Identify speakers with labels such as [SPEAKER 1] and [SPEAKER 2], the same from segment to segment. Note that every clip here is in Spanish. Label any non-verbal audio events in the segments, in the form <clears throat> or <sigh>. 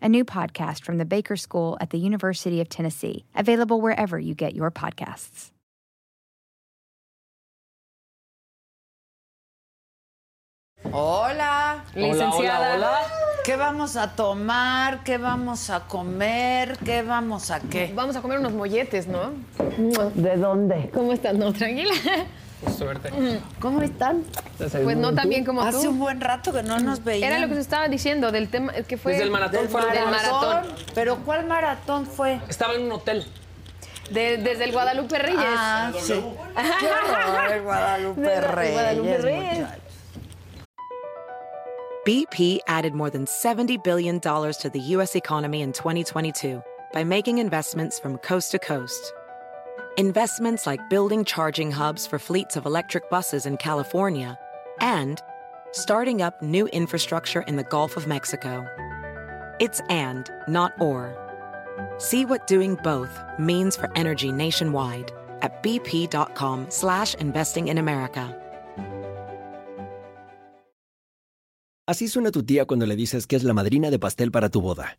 [SPEAKER 1] a new podcast from the Baker School at the University of Tennessee, available wherever you get your podcasts.
[SPEAKER 2] Hola,
[SPEAKER 3] Licenciada.
[SPEAKER 4] Hola,
[SPEAKER 2] ¿qué vamos a tomar? ¿Qué vamos a comer? ¿Qué vamos a qué?
[SPEAKER 3] Vamos a comer unos molletes, ¿no?
[SPEAKER 4] ¿De dónde?
[SPEAKER 3] ¿Cómo estás? No, tranquila. Mm.
[SPEAKER 5] Suerte.
[SPEAKER 4] ¿Cómo están?
[SPEAKER 3] Pues no tan bien como
[SPEAKER 2] Hace un
[SPEAKER 3] tú.
[SPEAKER 2] buen rato que no nos veíamos.
[SPEAKER 3] Era lo que se estaba diciendo del tema que fue
[SPEAKER 5] Desde el maratón
[SPEAKER 3] del
[SPEAKER 5] fueron-
[SPEAKER 3] del maratón.
[SPEAKER 2] Pero ¿cuál maratón fue?
[SPEAKER 5] Estaba en un hotel.
[SPEAKER 3] De- desde el Guadalupe Reyes.
[SPEAKER 2] Ah, sí.
[SPEAKER 3] <laughs>
[SPEAKER 2] Qué horror, el Guadalupe
[SPEAKER 3] De la-
[SPEAKER 2] Reyes.
[SPEAKER 3] Guadalupe Reyes.
[SPEAKER 2] muchachos.
[SPEAKER 6] BP added more than $70 billion to the U.S. economy in 2022 by making investments from coast to coast. Investments like building charging hubs for fleets of electric buses in California and starting up new infrastructure in the Gulf of Mexico. It's and, not or. See what doing both means for energy nationwide at bp.com slash investing in America.
[SPEAKER 7] Así suena tu tía cuando le dices que es la madrina de pastel para tu boda.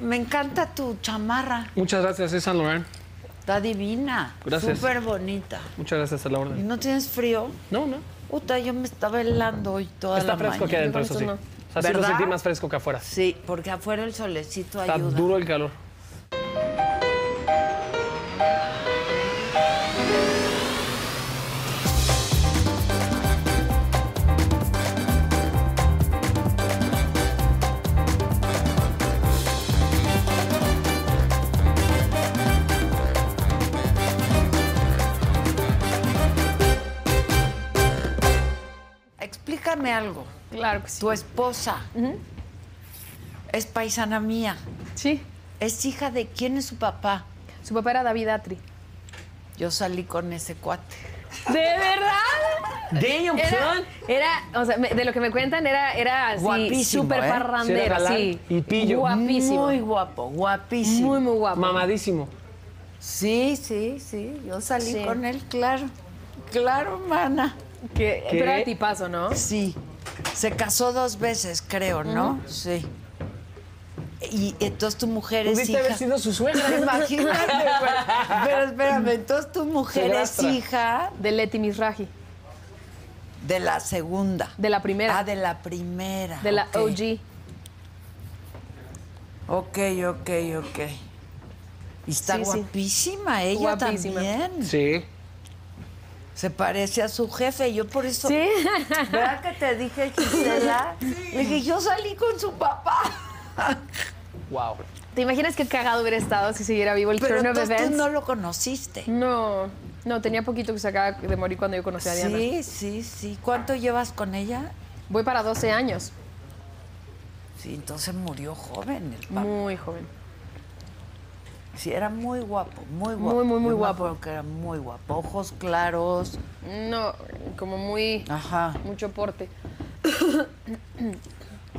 [SPEAKER 2] Me encanta tu chamarra.
[SPEAKER 5] Muchas gracias, es San Laurent.
[SPEAKER 2] Está divina.
[SPEAKER 5] Gracias.
[SPEAKER 2] Súper bonita.
[SPEAKER 5] Muchas gracias a la
[SPEAKER 2] ¿Y
[SPEAKER 5] orden.
[SPEAKER 2] no tienes frío?
[SPEAKER 5] No, no.
[SPEAKER 2] Puta, yo me estaba helando hoy toda
[SPEAKER 5] Está
[SPEAKER 2] la
[SPEAKER 5] fresco aquí
[SPEAKER 2] mañana.
[SPEAKER 5] adentro, eso sí.
[SPEAKER 3] no.
[SPEAKER 5] O sea, sí lo
[SPEAKER 2] ¿Verdad?
[SPEAKER 5] sentí más fresco que afuera.
[SPEAKER 2] Sí, porque afuera el solecito
[SPEAKER 5] Está
[SPEAKER 2] ayuda.
[SPEAKER 5] duro el calor.
[SPEAKER 2] Explícame algo.
[SPEAKER 3] Claro que sí.
[SPEAKER 2] Tu esposa es paisana mía.
[SPEAKER 3] Sí.
[SPEAKER 2] Es hija de quién es su papá.
[SPEAKER 3] Su papá era
[SPEAKER 2] <laughs>
[SPEAKER 3] David Atri.
[SPEAKER 2] Yo salí con ese cuate.
[SPEAKER 3] ¿De verdad?
[SPEAKER 5] Damn,
[SPEAKER 3] Era, era, o sea, me- de lo que me cuentan era, era así,
[SPEAKER 2] Guapísimo,
[SPEAKER 3] súper
[SPEAKER 2] ¿eh?
[SPEAKER 5] Sí, era
[SPEAKER 3] parrandero,
[SPEAKER 5] galán
[SPEAKER 3] sí.
[SPEAKER 5] y pillo.
[SPEAKER 3] Guapísimo.
[SPEAKER 2] Muy
[SPEAKER 3] Muy,
[SPEAKER 2] guapo, guapísimo.
[SPEAKER 3] muy, guapo.
[SPEAKER 5] Mamadísimo.
[SPEAKER 2] Sí, sí, sí. Yo salí
[SPEAKER 3] Sí.
[SPEAKER 2] con él, claro. Claro, mana.
[SPEAKER 3] Que-
[SPEAKER 5] ¿Qué?
[SPEAKER 3] Pero era tipazo, ¿no?
[SPEAKER 2] Sí. Se casó dos veces, creo, ¿no? Sí. Y entonces tu mujer es
[SPEAKER 5] Pudiste haber
[SPEAKER 2] hija.
[SPEAKER 5] sido su
[SPEAKER 2] <laughs>
[SPEAKER 5] suegra.
[SPEAKER 2] Imagínate, güey. Pero espérame, entonces tu mujer es
[SPEAKER 5] Hijastra.
[SPEAKER 2] hija
[SPEAKER 3] De Leti Misraji.
[SPEAKER 2] de la segunda.
[SPEAKER 3] De la primera.
[SPEAKER 2] Ah, de la primera.
[SPEAKER 3] de la
[SPEAKER 2] ok.
[SPEAKER 3] OG.
[SPEAKER 2] Ok, ok, ok. Y está
[SPEAKER 3] Sí, sí.
[SPEAKER 2] guapísima ella
[SPEAKER 3] Guapísima.
[SPEAKER 2] también.
[SPEAKER 5] Sí.
[SPEAKER 2] Se parece a su jefe. Yo por eso.
[SPEAKER 3] Sí.
[SPEAKER 2] <laughs> ¿Verdad que te dije, Gisela? Le dije, yo salí con su
[SPEAKER 3] <laughs>
[SPEAKER 2] papá.
[SPEAKER 5] Wow.
[SPEAKER 3] ¿Te imaginas qué cagado hubiera estado si siguiera vivo el
[SPEAKER 2] Pero
[SPEAKER 3] turn of
[SPEAKER 2] entonces tú
[SPEAKER 3] events?
[SPEAKER 2] no lo conociste.
[SPEAKER 3] No, no, tenía poquito que se acaba de morir cuando yo conocí a Diana.
[SPEAKER 2] Sí, sí, sí. ¿Cuánto llevas con ella?
[SPEAKER 3] Voy para 12 años.
[SPEAKER 2] Sí, entonces murió joven el papá.
[SPEAKER 3] Muy joven.
[SPEAKER 2] Sí, era muy guapo, muy guapo.
[SPEAKER 3] Muy, muy, muy
[SPEAKER 2] Yo me
[SPEAKER 3] guapo.
[SPEAKER 2] acuerdo que era muy guapo. Ojos claros.
[SPEAKER 3] No, como muy.
[SPEAKER 2] Ajá.
[SPEAKER 3] Mucho porte.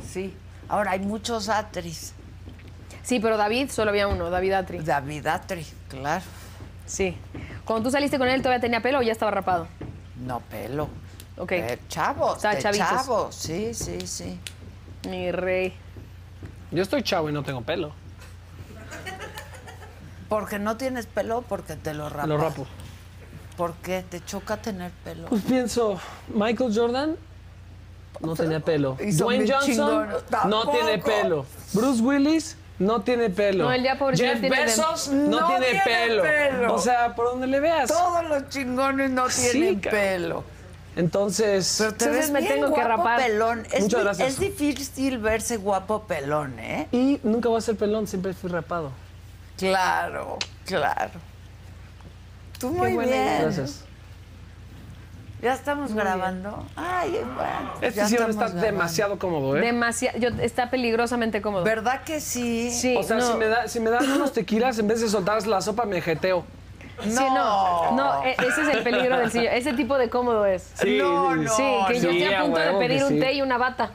[SPEAKER 2] Sí. Ahora hay muchos atris.
[SPEAKER 3] Sí, pero David solo había uno, David Atri.
[SPEAKER 2] David Atri, claro.
[SPEAKER 3] Sí. Cuando tú saliste con él, ¿todavía tenía pelo o ya estaba rapado?
[SPEAKER 2] No pelo.
[SPEAKER 3] Ok.
[SPEAKER 2] Eh, chavos,
[SPEAKER 3] Está
[SPEAKER 2] de
[SPEAKER 3] chavitos.
[SPEAKER 2] chavos, sí, sí, sí.
[SPEAKER 3] Mi rey.
[SPEAKER 5] Yo estoy chavo y no tengo pelo.
[SPEAKER 2] Porque no tienes pelo, porque te lo rapas.
[SPEAKER 5] Lo rapo.
[SPEAKER 2] ¿Por qué? ¿Te choca tener pelo?
[SPEAKER 5] Pues pienso, Michael Jordan no tenía pelo.
[SPEAKER 2] Y son
[SPEAKER 5] Dwayne
[SPEAKER 2] bien
[SPEAKER 5] Johnson
[SPEAKER 2] chingones.
[SPEAKER 5] no
[SPEAKER 2] Tampoco.
[SPEAKER 5] tiene pelo. Bruce Willis no tiene pelo.
[SPEAKER 3] No, él ya, pobrecito,
[SPEAKER 5] Jeff
[SPEAKER 3] ya tiene
[SPEAKER 5] Bezos
[SPEAKER 2] dem-
[SPEAKER 5] no,
[SPEAKER 2] No
[SPEAKER 5] tiene,
[SPEAKER 2] tiene
[SPEAKER 5] pelo.
[SPEAKER 2] pelo.
[SPEAKER 5] O sea, por donde le veas.
[SPEAKER 2] Todos los chingones no
[SPEAKER 5] Sí,
[SPEAKER 2] tienen
[SPEAKER 5] cabrón.
[SPEAKER 2] pelo.
[SPEAKER 5] Entonces,
[SPEAKER 2] Pero te
[SPEAKER 3] Entonces
[SPEAKER 2] ves
[SPEAKER 3] me
[SPEAKER 2] bien
[SPEAKER 3] tengo que
[SPEAKER 2] guapo
[SPEAKER 3] rapar.
[SPEAKER 2] pelón. Es,
[SPEAKER 5] Muchas
[SPEAKER 2] di-
[SPEAKER 5] gracias.
[SPEAKER 2] es difícil verse guapo pelón, ¿eh?
[SPEAKER 5] y nunca voy a ser pelón, siempre fui rapado.
[SPEAKER 2] Claro, claro. Tú muy
[SPEAKER 3] buena
[SPEAKER 2] bien.
[SPEAKER 5] Gracias.
[SPEAKER 2] Ya estamos grabando. Ay, bueno.
[SPEAKER 5] Este
[SPEAKER 2] ya estamos
[SPEAKER 5] sillón está
[SPEAKER 2] grabando.
[SPEAKER 5] demasiado cómodo, ¿eh?
[SPEAKER 3] Demasiado. Está peligrosamente cómodo.
[SPEAKER 2] ¿Verdad que sí?
[SPEAKER 3] Sí,
[SPEAKER 5] o sea,
[SPEAKER 3] no.
[SPEAKER 5] si, me da, si me dan
[SPEAKER 2] <laughs>
[SPEAKER 5] unos tequilas, en vez de soltar la sopa, me jeteo.
[SPEAKER 2] No.
[SPEAKER 3] Sí, no. No, e- ese es el peligro del sillón. Ese tipo de cómodo es.
[SPEAKER 2] No, no.
[SPEAKER 3] Sí, que yo
[SPEAKER 5] sí,
[SPEAKER 3] estoy a
[SPEAKER 5] a
[SPEAKER 3] punto de
[SPEAKER 5] huevo que
[SPEAKER 3] pedir un
[SPEAKER 5] sí.
[SPEAKER 3] té y una bata.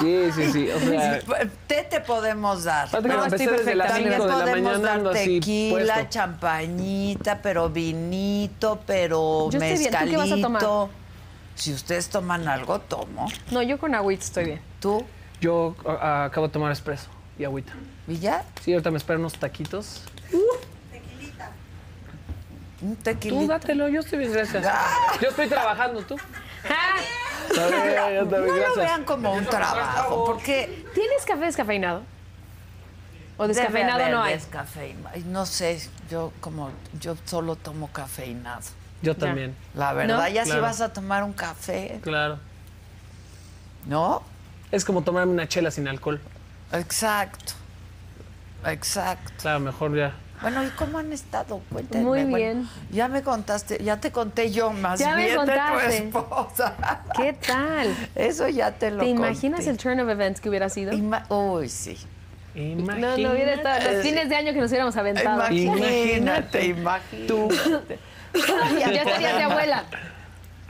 [SPEAKER 5] Sí, sí, sí.
[SPEAKER 2] <laughs>
[SPEAKER 5] O sea,
[SPEAKER 2] Té te podemos dar.
[SPEAKER 5] Aparte que
[SPEAKER 3] No,
[SPEAKER 5] lo empecé
[SPEAKER 3] estoy
[SPEAKER 5] desde las
[SPEAKER 3] perfectamente.
[SPEAKER 5] 5
[SPEAKER 2] También
[SPEAKER 5] de la
[SPEAKER 2] podemos
[SPEAKER 5] mañana ando
[SPEAKER 2] dar
[SPEAKER 5] así
[SPEAKER 2] tequila,
[SPEAKER 5] puesto.
[SPEAKER 2] champañita, pero vinito, pero
[SPEAKER 3] Yo estoy bien. ¿Tú qué
[SPEAKER 2] mezcalito.
[SPEAKER 3] vas a tomar?
[SPEAKER 2] Si ustedes toman algo, tomo.
[SPEAKER 3] No, yo con agüita estoy bien.
[SPEAKER 2] ¿Tú,
[SPEAKER 5] Yo a- acabo de tomar espresso y agüita.
[SPEAKER 2] Villa?
[SPEAKER 5] Sí, ahorita me esperan unos taquitos.
[SPEAKER 2] Un
[SPEAKER 5] Tú
[SPEAKER 2] tequilita.
[SPEAKER 5] dátelo, yo estoy bien, gracias. Yo estoy trabajando,
[SPEAKER 2] <laughs>
[SPEAKER 5] tú.
[SPEAKER 3] ¡Ah!
[SPEAKER 5] yo
[SPEAKER 2] No lo vean como un trabajo, porque
[SPEAKER 3] ¿Tienes café descafeinado? ¿O
[SPEAKER 2] debe
[SPEAKER 3] descafeinado
[SPEAKER 2] haber
[SPEAKER 3] no hay?
[SPEAKER 2] descafeina- No sé, yo como yo solo tomo cafeinado.
[SPEAKER 5] Yo también,
[SPEAKER 2] La verdad,
[SPEAKER 3] ¿No?
[SPEAKER 2] ya si
[SPEAKER 5] Claro.
[SPEAKER 2] vas a tomar un café,
[SPEAKER 5] claro.
[SPEAKER 2] ¿no?
[SPEAKER 5] Es como tomarme una chela sin alcohol.
[SPEAKER 2] Exacto. Exacto.
[SPEAKER 5] Claro, mejor ya.
[SPEAKER 2] Bueno, ¿y cómo han estado? Cuéntenme.
[SPEAKER 3] Muy
[SPEAKER 2] Bueno,
[SPEAKER 3] bien.
[SPEAKER 2] ya me contaste, ya te conté yo más
[SPEAKER 3] Ya me
[SPEAKER 2] bien
[SPEAKER 3] contaste.
[SPEAKER 2] de tu esposa. <laughs>
[SPEAKER 3] ¿Qué tal?
[SPEAKER 2] Eso ya te lo
[SPEAKER 3] ¿Te imaginas el
[SPEAKER 2] conté.
[SPEAKER 3] turn of events que hubiera sido?
[SPEAKER 2] Ima- Uy, sí.
[SPEAKER 3] No, no hubiera estado. Los fines de año que nos hubiéramos aventado.
[SPEAKER 2] Imagínate, imagínate.
[SPEAKER 3] <laughs> Ya estarías
[SPEAKER 2] <laughs>
[SPEAKER 3] de abuela.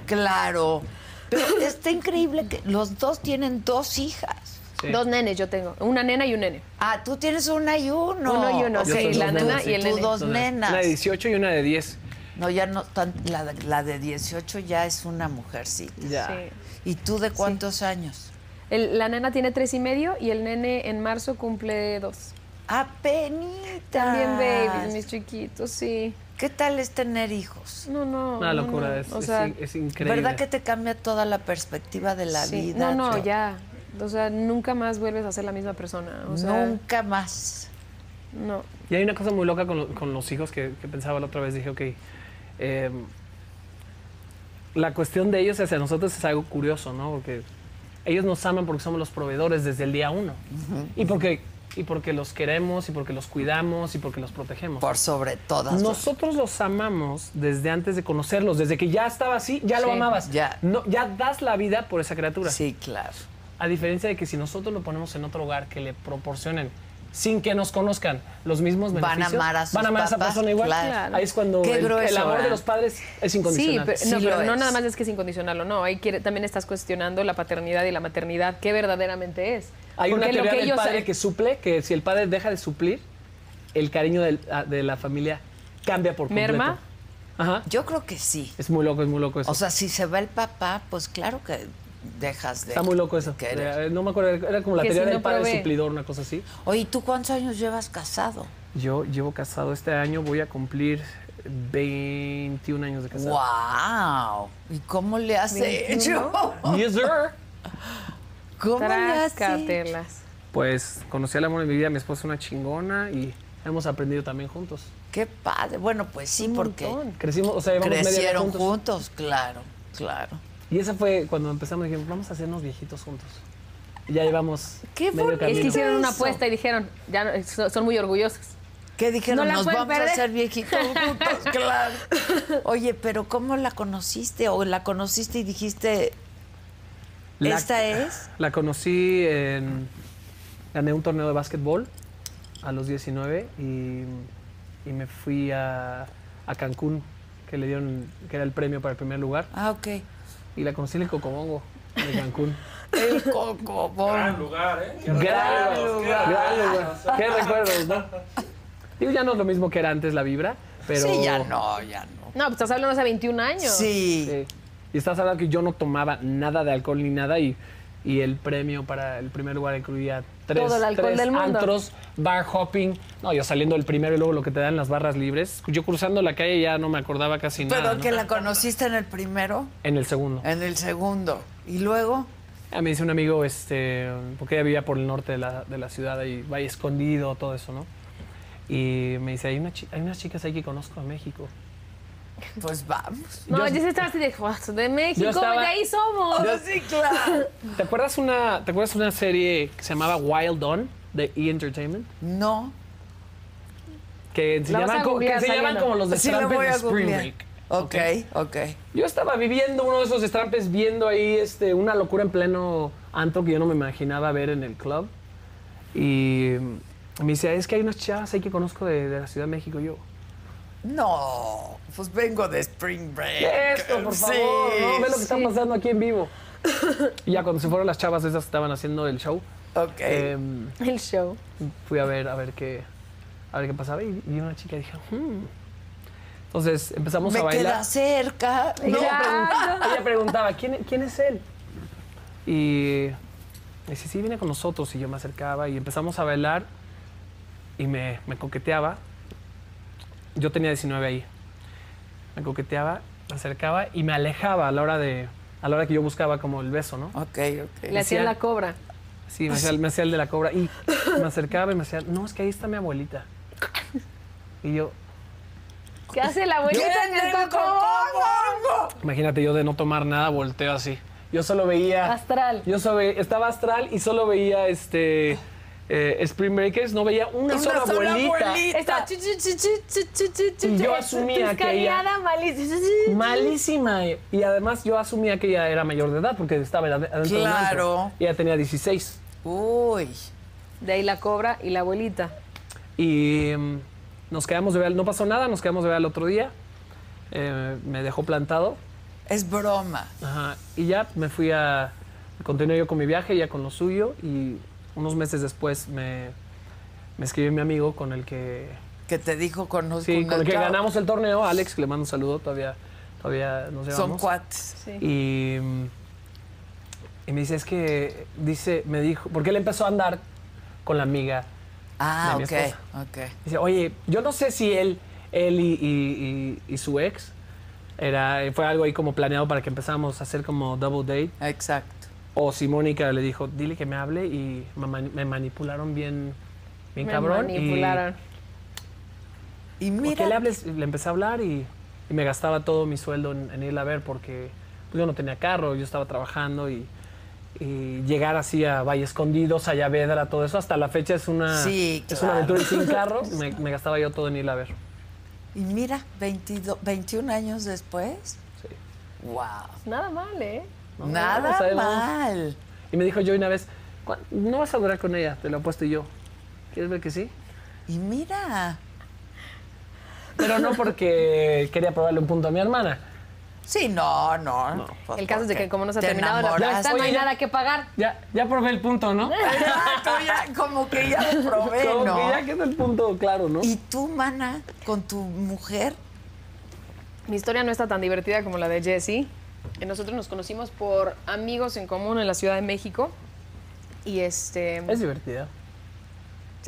[SPEAKER 2] Claro. Pero está increíble que los dos tienen dos hijas.
[SPEAKER 5] Sí.
[SPEAKER 3] Dos nenes yo tengo. Una nena y un nene.
[SPEAKER 2] Ah, tú tienes una y uno.
[SPEAKER 3] Uno y uno,
[SPEAKER 2] Ok,
[SPEAKER 3] sí,
[SPEAKER 5] la
[SPEAKER 2] tú-
[SPEAKER 5] nena y el
[SPEAKER 2] Tú
[SPEAKER 3] nene.
[SPEAKER 2] dos
[SPEAKER 5] Entonces,
[SPEAKER 2] nenas.
[SPEAKER 5] Una de 18 y una de 10.
[SPEAKER 2] No, ya no, tan- la, de- la de 18 ya es una mujercita.
[SPEAKER 5] Ya.
[SPEAKER 3] Sí.
[SPEAKER 2] ¿Y tú de cuántos años?
[SPEAKER 3] El- la nena tiene tres y medio y el nene en marzo cumple dos.
[SPEAKER 2] Apenitas.
[SPEAKER 3] También babies, mis chiquitos, sí.
[SPEAKER 2] ¿Qué tal es tener hijos?
[SPEAKER 3] No, no.
[SPEAKER 5] Una
[SPEAKER 3] no,
[SPEAKER 5] locura,
[SPEAKER 3] no.
[SPEAKER 5] es,
[SPEAKER 3] Oh, O
[SPEAKER 5] es
[SPEAKER 3] sea,
[SPEAKER 5] in- es increíble.
[SPEAKER 2] ¿Verdad que te cambia toda la perspectiva de la
[SPEAKER 3] sí.
[SPEAKER 2] vida?
[SPEAKER 3] No, no,
[SPEAKER 2] Yo-
[SPEAKER 3] ya. O sea, nunca más vuelves a ser la misma persona. O sea,
[SPEAKER 2] Nunca más.
[SPEAKER 3] no.
[SPEAKER 5] Y hay una cosa muy loca con, lo- con los hijos que, que pensaba la otra vez. Dije, ok, eh, la cuestión de ellos hacia nosotros es algo curioso, ¿no? Porque ellos nos aman porque somos los proveedores desde el día uno. Y porque y porque los queremos, y porque los cuidamos, y porque los protegemos.
[SPEAKER 2] Por sobre todas. las-
[SPEAKER 5] Nosotros los amamos desde antes de conocerlos, desde que ya estaba así, ya lo
[SPEAKER 3] Sí,
[SPEAKER 5] amabas.
[SPEAKER 2] ya.
[SPEAKER 5] No, ya das la vida por esa criatura.
[SPEAKER 2] Sí, claro.
[SPEAKER 5] A diferencia de que si nosotros lo ponemos en otro hogar que le proporcionen sin que nos conozcan los mismos
[SPEAKER 2] Van a
[SPEAKER 5] beneficios,
[SPEAKER 2] amar a sus
[SPEAKER 5] van a amar a esa
[SPEAKER 2] papás,
[SPEAKER 5] persona igual.
[SPEAKER 2] claro.
[SPEAKER 5] Ahí es cuando
[SPEAKER 2] Qué
[SPEAKER 5] el,
[SPEAKER 2] grueso,
[SPEAKER 5] el amor
[SPEAKER 2] ¿verdad?
[SPEAKER 5] de los padres es
[SPEAKER 3] Sí,
[SPEAKER 5] incondicional.
[SPEAKER 3] pero, no,
[SPEAKER 2] Sí pues,
[SPEAKER 3] pero
[SPEAKER 2] lo
[SPEAKER 3] no
[SPEAKER 2] es.
[SPEAKER 3] nada más es que es incondicional o no. Ahí quiere- también estás cuestionando la paternidad y la maternidad, qué verdaderamente es.
[SPEAKER 5] Hay una
[SPEAKER 3] Porque lo
[SPEAKER 5] teoría
[SPEAKER 3] que
[SPEAKER 5] del
[SPEAKER 3] ellos-
[SPEAKER 5] padre que suple que si el padre deja de suplir, el cariño del- a- de la familia cambia por completo.
[SPEAKER 3] ¿Merma?
[SPEAKER 5] Ajá.
[SPEAKER 2] Yo creo que sí.
[SPEAKER 5] Es muy loco, es muy loco eso.
[SPEAKER 2] O sea, si se va el papá, pues claro que dejas de.
[SPEAKER 5] Está muy loco eso.
[SPEAKER 2] querer.
[SPEAKER 5] Eh, No me acuerdo, era como la
[SPEAKER 3] Que
[SPEAKER 5] teoría
[SPEAKER 3] si
[SPEAKER 5] del
[SPEAKER 3] no
[SPEAKER 5] padre
[SPEAKER 3] provee.
[SPEAKER 5] suplidor, una cosa así.
[SPEAKER 2] Oye, ¿y ¿tú cuántos años llevas casado?
[SPEAKER 5] Yo llevo casado este año, voy a cumplir 21 años de casado.
[SPEAKER 2] ¡Wow! ¿Y cómo le has hecho?
[SPEAKER 5] Yes, sir.
[SPEAKER 2] ¿Cómo le has hecho?
[SPEAKER 3] Tráscatelas.
[SPEAKER 5] Pues conocí al amor de mi vida, mi esposa es una chingona y hemos aprendido también juntos.
[SPEAKER 2] Qué padre. Bueno, pues sí, porque
[SPEAKER 3] montón.
[SPEAKER 5] Crecimos, o sea, llevamos media vida
[SPEAKER 2] crecieron
[SPEAKER 5] juntos.
[SPEAKER 2] juntos, claro, claro.
[SPEAKER 5] Y esa fue cuando empezamos, dijimos, vamos a hacernos viejitos juntos. Y ya llevamos
[SPEAKER 2] Qué
[SPEAKER 5] medio
[SPEAKER 2] bonito.
[SPEAKER 3] Es que
[SPEAKER 5] camino.
[SPEAKER 3] hicieron una
[SPEAKER 2] Eso.
[SPEAKER 3] apuesta y dijeron, ya no- so- son muy orgullosos.
[SPEAKER 2] ¿Qué dijeron?
[SPEAKER 3] No la
[SPEAKER 2] Nos
[SPEAKER 3] pueden
[SPEAKER 2] vamos
[SPEAKER 3] perder.
[SPEAKER 2] a hacer
[SPEAKER 3] <laughs>
[SPEAKER 2] viejitos juntos, claro. Oye, pero ¿cómo la conociste? ¿O la conociste y dijiste,
[SPEAKER 5] La-
[SPEAKER 2] esta es?
[SPEAKER 5] La conocí en... Gané un torneo de básquetbol a los 19 y, y me fui a, a Cancún, que le dieron, que era el premio para el primer lugar.
[SPEAKER 2] Ah, ok.
[SPEAKER 5] Y la conocí en el Cocobongo de Cancún.
[SPEAKER 2] El cocobón.
[SPEAKER 5] gran lugar, gran lugar. Qué recuerdos, ¿no? Digo, ya no es lo mismo que era antes la vibra, pero...
[SPEAKER 2] Sí, ya no, ya no.
[SPEAKER 3] No, pues estás hablando hace 21 años.
[SPEAKER 2] Sí.
[SPEAKER 5] Sí. Y estás hablando que yo no tomaba nada de alcohol ni nada y, y el premio para el primer lugar incluía tres,
[SPEAKER 3] Todo el alcohol
[SPEAKER 5] tres
[SPEAKER 3] del mundo.
[SPEAKER 5] antros, bar hopping. No, yo saliendo el primero y luego lo que te dan las barras libres. Yo cruzando la calle ya no me acordaba casi nada.
[SPEAKER 2] Pero
[SPEAKER 5] ¿no?
[SPEAKER 2] que la conociste en el primero,
[SPEAKER 5] En el segundo.
[SPEAKER 2] en el segundo. Y luego,
[SPEAKER 5] Ah, me dice un amigo, este, porque ella vivía por el norte de la, de la ciudad, ahí, Valle Escondido, todo eso, ¿no? Y me dice, hay, una chi- hay unas chicas ahí que conozco en México.
[SPEAKER 2] pues vamos.
[SPEAKER 3] <laughs> No,
[SPEAKER 5] Yo-
[SPEAKER 3] yo, sí estaba así de, "Guau, "Ah, de México,
[SPEAKER 5] estaba-
[SPEAKER 3] de ahí somos.
[SPEAKER 2] Pues sí, claro.
[SPEAKER 3] Ah.
[SPEAKER 5] ¿Te acuerdas una, ¿te acuerdas una serie que se llamaba Wild On de E! Entertainment?
[SPEAKER 2] No.
[SPEAKER 5] Que se
[SPEAKER 3] La vas
[SPEAKER 5] llaman,
[SPEAKER 3] a
[SPEAKER 5] como, que
[SPEAKER 3] googlear
[SPEAKER 5] se llaman
[SPEAKER 3] saliendo.
[SPEAKER 5] como los
[SPEAKER 2] Sí lo
[SPEAKER 5] destrampes
[SPEAKER 2] voy
[SPEAKER 5] de
[SPEAKER 2] a
[SPEAKER 5] Spring
[SPEAKER 2] googlear.
[SPEAKER 5] Break.
[SPEAKER 2] Ok, ok.
[SPEAKER 5] Yo estaba viviendo uno de esos destrampes, viendo ahí este, una locura en pleno anto que yo no me imaginaba ver en el club. Y mm, me dice, es que hay unas chavas ahí que conozco de, de la Ciudad de México. Yo,
[SPEAKER 2] No, pues vengo de Spring
[SPEAKER 5] ¿qué
[SPEAKER 2] Break.
[SPEAKER 5] es esto, por
[SPEAKER 2] Sí,
[SPEAKER 5] favor? no, ve lo que está
[SPEAKER 3] sí.
[SPEAKER 5] pasando aquí en
[SPEAKER 2] <laughs>
[SPEAKER 5] vivo. y ya cuando se fueron las chavas esas que estaban haciendo el show,
[SPEAKER 2] Ok.
[SPEAKER 5] em,
[SPEAKER 3] <laughs> El show.
[SPEAKER 5] fui a ver a ver qué a ver qué pasaba y vi una chica y dije "Hmm". entonces empezamos a
[SPEAKER 2] Me
[SPEAKER 5] bailar
[SPEAKER 2] queda cerca.
[SPEAKER 5] Y
[SPEAKER 2] No,
[SPEAKER 5] ella, pregun- ella preguntaba ¿quién, e- quién es él y me dice sí viene con nosotros y yo me acercaba y empezamos a bailar y me, me coqueteaba yo tenía 19 ahí me coqueteaba me acercaba y me alejaba a la hora de a la hora que yo buscaba como el beso no
[SPEAKER 2] Ok, ok.
[SPEAKER 3] Le hacían
[SPEAKER 5] Decía-
[SPEAKER 3] la cobra.
[SPEAKER 5] Sí, me hacía, me hacía el de la cobra. Y me acercaba y me hacía, no, es que ahí está mi abuelita. Y yo,
[SPEAKER 3] ¿Qué hace la abuelita en el
[SPEAKER 2] Vengo con
[SPEAKER 3] coco?
[SPEAKER 2] Congo.
[SPEAKER 5] imagínate yo de no tomar nada, volteo así. Yo solo veía...
[SPEAKER 3] Astral.
[SPEAKER 5] Yo solo ve- estaba astral y solo veía este... eh, Spring Breakers, no veía una,
[SPEAKER 2] Una
[SPEAKER 5] sola,
[SPEAKER 2] sola
[SPEAKER 5] abuelita.
[SPEAKER 2] abuelita.
[SPEAKER 3] Está chu, chu, chu, chu, chu, chu, chu, chu,
[SPEAKER 5] Y yo
[SPEAKER 3] chu,
[SPEAKER 5] asumía que
[SPEAKER 3] escaneada, malísima.
[SPEAKER 5] Malísima. Y además yo asumía que ella era mayor de edad porque estaba ad- adentro del
[SPEAKER 2] Claro.
[SPEAKER 5] antro. Y Ella tenía 16.
[SPEAKER 2] Uy.
[SPEAKER 3] De ahí la cobra y la abuelita.
[SPEAKER 5] Y mm, nos quedamos de ver, no pasó nada, nos quedamos de ver al otro día. Eh, me dejó plantado.
[SPEAKER 2] Es broma.
[SPEAKER 5] Ajá, Y ya me fui a. Continué yo con mi viaje, ya con lo suyo. Y unos meses después me, me escribió mi amigo con el que.
[SPEAKER 2] Que te dijo conozco
[SPEAKER 5] Sí,
[SPEAKER 2] una
[SPEAKER 5] con el que
[SPEAKER 2] chava.
[SPEAKER 5] ganamos el torneo, Alex, que le mando un saludo, todavía, todavía nos llevamos.
[SPEAKER 2] Son cuates.
[SPEAKER 5] Y, mm, y me dice, es que. Dice, me dijo. Porque él empezó a andar con la amiga.
[SPEAKER 2] Ah,
[SPEAKER 5] de mi
[SPEAKER 2] ok,
[SPEAKER 5] esposa.
[SPEAKER 2] ok.
[SPEAKER 5] Dice, oye, yo no sé si él, él y, y- y- y su ex era, fue algo ahí como planeado para que empezáramos a hacer como double date.
[SPEAKER 2] Exacto.
[SPEAKER 5] O si Mónica le dijo, dile que me hable y me, mani- me manipularon bien, bien
[SPEAKER 3] Me
[SPEAKER 5] cabrón.
[SPEAKER 3] manipularon.
[SPEAKER 2] Y
[SPEAKER 5] Y, ¿por qué
[SPEAKER 2] mira,
[SPEAKER 5] le hables? Le empecé a hablar y, y me gastaba todo mi sueldo en, en irla a ver porque pues, yo no tenía carro, yo estaba trabajando y, y llegar así a Valle Escondidos, a Saavedra, todo eso, hasta la fecha es una,
[SPEAKER 2] Sí,
[SPEAKER 5] es una
[SPEAKER 2] claro.
[SPEAKER 5] aventura y sin carro, me, me gastaba yo todo en irla a ver.
[SPEAKER 2] y mira, 22, 21 años después. Wow.
[SPEAKER 3] Nada mal, ¿eh?
[SPEAKER 2] Nada
[SPEAKER 5] pues ahí vamos.
[SPEAKER 2] mal.
[SPEAKER 5] Y me dijo yo una vez, "Cu- no vas a durar con ella, te lo apuesto yo. ¿Quieres ver que sí?
[SPEAKER 2] Y mira.
[SPEAKER 5] Pero no porque quería probarle un punto a mi hermana.
[SPEAKER 2] Sí, no, no. pues,
[SPEAKER 3] El caso es de
[SPEAKER 2] porque
[SPEAKER 3] que como no se ha
[SPEAKER 2] te
[SPEAKER 3] terminado la
[SPEAKER 2] enamoraste.
[SPEAKER 3] fiesta, no hay
[SPEAKER 5] Oye, ya-
[SPEAKER 3] nada que pagar.
[SPEAKER 5] Ya, ya probé el
[SPEAKER 2] <laughs>
[SPEAKER 5] punto, ¿no?
[SPEAKER 2] Ah, tú ya- como que ya lo probé,
[SPEAKER 5] Como
[SPEAKER 2] ¿no?
[SPEAKER 5] que ya quedó el punto claro, ¿no?
[SPEAKER 2] Y tú, mana, con tu mujer,
[SPEAKER 3] Mi historia no está tan divertida como la de Jesse. Eh, Nosotros nos conocimos por amigos en común en la Ciudad de México. Y este.
[SPEAKER 5] Es divertida.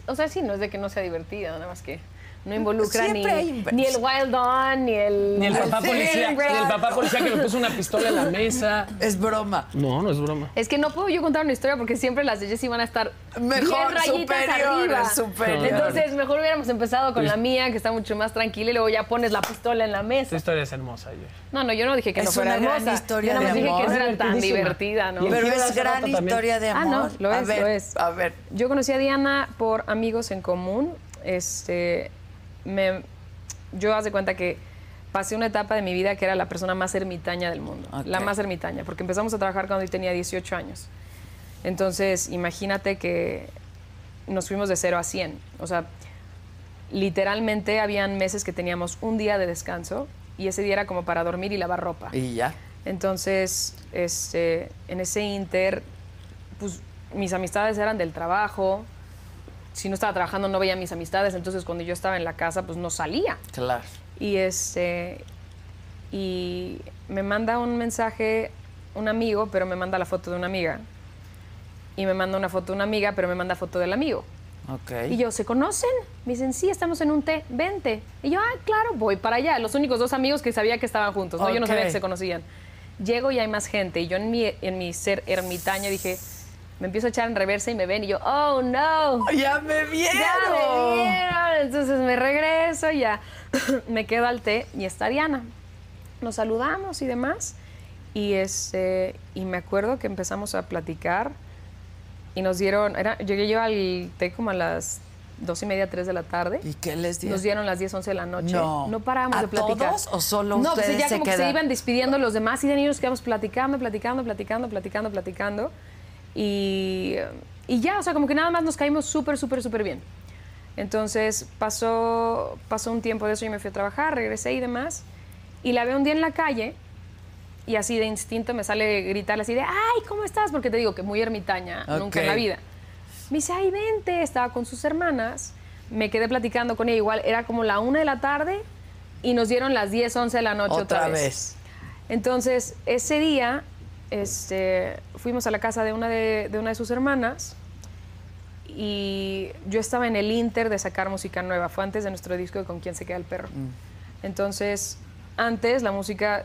[SPEAKER 3] O sea, sí, no es de que no sea divertida, nada más que no involucra ni,
[SPEAKER 2] Siempre hay inversión.
[SPEAKER 3] ni el Wild On, ni el.
[SPEAKER 5] Ni el papá
[SPEAKER 2] Sí,
[SPEAKER 5] policía, ni el papá policía que me puso una pistola en la mesa.
[SPEAKER 2] es broma.
[SPEAKER 5] No, no es broma.
[SPEAKER 3] Es que no puedo yo contar una historia porque siempre las de Jessy van a estar
[SPEAKER 2] Mejor,
[SPEAKER 3] bien rayitas
[SPEAKER 2] superior,
[SPEAKER 3] arriba.
[SPEAKER 2] superior.
[SPEAKER 3] Entonces, mejor hubiéramos empezado con
[SPEAKER 5] Sí.
[SPEAKER 3] la mía, que está mucho más tranquila, y luego ya pones la pistola en la
[SPEAKER 5] Esta
[SPEAKER 3] mesa.
[SPEAKER 5] historia es hermosa. yo-
[SPEAKER 3] No, no, yo no dije que no
[SPEAKER 2] Es
[SPEAKER 3] fuera
[SPEAKER 2] una gran
[SPEAKER 3] hermosa.
[SPEAKER 2] historia
[SPEAKER 3] yo
[SPEAKER 2] de
[SPEAKER 3] nada más dije
[SPEAKER 2] amor.
[SPEAKER 3] que no era tan
[SPEAKER 5] Divertidísima.
[SPEAKER 3] divertida, ¿no?
[SPEAKER 5] Y el
[SPEAKER 2] Pero
[SPEAKER 5] giro de
[SPEAKER 2] es
[SPEAKER 5] hace
[SPEAKER 2] gran
[SPEAKER 5] rato también.
[SPEAKER 2] historia de
[SPEAKER 3] Ah,
[SPEAKER 2] amor.
[SPEAKER 3] no, lo
[SPEAKER 2] a
[SPEAKER 3] es,
[SPEAKER 2] ver,
[SPEAKER 3] lo es.
[SPEAKER 2] A ver,
[SPEAKER 3] Yo conocí a Diana por amigos en común. Este, me, yo hace cuenta que pasé una etapa de mi vida que era la persona más ermitaña del mundo.
[SPEAKER 2] Ok.
[SPEAKER 3] La más ermitaña, porque empezamos a trabajar cuando yo tenía 18 años. Entonces, imagínate que nos fuimos de 0 a 100. O sea, literalmente habían meses que teníamos un día de descanso y ese día era como para dormir y lavar ropa.
[SPEAKER 2] y ya.
[SPEAKER 3] Entonces, este, en ese inter, pues mis amistades eran del trabajo. Si no estaba trabajando, no veía mis amistades. Entonces, cuando yo estaba en la casa, pues no salía.
[SPEAKER 2] Claro.
[SPEAKER 3] Y este, y me manda un mensaje un amigo, pero me manda la foto de una amiga. Y me manda una foto de una amiga, pero me manda foto del amigo.
[SPEAKER 2] Ok.
[SPEAKER 3] Y yo, ¿se conocen? Me dicen, sí, estamos en un té, vente. Y yo, ah, claro, voy para allá. Los únicos dos amigos que sabía que estaban juntos, ¿no? Yo no sabía
[SPEAKER 2] Ok.
[SPEAKER 3] que se conocían. Llego y hay más gente. Y yo en mi, en mi ser ermitaño dije, me empiezo a echar en reversa y me ven. Y yo, oh, no.
[SPEAKER 2] ¡Ya me vieron!
[SPEAKER 3] Ya me vieron. Entonces me regreso, ya <clears throat> me quedo al té y está Diana. Nos saludamos y demás. Y, este, y me acuerdo que empezamos a platicar y nos dieron, era, llegué yo al té como a las dos y media, tres de la tarde.
[SPEAKER 2] ¿Y qué les
[SPEAKER 3] Nos dieron las 10, 11 de la noche.
[SPEAKER 2] No.
[SPEAKER 3] parábamos
[SPEAKER 2] ¿A
[SPEAKER 3] de platicar.
[SPEAKER 2] todos o solo
[SPEAKER 3] No, pues
[SPEAKER 2] ustedes
[SPEAKER 3] ya
[SPEAKER 2] se
[SPEAKER 3] como que se
[SPEAKER 2] quedaron?
[SPEAKER 3] iban despidiendo los demás y de ahí nos quedamos platicando, platicando, platicando, platicando, platicando. Y, y ya, o sea, como que nada más nos caímos súper, súper, súper bien. Entonces pasó, pasó un tiempo de eso, yo me fui a trabajar, regresé y demás. Y la veo un día en la calle y así de instinto me sale gritarle así de, ay, ¿cómo estás? Porque te digo que muy ermitaña, nunca en la
[SPEAKER 2] Ok.
[SPEAKER 3] vida. Me dice, ay, vente, estaba con sus hermanas. Me quedé platicando con ella, igual era como la una de la tarde y nos dieron las 10, 11 de la noche otra,
[SPEAKER 2] Otra
[SPEAKER 3] vez.
[SPEAKER 2] vez.
[SPEAKER 3] Entonces, ese día este, fuimos a la casa de una de, de una de sus hermanas y yo estaba en el Inter de sacar música nueva. Fue antes de nuestro disco de Con quién se queda el perro. Entonces, antes la música,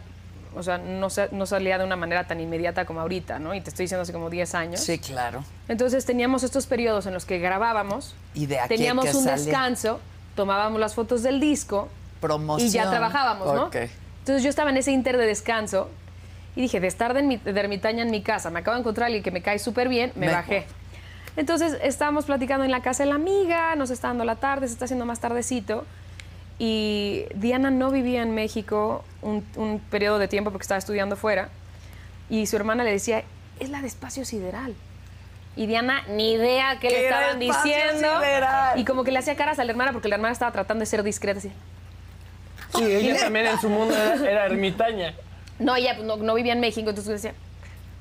[SPEAKER 3] o sea, no, sa- no salía de una manera tan inmediata como ahorita, ¿no? Y te estoy diciendo hace como 10 años.
[SPEAKER 2] Sí, claro.
[SPEAKER 3] Entonces teníamos estos periodos en los que grabábamos,
[SPEAKER 2] Y de aquí a
[SPEAKER 3] teníamos
[SPEAKER 2] que
[SPEAKER 3] un
[SPEAKER 2] sale.
[SPEAKER 3] descanso, tomábamos las fotos del disco
[SPEAKER 2] Promoción.
[SPEAKER 3] y ya trabajábamos, ¿no?
[SPEAKER 2] Ok.
[SPEAKER 3] Entonces yo estaba en ese inter de descanso y dije, de estar de, ermi- de ermitaña en mi casa, me acabo de encontrar a alguien que me cae súper bien, me,
[SPEAKER 2] Me-
[SPEAKER 3] bajé. Entonces estábamos platicando en la casa de la amiga, nos está dando la tarde, se está haciendo más tardecito. Y Diana no vivía en México un, un periodo de tiempo porque estaba estudiando fuera. Y su hermana le decía, es la de espacio sideral. Y Diana ni idea qué,
[SPEAKER 2] ¿Qué
[SPEAKER 3] le
[SPEAKER 2] era
[SPEAKER 3] estaban
[SPEAKER 2] Espacio
[SPEAKER 3] diciendo.
[SPEAKER 2] Sideral?
[SPEAKER 3] Y como que le hacía caras a la hermana porque la hermana estaba tratando de ser discreta. Así,
[SPEAKER 5] Sí, ella también en su mundo era, era ermitaña.
[SPEAKER 3] No, ella pues, no, no vivía en México, entonces yo decía,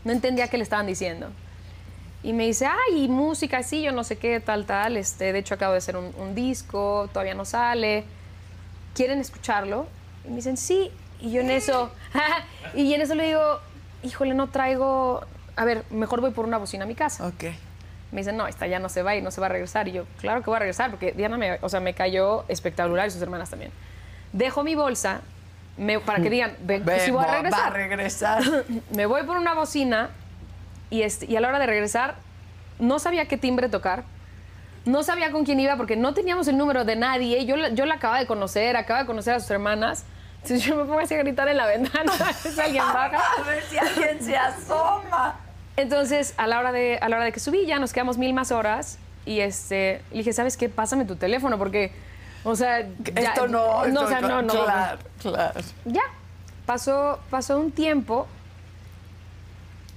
[SPEAKER 3] no entendía qué le estaban diciendo. Y me dice, ay, y música, sí, yo no sé qué, tal, tal. Este, de hecho, acabo de hacer un, un disco, todavía no sale. ¿Quieren escucharlo? Y me dicen, sí. Y yo en eso, <laughs> y en eso le digo, híjole, no traigo. A ver, mejor voy por una bocina a mi casa.
[SPEAKER 2] Ok.
[SPEAKER 3] Me dicen, no, esta ya no se va y no se va a regresar. Y yo, claro que va a regresar, porque Diana me, o sea, me cayó espectacular y sus hermanas también. Dejo mi bolsa me-
[SPEAKER 2] <laughs>
[SPEAKER 3] para que digan, ven,
[SPEAKER 2] Ve,
[SPEAKER 3] Pues, si voy
[SPEAKER 2] va-
[SPEAKER 3] a
[SPEAKER 2] Va a
[SPEAKER 3] regresar.
[SPEAKER 2] regresar.
[SPEAKER 3] <laughs> me voy por una bocina y, este- y a la hora de regresar no sabía qué timbre tocar. No sabía con quién iba porque no teníamos el número de nadie. Yo, la- yo la acababa de conocer, acababa de conocer a sus hermanas. Entonces yo me pongo así a gritar en la ventana. <laughs> si alguien baja.
[SPEAKER 2] a ver si alguien se asoma.
[SPEAKER 3] Entonces, a la hora de, a la hora de que subí, ya nos quedamos mil más horas. Y este, le dije, ¿sabes qué? Pásame tu teléfono porque, o sea... ya-
[SPEAKER 2] esto no.
[SPEAKER 3] No,
[SPEAKER 2] esto
[SPEAKER 3] o sea, no, no.
[SPEAKER 2] Claro, claro.
[SPEAKER 3] Ya. Pasó, pasó un tiempo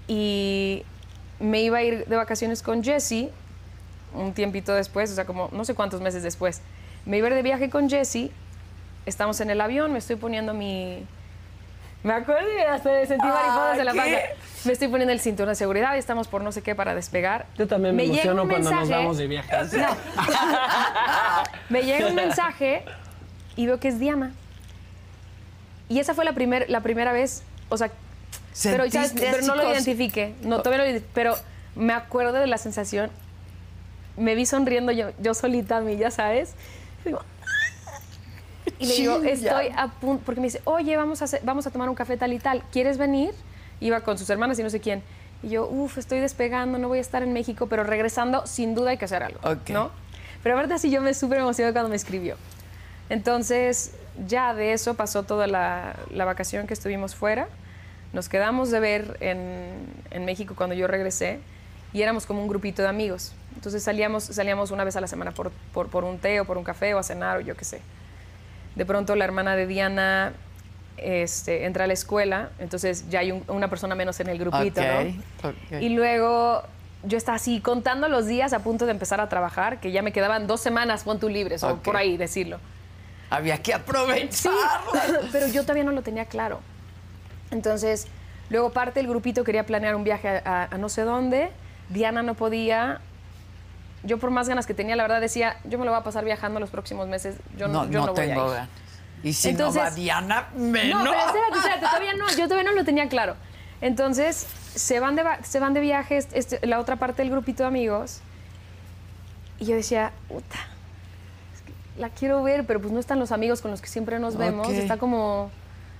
[SPEAKER 3] y me iba a ir de vacaciones con Jesse un tiempito después, o sea, como no sé cuántos meses después. Me iba a ir de viaje con Jesse, estamos en el avión, me estoy poniendo mi... Me acuerdo y hasta me sentí mariposas en la
[SPEAKER 2] ¿qué?
[SPEAKER 3] panza. Me estoy poniendo el cinturón de seguridad y estamos por no sé qué para despegar.
[SPEAKER 5] Yo también me,
[SPEAKER 3] llega
[SPEAKER 5] emociono
[SPEAKER 3] un
[SPEAKER 5] cuando nos
[SPEAKER 3] mensaje-
[SPEAKER 5] vamos de viaje.
[SPEAKER 3] me llega un mensaje y veo que es Diana. Y esa fue la, primer, la primera vez, o sea, pero, ¿sabes?
[SPEAKER 2] Sentiste
[SPEAKER 3] Pero no lo
[SPEAKER 2] así cos-
[SPEAKER 3] identifiqué, no, todavía no lo ident- pero me acuerdo de la sensación, me vi sonriendo yo, yo solita a mí, ya sabes, Digo, y le digo,
[SPEAKER 2] Chin, ya.
[SPEAKER 3] estoy a punto, porque me dice, oye, vamos a, hacer- vamos a tomar un café tal y tal, ¿quieres venir? Iba con sus hermanas y no sé quién. Y yo, uff, estoy despegando, no voy a estar en México, pero regresando, sin duda hay que hacer algo,
[SPEAKER 2] Ok.
[SPEAKER 3] ¿no? Pero la verdad sí yo me súper emocioné cuando me escribió. Entonces, ya de eso pasó toda la, la vacación que estuvimos fuera. Nos quedamos de ver en, en México cuando yo regresé y éramos como un grupito de amigos. Entonces salíamos, salíamos una vez a la semana por, por, por un té o por un café o a cenar o yo qué sé. De pronto la hermana de Diana este, entra a la escuela, entonces ya hay un- una persona menos en el grupito, ¿no?
[SPEAKER 2] Ok, ok.
[SPEAKER 3] Y luego yo estaba así contando los días a punto de empezar a trabajar, que ya me quedaban dos semanas, pon tú libres, o
[SPEAKER 2] Ok.
[SPEAKER 3] por ahí decirlo.
[SPEAKER 2] Había que
[SPEAKER 3] Sí,
[SPEAKER 2] aprovecharlo.
[SPEAKER 3] <laughs> pero yo todavía no lo tenía claro. Entonces, luego parte del grupito quería planear un viaje a, a- a no sé dónde, Diana no podía. Yo por más ganas que tenía, la verdad decía, yo me lo voy a pasar viajando los próximos meses, yo no,
[SPEAKER 2] No,
[SPEAKER 3] yo
[SPEAKER 2] no
[SPEAKER 3] no voy a
[SPEAKER 2] tengo
[SPEAKER 3] ir.
[SPEAKER 2] ganas. Y si
[SPEAKER 3] Entonces-
[SPEAKER 2] no va Diana, menos.
[SPEAKER 3] No, pero espérate, espérate, todavía no, yo todavía no lo tenía claro. Entonces, se van de, va- se van de viaje este- este- la otra parte del grupito de amigos. Y yo decía, puta, es que la quiero ver, pero pues no están los amigos con los que siempre nos vemos.
[SPEAKER 2] Ok.
[SPEAKER 3] Está como,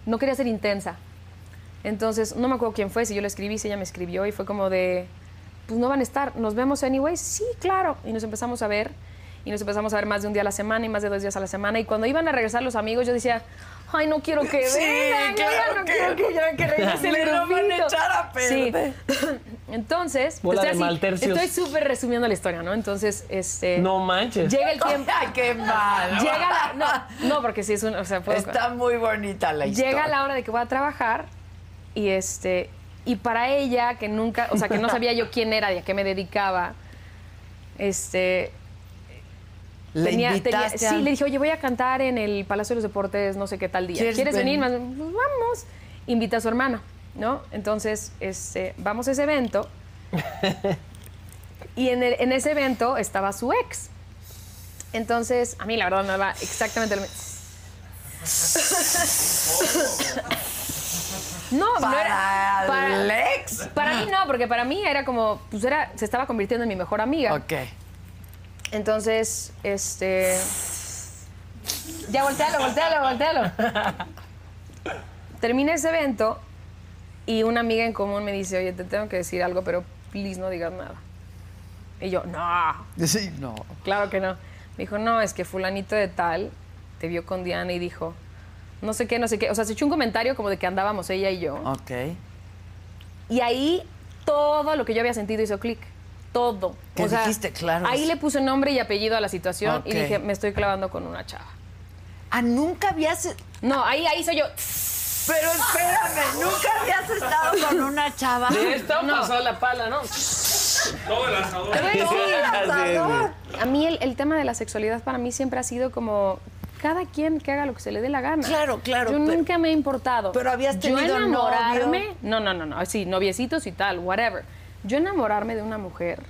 [SPEAKER 3] no quería ser intensa. Entonces, no me acuerdo quién fue, si yo le escribí, si ella me escribió, y fue como de, pues no van a estar, nos vemos anyways, sí, claro. Y nos empezamos a ver, y nos empezamos a ver más de un día a la semana y más de dos días a la semana. Y cuando iban a regresar los amigos, yo decía, ay, no quiero que
[SPEAKER 2] Sí,
[SPEAKER 3] vengan, yo ya
[SPEAKER 2] claro
[SPEAKER 3] no
[SPEAKER 2] que-
[SPEAKER 3] quiero que, ya que regrese el
[SPEAKER 2] Me lo van a
[SPEAKER 3] grupito".
[SPEAKER 2] echar a
[SPEAKER 3] Sí.
[SPEAKER 2] perder.
[SPEAKER 3] <laughs> Entonces, pues
[SPEAKER 5] Bola de
[SPEAKER 3] estoy, así-
[SPEAKER 5] maltercios.
[SPEAKER 3] estoy súper resumiendo la historia, ¿no? Entonces, este...
[SPEAKER 5] No manches.
[SPEAKER 3] Llega el
[SPEAKER 2] <laughs>
[SPEAKER 3] tiempo...
[SPEAKER 2] Ay, qué mal.
[SPEAKER 3] llega la...
[SPEAKER 2] <laughs>
[SPEAKER 3] No, no, porque sí es un... O sea, puedo-
[SPEAKER 2] Está muy bonita la historia.
[SPEAKER 3] llega la hora de que voy a trabajar y este y para ella que nunca o
[SPEAKER 2] <laughs>
[SPEAKER 3] sea que no sabía yo quién era y a qué me dedicaba este
[SPEAKER 2] Le
[SPEAKER 3] tenía- tenía-
[SPEAKER 2] invitaste
[SPEAKER 3] sí
[SPEAKER 2] a-
[SPEAKER 3] le dije oye voy a cantar en el Palacio de los Deportes no sé qué tal día
[SPEAKER 2] ¿Quieres
[SPEAKER 3] quieres, venir
[SPEAKER 2] venir?
[SPEAKER 3] Más- pues, vamos invita a su hermana no entonces este vamos a
[SPEAKER 2] <laughs>
[SPEAKER 3] ese evento y en, el- en ese evento estaba su ex entonces a mí la verdad me va exactamente lo mismo No, no era.
[SPEAKER 2] Para Alex.
[SPEAKER 3] Para mí no, porque para mí era como, pues era, se estaba convirtiendo en mi mejor amiga.
[SPEAKER 2] Ok.
[SPEAKER 3] Entonces, este. Ya, voltealo, voltealo, voltealo. Termina ese evento y una amiga en común me dice, oye, te tengo que decir algo, pero please no digas nada. Y yo, no,
[SPEAKER 2] Sí, no.
[SPEAKER 3] claro que no. Me dijo, no, es que fulanito de tal te vio con Diana y dijo, no sé qué, no sé qué. O sea, se echó un comentario como de que andábamos ella y yo.
[SPEAKER 2] Ok.
[SPEAKER 3] Y ahí todo lo que yo había sentido hizo clic. Todo.
[SPEAKER 2] ¿Qué dijiste? Claro,
[SPEAKER 3] Ahí
[SPEAKER 2] es-
[SPEAKER 3] le puse nombre y apellido a la situación
[SPEAKER 2] Ok.
[SPEAKER 3] y dije, me estoy clavando con una chava.
[SPEAKER 2] Ah, nunca habías.
[SPEAKER 3] No, ahí, ahí soy yo.
[SPEAKER 2] Pero espérame, nunca habías estado con una chava.
[SPEAKER 5] De esta pasó la pala, ¿no?
[SPEAKER 3] Te
[SPEAKER 2] <laughs>
[SPEAKER 3] voy a
[SPEAKER 5] Sí,
[SPEAKER 3] decir,
[SPEAKER 5] sí, sí.
[SPEAKER 3] A mí el, el tema de la sexualidad para mí siempre ha sido como cada quien que haga lo que se le dé la gana.
[SPEAKER 2] Claro, claro,
[SPEAKER 3] Yo
[SPEAKER 2] pero-
[SPEAKER 3] nunca me he importado.
[SPEAKER 2] pero habías tenido
[SPEAKER 3] yo enamorarme, no, no, no, no, sí, noviecitos y tal, whatever. Yo enamorarme de una mujer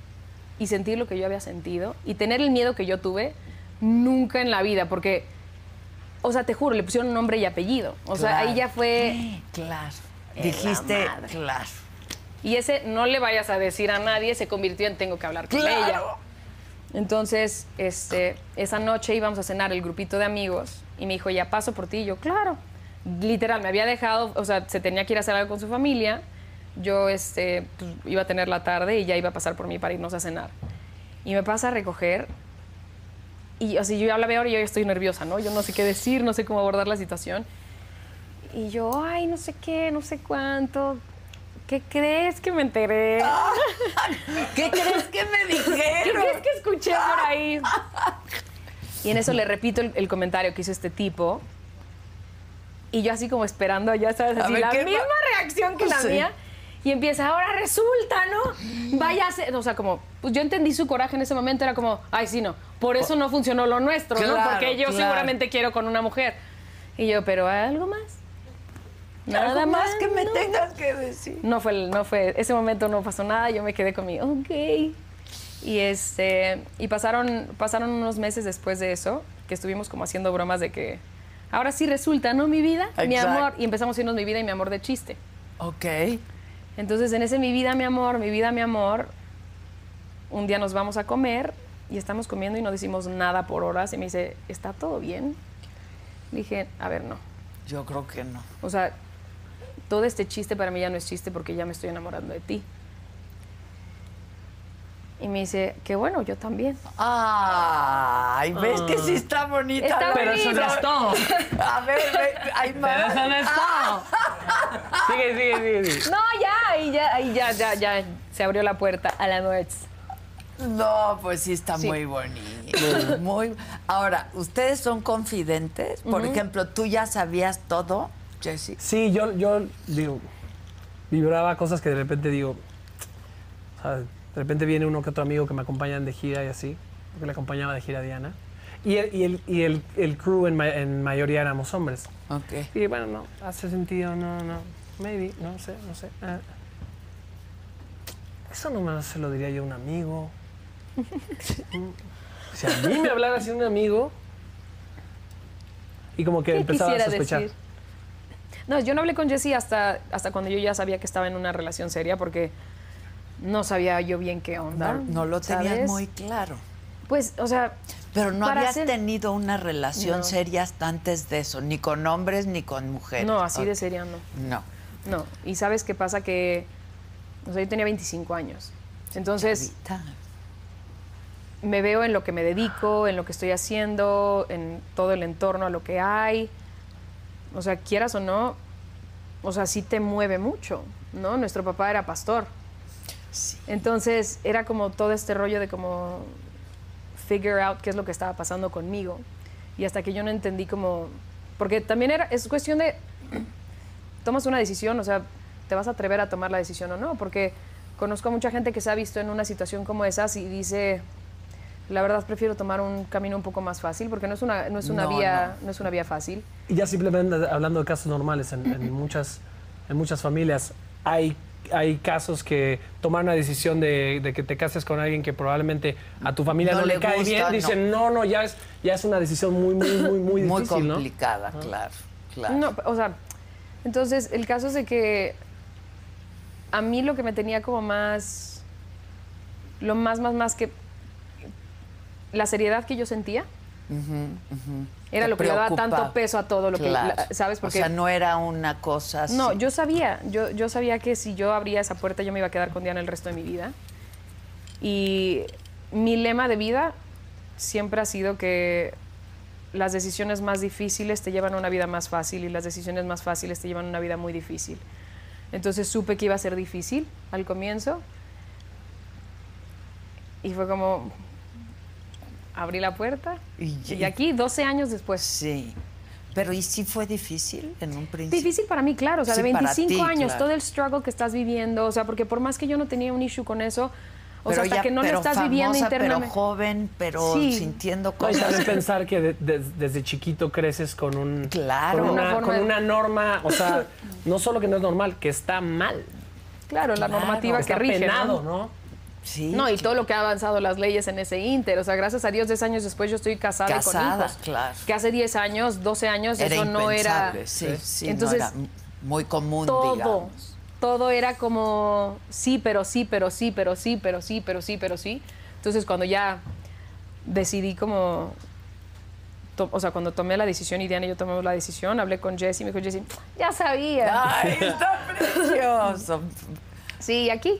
[SPEAKER 3] y sentir lo que yo había sentido y tener el miedo que yo tuve nunca en la vida, porque o sea, te juro, le pusieron nombre y apellido. O sea,
[SPEAKER 2] Claro.
[SPEAKER 3] ahí ya fue
[SPEAKER 2] Claro.
[SPEAKER 3] la
[SPEAKER 2] Dijiste,
[SPEAKER 3] madre.
[SPEAKER 2] claro.
[SPEAKER 3] y ese no le vayas a decir a nadie se convirtió en tengo que hablar con
[SPEAKER 2] ¡Claro!
[SPEAKER 3] ella. Entonces, este, esa noche íbamos a cenar el grupito de amigos y me dijo, ya paso por ti. Y yo, claro. Literal, me había dejado, o sea, se tenía que ir a hacer algo con su familia. Yo este, pues, iba a tener la tarde y ya iba a pasar por mí para irnos a cenar. Y me pasa a recoger y así yo ya la veo y yo ya estoy nerviosa, ¿no? Yo no sé qué decir, no sé cómo abordar la situación. Y yo, ay, no sé qué, no sé cuánto. ¿Qué crees que me enteré?
[SPEAKER 2] ¿Qué crees que me
[SPEAKER 3] ¿Qué
[SPEAKER 2] dijeron?
[SPEAKER 3] crees que escuché por
[SPEAKER 2] <laughs>
[SPEAKER 3] ahí? Y en eso le repito el, el comentario que hizo este tipo. Y yo así como esperando, ya sabes,
[SPEAKER 2] A
[SPEAKER 3] así
[SPEAKER 2] ver,
[SPEAKER 3] la
[SPEAKER 2] ¿qué va-
[SPEAKER 3] misma reacción que la
[SPEAKER 2] Sí.
[SPEAKER 3] mía. Y empieza, ahora resulta,
[SPEAKER 2] <gasps>
[SPEAKER 3] ¿no? Vaya a ser, o sea, como, pues yo entendí su coraje en ese momento, era como, ay, sí, no, por eso no funcionó lo nuestro, ¿no?
[SPEAKER 2] Claro,
[SPEAKER 3] Porque yo
[SPEAKER 2] claro.
[SPEAKER 3] seguramente quiero con una mujer. Y yo, pero algo más. Nada
[SPEAKER 2] Nada más que me
[SPEAKER 3] no.
[SPEAKER 2] tengas que decir.
[SPEAKER 3] No fue, el- no fue, ese momento no pasó nada, yo me quedé con mi, ok. Y, este, y pasaron, pasaron unos meses después de eso, que estuvimos como haciendo bromas de que ahora sí resulta, ¿no? Mi vida, mi
[SPEAKER 2] Exacto.
[SPEAKER 3] amor. Y empezamos a irnos mi vida y mi amor de chiste.
[SPEAKER 2] Ok.
[SPEAKER 3] Entonces, en ese mi vida, mi amor, mi vida, mi amor, un día nos vamos a comer y estamos comiendo y no decimos nada por horas. Y me dice, ¿está todo bien? Dije, a ver, no.
[SPEAKER 2] Yo creo que no.
[SPEAKER 3] O sea, todo este chiste para mí ya no es chiste porque ya me estoy enamorando de ti. Y me dice, qué bueno, yo también.
[SPEAKER 2] Ay, ¿ves que
[SPEAKER 5] Ah.
[SPEAKER 2] sí está bonita?
[SPEAKER 3] Está
[SPEAKER 2] la
[SPEAKER 5] Pero eso no
[SPEAKER 3] bonita.
[SPEAKER 5] es todo.
[SPEAKER 2] <laughs> A ver, ve, hay
[SPEAKER 5] Pero eso no
[SPEAKER 2] más.
[SPEAKER 5] es todo. Sigue, sigue, sigue. sigue.
[SPEAKER 3] No, ya, ahí ya, ahí ya, ya, ya se abrió la puerta a la noche.
[SPEAKER 2] No, pues sí está
[SPEAKER 3] Sí.
[SPEAKER 2] muy bonito. Muy. Ahora, ¿ustedes son confidentes? Por ejemplo, ¿tú ya sabías todo, Jessy?
[SPEAKER 5] Sí, yo, yo digo, vibraba cosas que de repente digo, o sea, de repente viene uno que otro amigo que me acompañan de gira y así, porque le acompañaba de gira a Diana. Y el, y el, y el, el crew en, ma- en mayoría éramos hombres.
[SPEAKER 2] Ok.
[SPEAKER 5] Y bueno, no, hace sentido, no, no, maybe, no sé, no sé. ah. Eso no me se lo diría yo a un amigo. <laughs> si a mí me hablara así un amigo, Y como que
[SPEAKER 4] ¿Qué
[SPEAKER 5] empezaba a
[SPEAKER 4] quisiera
[SPEAKER 5] sospechar.
[SPEAKER 4] decir?
[SPEAKER 3] No, yo no hablé con Jesse hasta, hasta cuando yo ya sabía que estaba en una relación seria porque no sabía yo bien qué onda.
[SPEAKER 2] No, no lo tenías
[SPEAKER 3] ¿sabes?
[SPEAKER 2] muy claro.
[SPEAKER 3] Pues, o sea,
[SPEAKER 2] Pero no
[SPEAKER 3] Para
[SPEAKER 2] habías
[SPEAKER 3] ser-
[SPEAKER 2] tenido una relación
[SPEAKER 3] No.
[SPEAKER 2] seria hasta antes de eso, ni con hombres ni con mujeres.
[SPEAKER 3] no, así de
[SPEAKER 2] Ok.
[SPEAKER 3] seria no.
[SPEAKER 2] No.
[SPEAKER 3] No, y ¿sabes qué pasa? Que, o sea, yo tenía 25 años. Entonces,
[SPEAKER 2] Ahorita.
[SPEAKER 3] me veo en lo que me dedico, en lo que estoy haciendo, en todo el entorno, a lo que hay. O sea, quieras o no, o sea, sí te mueve mucho, ¿no? Nuestro papá era pastor. Entonces era como todo este rollo de como figure out qué es lo que estaba pasando conmigo. Y hasta que yo no entendí como... Porque también era, es cuestión de... <clears throat> Tomas una decisión, o sea, te vas a atrever a tomar la decisión o no, porque conozco a mucha gente que se ha visto en una situación como esas y dice, la verdad prefiero tomar un camino un poco más fácil, porque no es una, no es una,
[SPEAKER 2] No,
[SPEAKER 3] vía, no es una vía fácil.
[SPEAKER 5] Y ya simplemente hablando de casos normales, en, en muchas, en muchas familias hay, hay casos que tomar una decisión de, de que te cases con alguien que probablemente a tu familia
[SPEAKER 2] No
[SPEAKER 5] no, le,
[SPEAKER 2] le
[SPEAKER 5] cae
[SPEAKER 2] gusta,
[SPEAKER 5] bien,
[SPEAKER 2] no.
[SPEAKER 5] dicen, no, no, ya es, ya es una decisión muy, muy, muy, muy
[SPEAKER 2] Muy
[SPEAKER 5] difícil, ¿no?
[SPEAKER 2] complicada, claro, claro.
[SPEAKER 3] No, o sea, entonces el caso es de que a mí lo que me tenía como más, lo más, más, más que la seriedad que yo sentía era
[SPEAKER 2] Te
[SPEAKER 3] lo que le daba
[SPEAKER 2] preocupaba.
[SPEAKER 3] tanto peso a todo lo
[SPEAKER 2] Claro.
[SPEAKER 3] que, la- ¿sabes? Porque
[SPEAKER 2] O sea, no era una cosa así.
[SPEAKER 3] no, yo sabía, yo, yo sabía que si yo abría esa puerta yo me iba a quedar con Diana el resto de mi vida. Y mi lema de vida siempre ha sido que las decisiones más difíciles te llevan a una vida más fácil y las decisiones más fáciles te llevan a una vida muy difícil. Entonces supe que iba a ser difícil al comienzo y fue como abrí la puerta
[SPEAKER 2] Y-
[SPEAKER 3] y aquí 12 años después.
[SPEAKER 2] Sí. Pero ¿y sí fue difícil en un principio?
[SPEAKER 3] Difícil para mí, claro, o sea,
[SPEAKER 2] Sí,
[SPEAKER 3] de
[SPEAKER 2] para
[SPEAKER 3] 25
[SPEAKER 2] ti,
[SPEAKER 3] años,
[SPEAKER 2] claro.
[SPEAKER 3] todo el struggle que estás viviendo, o sea, porque por más que yo no tenía un issue con eso, o
[SPEAKER 2] Pero
[SPEAKER 3] sea, hasta
[SPEAKER 2] ya-
[SPEAKER 3] que no lo
[SPEAKER 2] pero
[SPEAKER 3] estás
[SPEAKER 2] famosa,
[SPEAKER 3] viviendo
[SPEAKER 2] Pero
[SPEAKER 3] internamente.
[SPEAKER 2] joven, pero
[SPEAKER 3] Sí.
[SPEAKER 2] sintiendo
[SPEAKER 5] No, y
[SPEAKER 2] cosas.
[SPEAKER 5] también pensar que de- des- desde chiquito creces con un
[SPEAKER 2] Claro.
[SPEAKER 5] con
[SPEAKER 3] Una
[SPEAKER 5] una,
[SPEAKER 3] forma
[SPEAKER 5] con
[SPEAKER 3] de-
[SPEAKER 5] una norma, o sea, no solo que no es normal, que está mal,
[SPEAKER 3] claro, la
[SPEAKER 2] Claro,
[SPEAKER 3] normativa que
[SPEAKER 5] está
[SPEAKER 3] rige.
[SPEAKER 5] penado,
[SPEAKER 3] ¿no?
[SPEAKER 5] ¿no?
[SPEAKER 2] Sí.
[SPEAKER 3] No, y todo lo que ha avanzado las leyes en ese ínter. O sea, gracias a Dios, 10 años después yo estoy casada, y
[SPEAKER 2] Casada,
[SPEAKER 3] con hijos.
[SPEAKER 2] claro.
[SPEAKER 3] Que hace 10 años, 12 años,
[SPEAKER 2] era
[SPEAKER 3] eso no era.
[SPEAKER 2] impensable, Sí, sí, no
[SPEAKER 3] Entonces,
[SPEAKER 2] era m- muy común,
[SPEAKER 3] todo,
[SPEAKER 2] digamos.
[SPEAKER 3] todo era como sí, pero sí, pero sí, pero sí, pero sí, pero sí, pero sí. Entonces cuando ya decidí como, to- o sea, cuando tomé la decisión y Diana y yo tomamos la decisión, hablé con Jesse, me dijo Jesse, ya sabía.
[SPEAKER 2] ¡Ay, está
[SPEAKER 3] <laughs>
[SPEAKER 2] precioso!
[SPEAKER 3] Sí, aquí.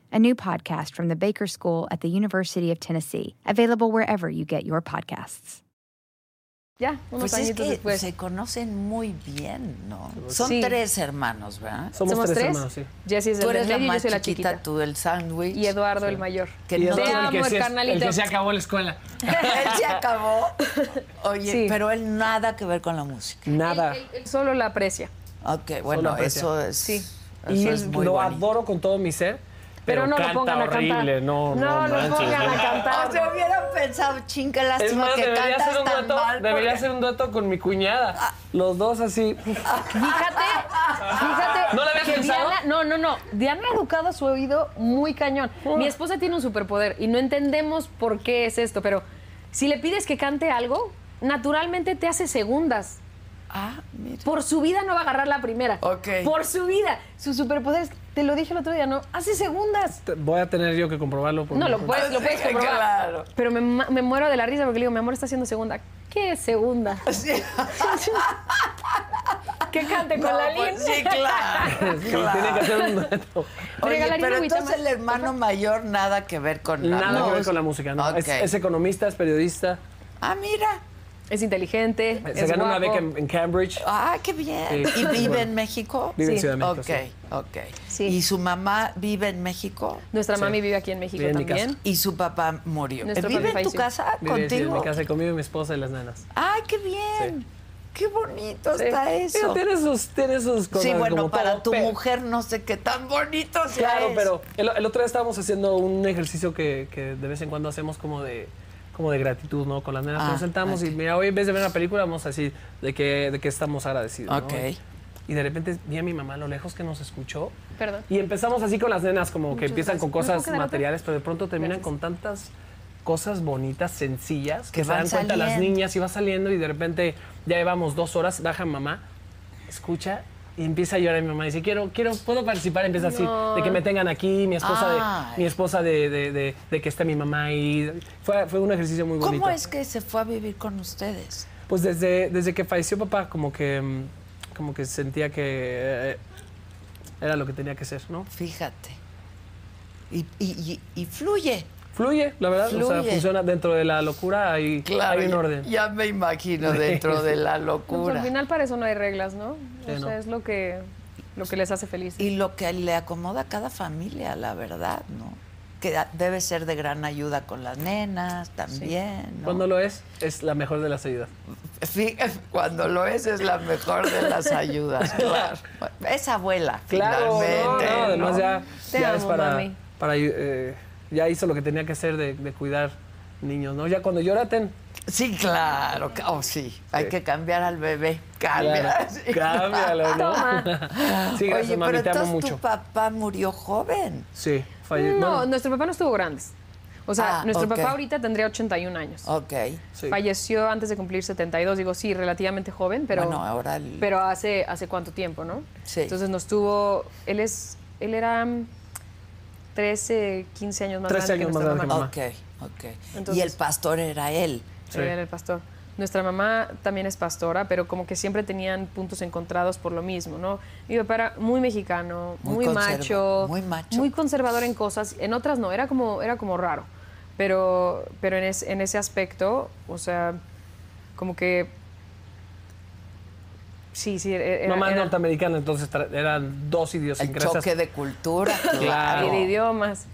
[SPEAKER 1] a new podcast from the Baker School at the University of Tennessee, available wherever you get your podcasts.
[SPEAKER 3] Ya, unos
[SPEAKER 2] Pues es
[SPEAKER 3] añitos
[SPEAKER 2] que
[SPEAKER 3] después.
[SPEAKER 2] se conocen muy bien, ¿no? Son
[SPEAKER 3] Sí.
[SPEAKER 2] tres hermanos, ¿verdad?
[SPEAKER 5] Somos, tres, hermanos, sí.
[SPEAKER 3] Jesse es
[SPEAKER 2] Tú
[SPEAKER 3] el
[SPEAKER 2] eres
[SPEAKER 3] del
[SPEAKER 2] la
[SPEAKER 3] medio y yo
[SPEAKER 2] más
[SPEAKER 3] soy la
[SPEAKER 2] chiquita,
[SPEAKER 3] chiquita.
[SPEAKER 2] tú el sándwich.
[SPEAKER 3] Y Eduardo el mayor.
[SPEAKER 2] Que
[SPEAKER 5] Y
[SPEAKER 2] no
[SPEAKER 5] Eduardo,
[SPEAKER 3] Te
[SPEAKER 2] tiene-
[SPEAKER 5] el que
[SPEAKER 3] amo,
[SPEAKER 5] sí es-
[SPEAKER 3] carnalito.
[SPEAKER 5] el que se acabó
[SPEAKER 3] <laughs>
[SPEAKER 5] la escuela.
[SPEAKER 2] él se acabó. Oye,
[SPEAKER 3] Sí.
[SPEAKER 2] pero él nada que ver con la música.
[SPEAKER 5] Nada.
[SPEAKER 3] Él- él solo la aprecia.
[SPEAKER 2] Ok, bueno,
[SPEAKER 5] aprecia.
[SPEAKER 2] eso es.
[SPEAKER 3] Sí.
[SPEAKER 2] eso
[SPEAKER 5] y
[SPEAKER 2] es muy
[SPEAKER 5] lo
[SPEAKER 2] bonito.
[SPEAKER 5] adoro con todo mi ser, pero,
[SPEAKER 3] Pero, no
[SPEAKER 5] canta
[SPEAKER 3] lo pongan
[SPEAKER 5] horrible,
[SPEAKER 3] a cantar.
[SPEAKER 5] no, no,
[SPEAKER 3] lo
[SPEAKER 5] manches,
[SPEAKER 3] pongan
[SPEAKER 5] no.
[SPEAKER 3] a cantar.
[SPEAKER 2] O sea, hubieran Ah, pensado, chin, qué
[SPEAKER 5] Es
[SPEAKER 2] lástima
[SPEAKER 5] más,
[SPEAKER 2] que
[SPEAKER 5] debería hacer
[SPEAKER 2] cantas
[SPEAKER 5] un
[SPEAKER 2] tan
[SPEAKER 5] dueto,
[SPEAKER 2] mal.
[SPEAKER 5] debería
[SPEAKER 2] porque- Ah.
[SPEAKER 5] hacer un dueto con mi cuñada. Los dos así.
[SPEAKER 3] Fíjate, fíjate.
[SPEAKER 5] ¿No lo habías
[SPEAKER 3] que
[SPEAKER 5] pensado?
[SPEAKER 3] Diana- no, no, no. Diana ha educado su oído muy cañón. Mi esposa tiene un superpoder y no entendemos por qué es esto, pero si le pides que cante algo, naturalmente te hace segundas.
[SPEAKER 2] Ah, mira.
[SPEAKER 3] Por su vida no va a agarrar la primera.
[SPEAKER 2] Ok.
[SPEAKER 3] Por su vida. Su superpoder, es- te lo dije el otro día, ¿no? Hace segundas.
[SPEAKER 5] Te- Voy a tener yo que comprobarlo. por
[SPEAKER 3] No,
[SPEAKER 5] mi
[SPEAKER 3] lo
[SPEAKER 5] cuenta.
[SPEAKER 3] puedes, lo
[SPEAKER 2] Sí,
[SPEAKER 3] puedes comprobar.
[SPEAKER 5] <laughs>
[SPEAKER 2] claro.
[SPEAKER 3] Pero me, ma- me muero de
[SPEAKER 2] <laughs>
[SPEAKER 3] la risa porque le digo, mi amor está haciendo segunda. ¿Qué segunda?
[SPEAKER 2] Sí.
[SPEAKER 8] Que cante con
[SPEAKER 2] No,
[SPEAKER 8] la
[SPEAKER 2] pues,
[SPEAKER 8] linda.
[SPEAKER 2] Sí, claro. claro.
[SPEAKER 5] Tiene que hacer un dueto.
[SPEAKER 2] Oye,
[SPEAKER 8] Regalarina
[SPEAKER 2] pero
[SPEAKER 8] agüita
[SPEAKER 2] entonces el hermano mayor nada que ver con la
[SPEAKER 5] Nada que ver
[SPEAKER 2] música.
[SPEAKER 5] con la música, ¿no? Es,
[SPEAKER 2] Ok.
[SPEAKER 5] es economista, es periodista.
[SPEAKER 2] Ah, mira.
[SPEAKER 3] Es inteligente.
[SPEAKER 5] Se
[SPEAKER 3] es
[SPEAKER 5] ganó una
[SPEAKER 3] guapo.
[SPEAKER 5] beca en, en Cambridge.
[SPEAKER 2] Ah, qué bien.
[SPEAKER 5] Sí.
[SPEAKER 2] ¿Y vive
[SPEAKER 5] Bueno.
[SPEAKER 2] en México?
[SPEAKER 5] Vive en Ciudad de México,
[SPEAKER 2] Ok,
[SPEAKER 5] sí.
[SPEAKER 2] ok.
[SPEAKER 8] Sí.
[SPEAKER 2] ¿Y su mamá vive en México?
[SPEAKER 3] Nuestra
[SPEAKER 5] Sí.
[SPEAKER 3] mami vive aquí en México
[SPEAKER 5] Vive en mi
[SPEAKER 3] también.
[SPEAKER 5] casa.
[SPEAKER 2] Y su papá murió.
[SPEAKER 3] Nuestro
[SPEAKER 2] ¿Vive
[SPEAKER 3] papá
[SPEAKER 2] en tu
[SPEAKER 3] falleció.
[SPEAKER 2] casa
[SPEAKER 5] Vive sí, en
[SPEAKER 2] contigo?
[SPEAKER 5] mi casa conmigo, y mi esposa y las nenas.
[SPEAKER 2] Ay, qué bien. Qué bonito
[SPEAKER 5] Sí.
[SPEAKER 2] está
[SPEAKER 5] Digo,
[SPEAKER 2] eso.
[SPEAKER 5] Tiene sus, tiene sus cosas.
[SPEAKER 2] Sí, bueno,
[SPEAKER 5] como
[SPEAKER 2] para
[SPEAKER 5] todo,
[SPEAKER 2] tu
[SPEAKER 5] pe-
[SPEAKER 2] mujer no sé qué tan bonito sea
[SPEAKER 5] Claro,
[SPEAKER 2] eso.
[SPEAKER 5] pero el, el otro día estábamos haciendo un ejercicio que, que de vez en cuando hacemos como de como de gratitud, ¿no? Con las nenas
[SPEAKER 2] Ah,
[SPEAKER 5] nos sentamos y
[SPEAKER 2] ok.
[SPEAKER 5] mira, hoy en vez de ver una película vamos a decir de qué de qué estamos agradecidos, ¿no?
[SPEAKER 2] Ok.
[SPEAKER 5] Y de repente vi a mi mamá a lo lejos que nos escuchó.
[SPEAKER 3] Perdón.
[SPEAKER 5] Y empezamos así con las nenas, como que empiezan
[SPEAKER 3] gracias. ¿Me
[SPEAKER 5] con cosas
[SPEAKER 3] puedo quedar otra?
[SPEAKER 5] materiales, pero de pronto terminan con tantas cosas bonitas, sencillas, que
[SPEAKER 2] Que
[SPEAKER 5] se
[SPEAKER 2] van
[SPEAKER 5] dan cuenta las
[SPEAKER 2] saliendo.
[SPEAKER 5] niñas y va saliendo y de repente ya llevamos dos horas, baja mamá, escucha y empieza a llorar mi mamá. Dice, quiero, quiero, puedo participar, empieza así, de que me tengan aquí, mi esposa,
[SPEAKER 2] Ay.
[SPEAKER 5] de, mi esposa de, de- de- de que esté mi mamá ahí. Fue, fue un ejercicio muy bonito.
[SPEAKER 2] ¿Cómo es que se fue a vivir con ustedes?
[SPEAKER 5] Pues desde, desde que falleció papá, como que, mm, como que sentía que eh, era lo que tenía que ser, ¿no?
[SPEAKER 2] Fíjate. Y, y- y- y fluye.
[SPEAKER 5] Fluye, la verdad. O
[SPEAKER 2] Fluye.
[SPEAKER 5] sea, funciona dentro de la locura hay, hay un
[SPEAKER 2] ya-
[SPEAKER 5] orden.
[SPEAKER 2] Ya me imagino dentro de
[SPEAKER 5] <laughs>
[SPEAKER 2] la
[SPEAKER 3] No, pues,
[SPEAKER 2] locura.
[SPEAKER 3] al final para eso no hay reglas, ¿no?
[SPEAKER 5] Sí,
[SPEAKER 3] o sea,
[SPEAKER 5] no.
[SPEAKER 3] es lo que, lo que les hace felices.
[SPEAKER 2] Y lo que le acomoda a cada familia, la verdad, ¿no? Que da- debe ser de gran ayuda con las nenas también. ¿no?
[SPEAKER 5] Cuando lo es, es la mejor de las ayudas.
[SPEAKER 2] Fí- Cuando lo es, es la mejor de las <laughs> ayudas, claro. Es abuela,
[SPEAKER 5] no,
[SPEAKER 2] finalmente.
[SPEAKER 5] no, además
[SPEAKER 2] ¿no?
[SPEAKER 5] ya,
[SPEAKER 3] Te
[SPEAKER 5] ya
[SPEAKER 3] amo,
[SPEAKER 5] es para,
[SPEAKER 3] mami.
[SPEAKER 5] para eh, ya hizo lo que tenía que hacer de, de cuidar niños, ¿no? Ya cuando llora, ten,
[SPEAKER 2] Sí, claro. ca- Oh, sí. Hay que cambiar al bebé. Cambia.
[SPEAKER 5] <laughs> claro,
[SPEAKER 2] Ah, <laughs> sí.
[SPEAKER 5] cámbialo, ¿no? <laughs> Sí, gracias,
[SPEAKER 2] Oye,
[SPEAKER 5] mami,
[SPEAKER 2] pero
[SPEAKER 5] te amo
[SPEAKER 2] entonces
[SPEAKER 5] mucho.
[SPEAKER 2] tu papá murió joven.
[SPEAKER 5] Sí, falle-
[SPEAKER 3] No,
[SPEAKER 5] bueno,
[SPEAKER 3] nuestro papá no estuvo grandes. O sea,
[SPEAKER 2] Ah,
[SPEAKER 3] nuestro
[SPEAKER 2] ok.
[SPEAKER 3] papá ahorita tendría 81 años.
[SPEAKER 2] Ok.
[SPEAKER 5] Ah, sí.
[SPEAKER 3] Falleció antes de cumplir 72, digo, sí, relativamente joven, pero,
[SPEAKER 2] Bueno, ahora el-
[SPEAKER 3] pero hace, hace cuánto tiempo, ¿no?
[SPEAKER 2] Sí.
[SPEAKER 3] Entonces nos tuvo, él es, él era mm, 13, 15 años más
[SPEAKER 5] 13
[SPEAKER 3] grande
[SPEAKER 5] años
[SPEAKER 3] que
[SPEAKER 5] más
[SPEAKER 3] nuestra
[SPEAKER 5] grande que
[SPEAKER 3] mamá.
[SPEAKER 5] mamá.
[SPEAKER 2] Ok, ok. y
[SPEAKER 3] Entonces-
[SPEAKER 2] el pastor era él.
[SPEAKER 5] Sí.
[SPEAKER 3] Ella era el pastor. Nuestra mamá también es pastora, pero como que siempre tenían puntos encontrados por lo mismo, ¿no? Mi papá era muy mexicano,
[SPEAKER 2] Muy
[SPEAKER 3] muy,
[SPEAKER 2] conserva-
[SPEAKER 3] macho,
[SPEAKER 2] muy macho.
[SPEAKER 3] muy conservador en cosas, en otras no, era como, era como raro. Pero, pero en, es- en ese aspecto, o sea, como que... Sí, sí, e- era,
[SPEAKER 5] Mamá es
[SPEAKER 3] era-
[SPEAKER 5] norteamericana, entonces tra- eran dos
[SPEAKER 2] El
[SPEAKER 5] idiosincrasias
[SPEAKER 2] choque de cultura,
[SPEAKER 3] y
[SPEAKER 2] claro.
[SPEAKER 3] de idiomas.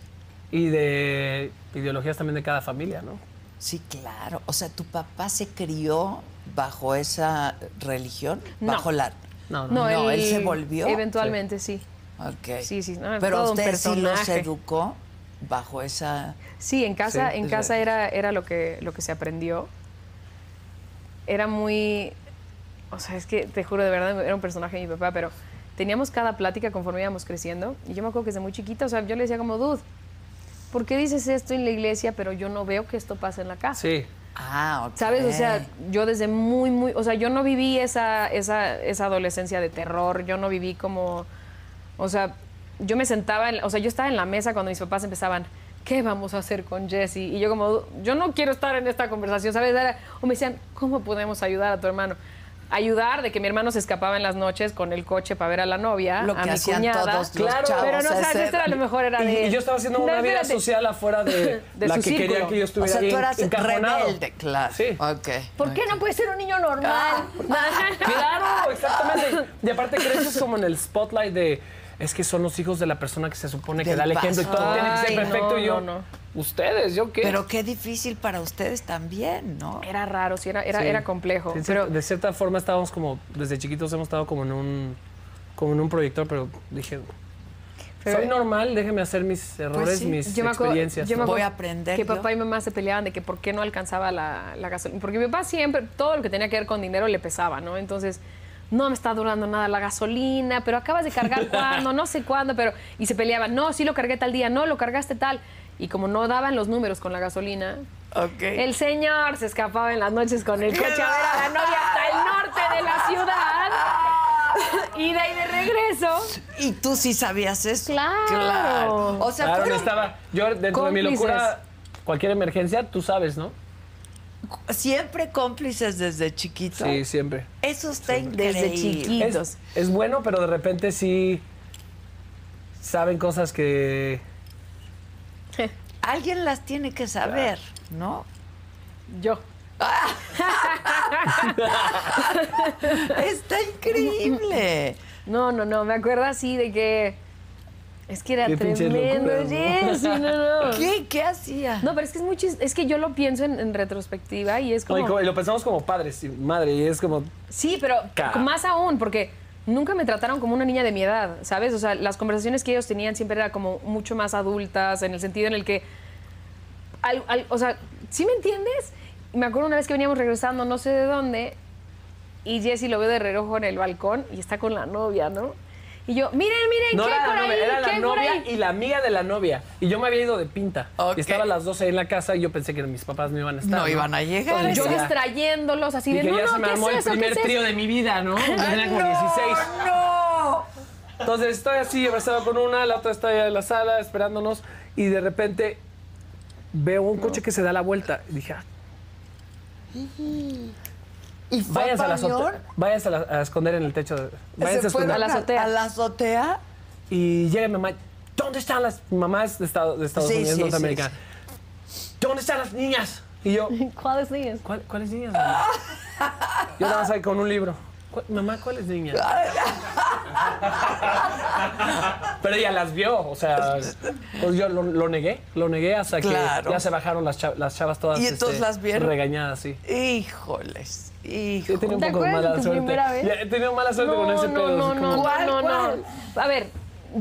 [SPEAKER 5] y de ideologías también de cada familia, ¿no?
[SPEAKER 2] Sí, claro. O sea, tu papá se crió bajo esa religión,
[SPEAKER 3] No.
[SPEAKER 2] bajo la.
[SPEAKER 5] No,
[SPEAKER 3] No,
[SPEAKER 2] No, él se volvió.
[SPEAKER 3] Eventualmente sí.
[SPEAKER 2] Ok.
[SPEAKER 3] Sí, sí, no,
[SPEAKER 2] Pero
[SPEAKER 3] todo un
[SPEAKER 2] usted sí los
[SPEAKER 3] personaje.
[SPEAKER 2] educó bajo esa.
[SPEAKER 3] Sí, en casa,
[SPEAKER 5] Sí,
[SPEAKER 3] en
[SPEAKER 5] es
[SPEAKER 3] casa
[SPEAKER 5] verdad.
[SPEAKER 3] era, era lo, que, lo que se aprendió. Era muy. O sea, es que te juro, de verdad, era un personaje de mi papá, pero teníamos cada plática conforme íbamos creciendo. Y yo me acuerdo que desde muy chiquita, o sea, yo le decía como, dude, ¿por qué dices esto en la iglesia, pero yo no veo que esto pase en la casa?
[SPEAKER 5] Sí,
[SPEAKER 2] Ah, ok.
[SPEAKER 3] ¿Sabes? O sea, yo desde muy, muy, o sea, yo no viví esa, esa, esa adolescencia de terror, yo no viví como, o sea, yo me sentaba, en- o sea, yo estaba en la mesa cuando mis papás empezaban, ¿qué vamos a hacer con Jesse? Y yo como, yo no quiero estar en esta conversación, ¿sabes? Era- o me decían, ¿cómo podemos ayudar a tu hermano? Ayudar de que mi hermano se escapaba en las noches con el coche para ver a la novia,
[SPEAKER 2] Lo
[SPEAKER 3] a
[SPEAKER 2] que
[SPEAKER 3] mi
[SPEAKER 2] hacían
[SPEAKER 3] cuñada.
[SPEAKER 2] todos los
[SPEAKER 5] Claro,
[SPEAKER 2] chavos
[SPEAKER 3] pero no,
[SPEAKER 2] a
[SPEAKER 3] sabes,
[SPEAKER 2] esa
[SPEAKER 3] esto era
[SPEAKER 2] edad.
[SPEAKER 3] lo mejor, era
[SPEAKER 5] Y,
[SPEAKER 3] de...
[SPEAKER 5] y yo estaba haciendo
[SPEAKER 3] No,
[SPEAKER 5] una vida
[SPEAKER 3] espérate.
[SPEAKER 5] social
[SPEAKER 3] <laughs>
[SPEAKER 5] afuera de,
[SPEAKER 3] De
[SPEAKER 5] la
[SPEAKER 3] su
[SPEAKER 5] que quería
[SPEAKER 3] círculo.
[SPEAKER 5] que yo
[SPEAKER 2] O
[SPEAKER 5] estuviera
[SPEAKER 2] sea,
[SPEAKER 5] ahí
[SPEAKER 2] tú eras
[SPEAKER 5] encajonado.
[SPEAKER 2] rebelde, claro.
[SPEAKER 5] Sí.
[SPEAKER 2] Ok.
[SPEAKER 8] ¿Por qué no puede ser un niño
[SPEAKER 2] Ah,
[SPEAKER 3] <laughs>
[SPEAKER 8] normal?
[SPEAKER 5] Claro, exactamente. Y aparte creces como en el spotlight de es que son los hijos de la persona que se supone que
[SPEAKER 2] Del
[SPEAKER 5] da el ejemplo y todo
[SPEAKER 2] pastor.
[SPEAKER 5] tiene que ser
[SPEAKER 3] Ay,
[SPEAKER 5] perfecto
[SPEAKER 3] no,
[SPEAKER 5] y yo.
[SPEAKER 3] no, no.
[SPEAKER 5] Ustedes, yo qué.
[SPEAKER 2] Pero qué difícil para ustedes también, ¿no?
[SPEAKER 3] Era raro, sí, era, era,
[SPEAKER 5] Sí.
[SPEAKER 3] era complejo.
[SPEAKER 5] De cier-
[SPEAKER 3] pero
[SPEAKER 5] de cierta forma estábamos como desde chiquitos hemos estado como en un como en un proyector, pero dije
[SPEAKER 3] Pero- Pues
[SPEAKER 5] soy normal, déjeme hacer mis errores,
[SPEAKER 2] sí.
[SPEAKER 5] mis
[SPEAKER 3] Yo me acuerdo-
[SPEAKER 5] experiencias.
[SPEAKER 3] yo me
[SPEAKER 5] ¿no?
[SPEAKER 2] Voy
[SPEAKER 3] acuerdo
[SPEAKER 2] a aprender
[SPEAKER 3] Que
[SPEAKER 2] yo.
[SPEAKER 3] papá y mamá se peleaban de que por qué no alcanzaba la, la gasolina. Porque mi papá siempre, todo lo que tenía que ver con dinero le pesaba, ¿no? Entonces, no me está durando nada la gasolina, pero acabas de
[SPEAKER 5] <laughs>
[SPEAKER 3] cargar cuándo, no sé cuándo, pero. Y se peleaban, no, sí lo cargué tal día, no, lo cargaste tal. Y como no daban los números con la gasolina,
[SPEAKER 2] Ok.
[SPEAKER 3] el señor se escapaba en las noches con el coche a ver a la novia hasta el norte de
[SPEAKER 2] <laughs>
[SPEAKER 3] la ciudad. Y de ahí de regreso.
[SPEAKER 2] Y tú sí sabías eso.
[SPEAKER 3] Claro.
[SPEAKER 2] Claro. O sea,
[SPEAKER 5] Claro,
[SPEAKER 2] fueron-
[SPEAKER 5] estaba yo dentro de mi
[SPEAKER 3] cómplices.
[SPEAKER 5] locura cualquier emergencia, tú sabes, ¿no?
[SPEAKER 2] Siempre cómplices desde chiquito.
[SPEAKER 5] Sí, siempre.
[SPEAKER 2] Eso está increíble.
[SPEAKER 3] Desde chiquitos.
[SPEAKER 5] Es, es bueno, pero de repente sí saben cosas que
[SPEAKER 2] Alguien las tiene que saber, ¿no?
[SPEAKER 3] Yo.
[SPEAKER 2] Está
[SPEAKER 3] <laughs>
[SPEAKER 2] increíble.
[SPEAKER 3] No, no, no, me acuerdo así de que. Es que era
[SPEAKER 5] Qué pinches
[SPEAKER 3] tremendo,
[SPEAKER 5] locuras, ¿no?
[SPEAKER 3] Jess, sí, no, no.
[SPEAKER 5] <laughs>
[SPEAKER 2] ¿Qué? ¿Qué hacía?
[SPEAKER 3] No, pero es que es muy chis- Es que yo lo pienso en, en retrospectiva y es
[SPEAKER 5] No,
[SPEAKER 3] como.
[SPEAKER 5] y, como- y lo pensamos como padres y madre, y es como.
[SPEAKER 3] Sí, pero
[SPEAKER 5] Ca-
[SPEAKER 3] más aún, porque nunca me trataron como una niña de mi edad, ¿sabes? O sea, las conversaciones que ellos tenían siempre eran como mucho más adultas, en el sentido en el que. al- al- o sea, ¿sí me entiendes? Me acuerdo una vez que veníamos regresando, no sé de dónde, y Jessy lo veo de reojo en el balcón y está con la novia, ¿no? Y yo, miren, miren,
[SPEAKER 5] No
[SPEAKER 3] ¿qué
[SPEAKER 5] era
[SPEAKER 3] hay
[SPEAKER 5] la
[SPEAKER 3] por
[SPEAKER 5] novia,
[SPEAKER 3] ahí?
[SPEAKER 5] era
[SPEAKER 3] ¿Qué
[SPEAKER 5] la
[SPEAKER 3] hay por
[SPEAKER 5] novia
[SPEAKER 3] ahí?
[SPEAKER 5] y la amiga de la novia. Y yo me había ido de pinta.
[SPEAKER 2] Ok.
[SPEAKER 5] Y estaba a las 12 en la casa y yo pensé que mis papás no iban a estar.
[SPEAKER 2] No iban a llegar.
[SPEAKER 5] Entonces,
[SPEAKER 3] Yo
[SPEAKER 5] ya-
[SPEAKER 3] distrayéndolos así
[SPEAKER 5] Dije,
[SPEAKER 3] de, no,
[SPEAKER 5] ya se
[SPEAKER 3] no,
[SPEAKER 5] me
[SPEAKER 3] ¿qué es
[SPEAKER 5] armó el
[SPEAKER 3] eso? ¿Qué
[SPEAKER 5] primer
[SPEAKER 3] es
[SPEAKER 5] trío
[SPEAKER 3] eso?
[SPEAKER 5] de mi vida, ¿no? Yo
[SPEAKER 3] <laughs>
[SPEAKER 5] tenía como 16.
[SPEAKER 2] ¡No!
[SPEAKER 5] Entonces estoy así, abrazado con una, la otra está allá en la sala esperándonos y de repente veo un coche que se da la vuelta. Y dije, ah,
[SPEAKER 2] ¿Y fue
[SPEAKER 5] váyanse a, la azote-
[SPEAKER 2] avión?
[SPEAKER 5] váyanse a, la- a esconder en el techo. de- Váyanse
[SPEAKER 2] ¿Se
[SPEAKER 5] a
[SPEAKER 2] fueron
[SPEAKER 5] esconder.
[SPEAKER 3] a la azotea.
[SPEAKER 2] ¿A la azotea?
[SPEAKER 5] Y llega mi mamá, ¿dónde están las mamás de Estados, de Estados
[SPEAKER 2] Sí,
[SPEAKER 5] Unidos,
[SPEAKER 2] sí,
[SPEAKER 5] norteamericanas? ¿Dónde están las niñas? Y yo,
[SPEAKER 3] ¿Cuáles niñas?
[SPEAKER 5] "¿Cuál- ¿cuáles niñas? mamá?" <laughs> yo nada más ahí con un libro. "¿Cuál- mamá, ¿cuáles niñas? <laughs> Pero ella las vio, o sea, pues yo lo, lo negué, lo negué hasta
[SPEAKER 2] Claro.
[SPEAKER 5] que ya se bajaron las, cha- las chavas todas este,
[SPEAKER 2] ¿Y entonces las vieron?
[SPEAKER 5] regañadas, sí.
[SPEAKER 2] Híjoles,
[SPEAKER 5] Sí, He tenido
[SPEAKER 2] híjoles.
[SPEAKER 5] un
[SPEAKER 3] ¿Te
[SPEAKER 5] poco de
[SPEAKER 3] acuerdas de
[SPEAKER 5] mala
[SPEAKER 3] tu
[SPEAKER 5] suerte.
[SPEAKER 3] primera vez?
[SPEAKER 5] Ya He tenido mala suerte con ese
[SPEAKER 3] no,
[SPEAKER 5] pedo.
[SPEAKER 3] No,
[SPEAKER 5] así
[SPEAKER 3] no,
[SPEAKER 5] como-
[SPEAKER 2] ¿Cuál,
[SPEAKER 3] no, no,
[SPEAKER 2] cuál?
[SPEAKER 3] no. A ver,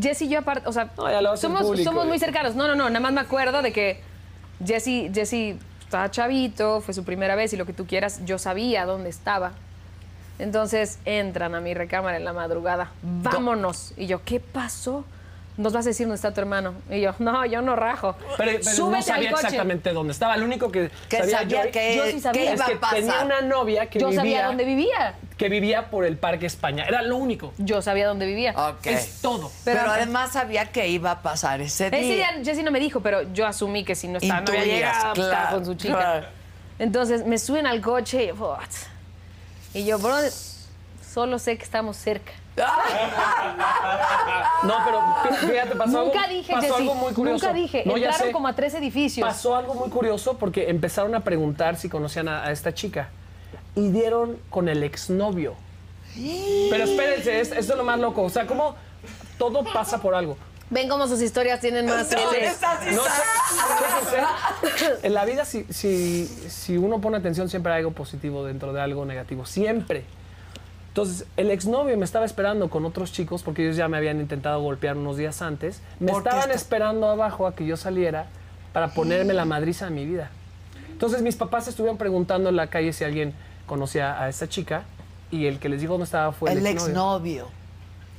[SPEAKER 3] Jessy y yo aparte, o sea,
[SPEAKER 5] No, ya lo hace el
[SPEAKER 3] somos,
[SPEAKER 5] público,
[SPEAKER 3] somos muy
[SPEAKER 5] dice.
[SPEAKER 3] cercanos. No, no, no, nada más me acuerdo de que Jessy, Jessy estaba chavito, fue su primera vez y lo que tú quieras, yo sabía dónde estaba. Entonces entran a mi recámara en la madrugada, vámonos. Y yo, ¿qué pasó? Nos vas a decir dónde está tu hermano. Y yo, no, yo no rajo.
[SPEAKER 5] Pero, pero
[SPEAKER 3] Súbete
[SPEAKER 5] no sabía
[SPEAKER 3] al coche.
[SPEAKER 5] exactamente dónde estaba. El único que,
[SPEAKER 2] Que sabía
[SPEAKER 5] yo-
[SPEAKER 2] que-
[SPEAKER 5] yo
[SPEAKER 3] sí sabía.
[SPEAKER 2] que
[SPEAKER 5] es
[SPEAKER 2] iba
[SPEAKER 5] que
[SPEAKER 2] a pasar.
[SPEAKER 5] tenía una novia que
[SPEAKER 3] Yo
[SPEAKER 5] vivía,
[SPEAKER 3] sabía dónde vivía.
[SPEAKER 5] que vivía por el Parque España. Era lo único.
[SPEAKER 3] Yo sabía dónde vivía.
[SPEAKER 5] Ah,
[SPEAKER 2] Ok.
[SPEAKER 5] Es todo.
[SPEAKER 2] Pero,
[SPEAKER 3] Pero-
[SPEAKER 2] además sabía que iba a pasar ese día.
[SPEAKER 3] Ese día Jessy no me dijo, pero yo asumí que si no estaba, no había
[SPEAKER 2] Intuías,
[SPEAKER 3] llegado pues,
[SPEAKER 2] claro,
[SPEAKER 3] estaba con su chica.
[SPEAKER 2] claro.
[SPEAKER 3] Entonces me suben al coche y yo, "What?". y yo, bro, solo sé que estamos cerca.
[SPEAKER 5] No, pero fí- fíjate, pasó
[SPEAKER 3] nunca
[SPEAKER 5] algo,
[SPEAKER 3] dije,
[SPEAKER 5] pasó
[SPEAKER 3] Jessy,
[SPEAKER 5] algo muy curioso.
[SPEAKER 3] nunca dije.
[SPEAKER 5] No, ya
[SPEAKER 3] Entraron
[SPEAKER 5] sé.
[SPEAKER 3] como a tres edificios.
[SPEAKER 5] Pasó algo muy curioso porque empezaron a preguntar si conocían a, a esta chica y dieron con el exnovio. Pero espérense, es- esto es lo más loco. O sea, como todo pasa por algo.
[SPEAKER 3] Ven cómo sus historias tienen más... tele.
[SPEAKER 5] No sé, fíjense, <laughs> En la vida, si, si, si uno pone atención, siempre hay algo positivo dentro de algo negativo. Siempre. Entonces, el exnovio me estaba esperando con otros chicos porque ellos ya me habían intentado golpear unos días antes. Me
[SPEAKER 2] ¿Por qué
[SPEAKER 5] estaban
[SPEAKER 2] está-
[SPEAKER 5] esperando abajo a que yo saliera para ponerme la madriza de mi vida. Entonces, mis papás estuvieron preguntando en la calle si alguien conocía a esta chica y el que les dijo dónde estaba fue el,
[SPEAKER 2] El
[SPEAKER 5] exnovio.
[SPEAKER 2] exnovio.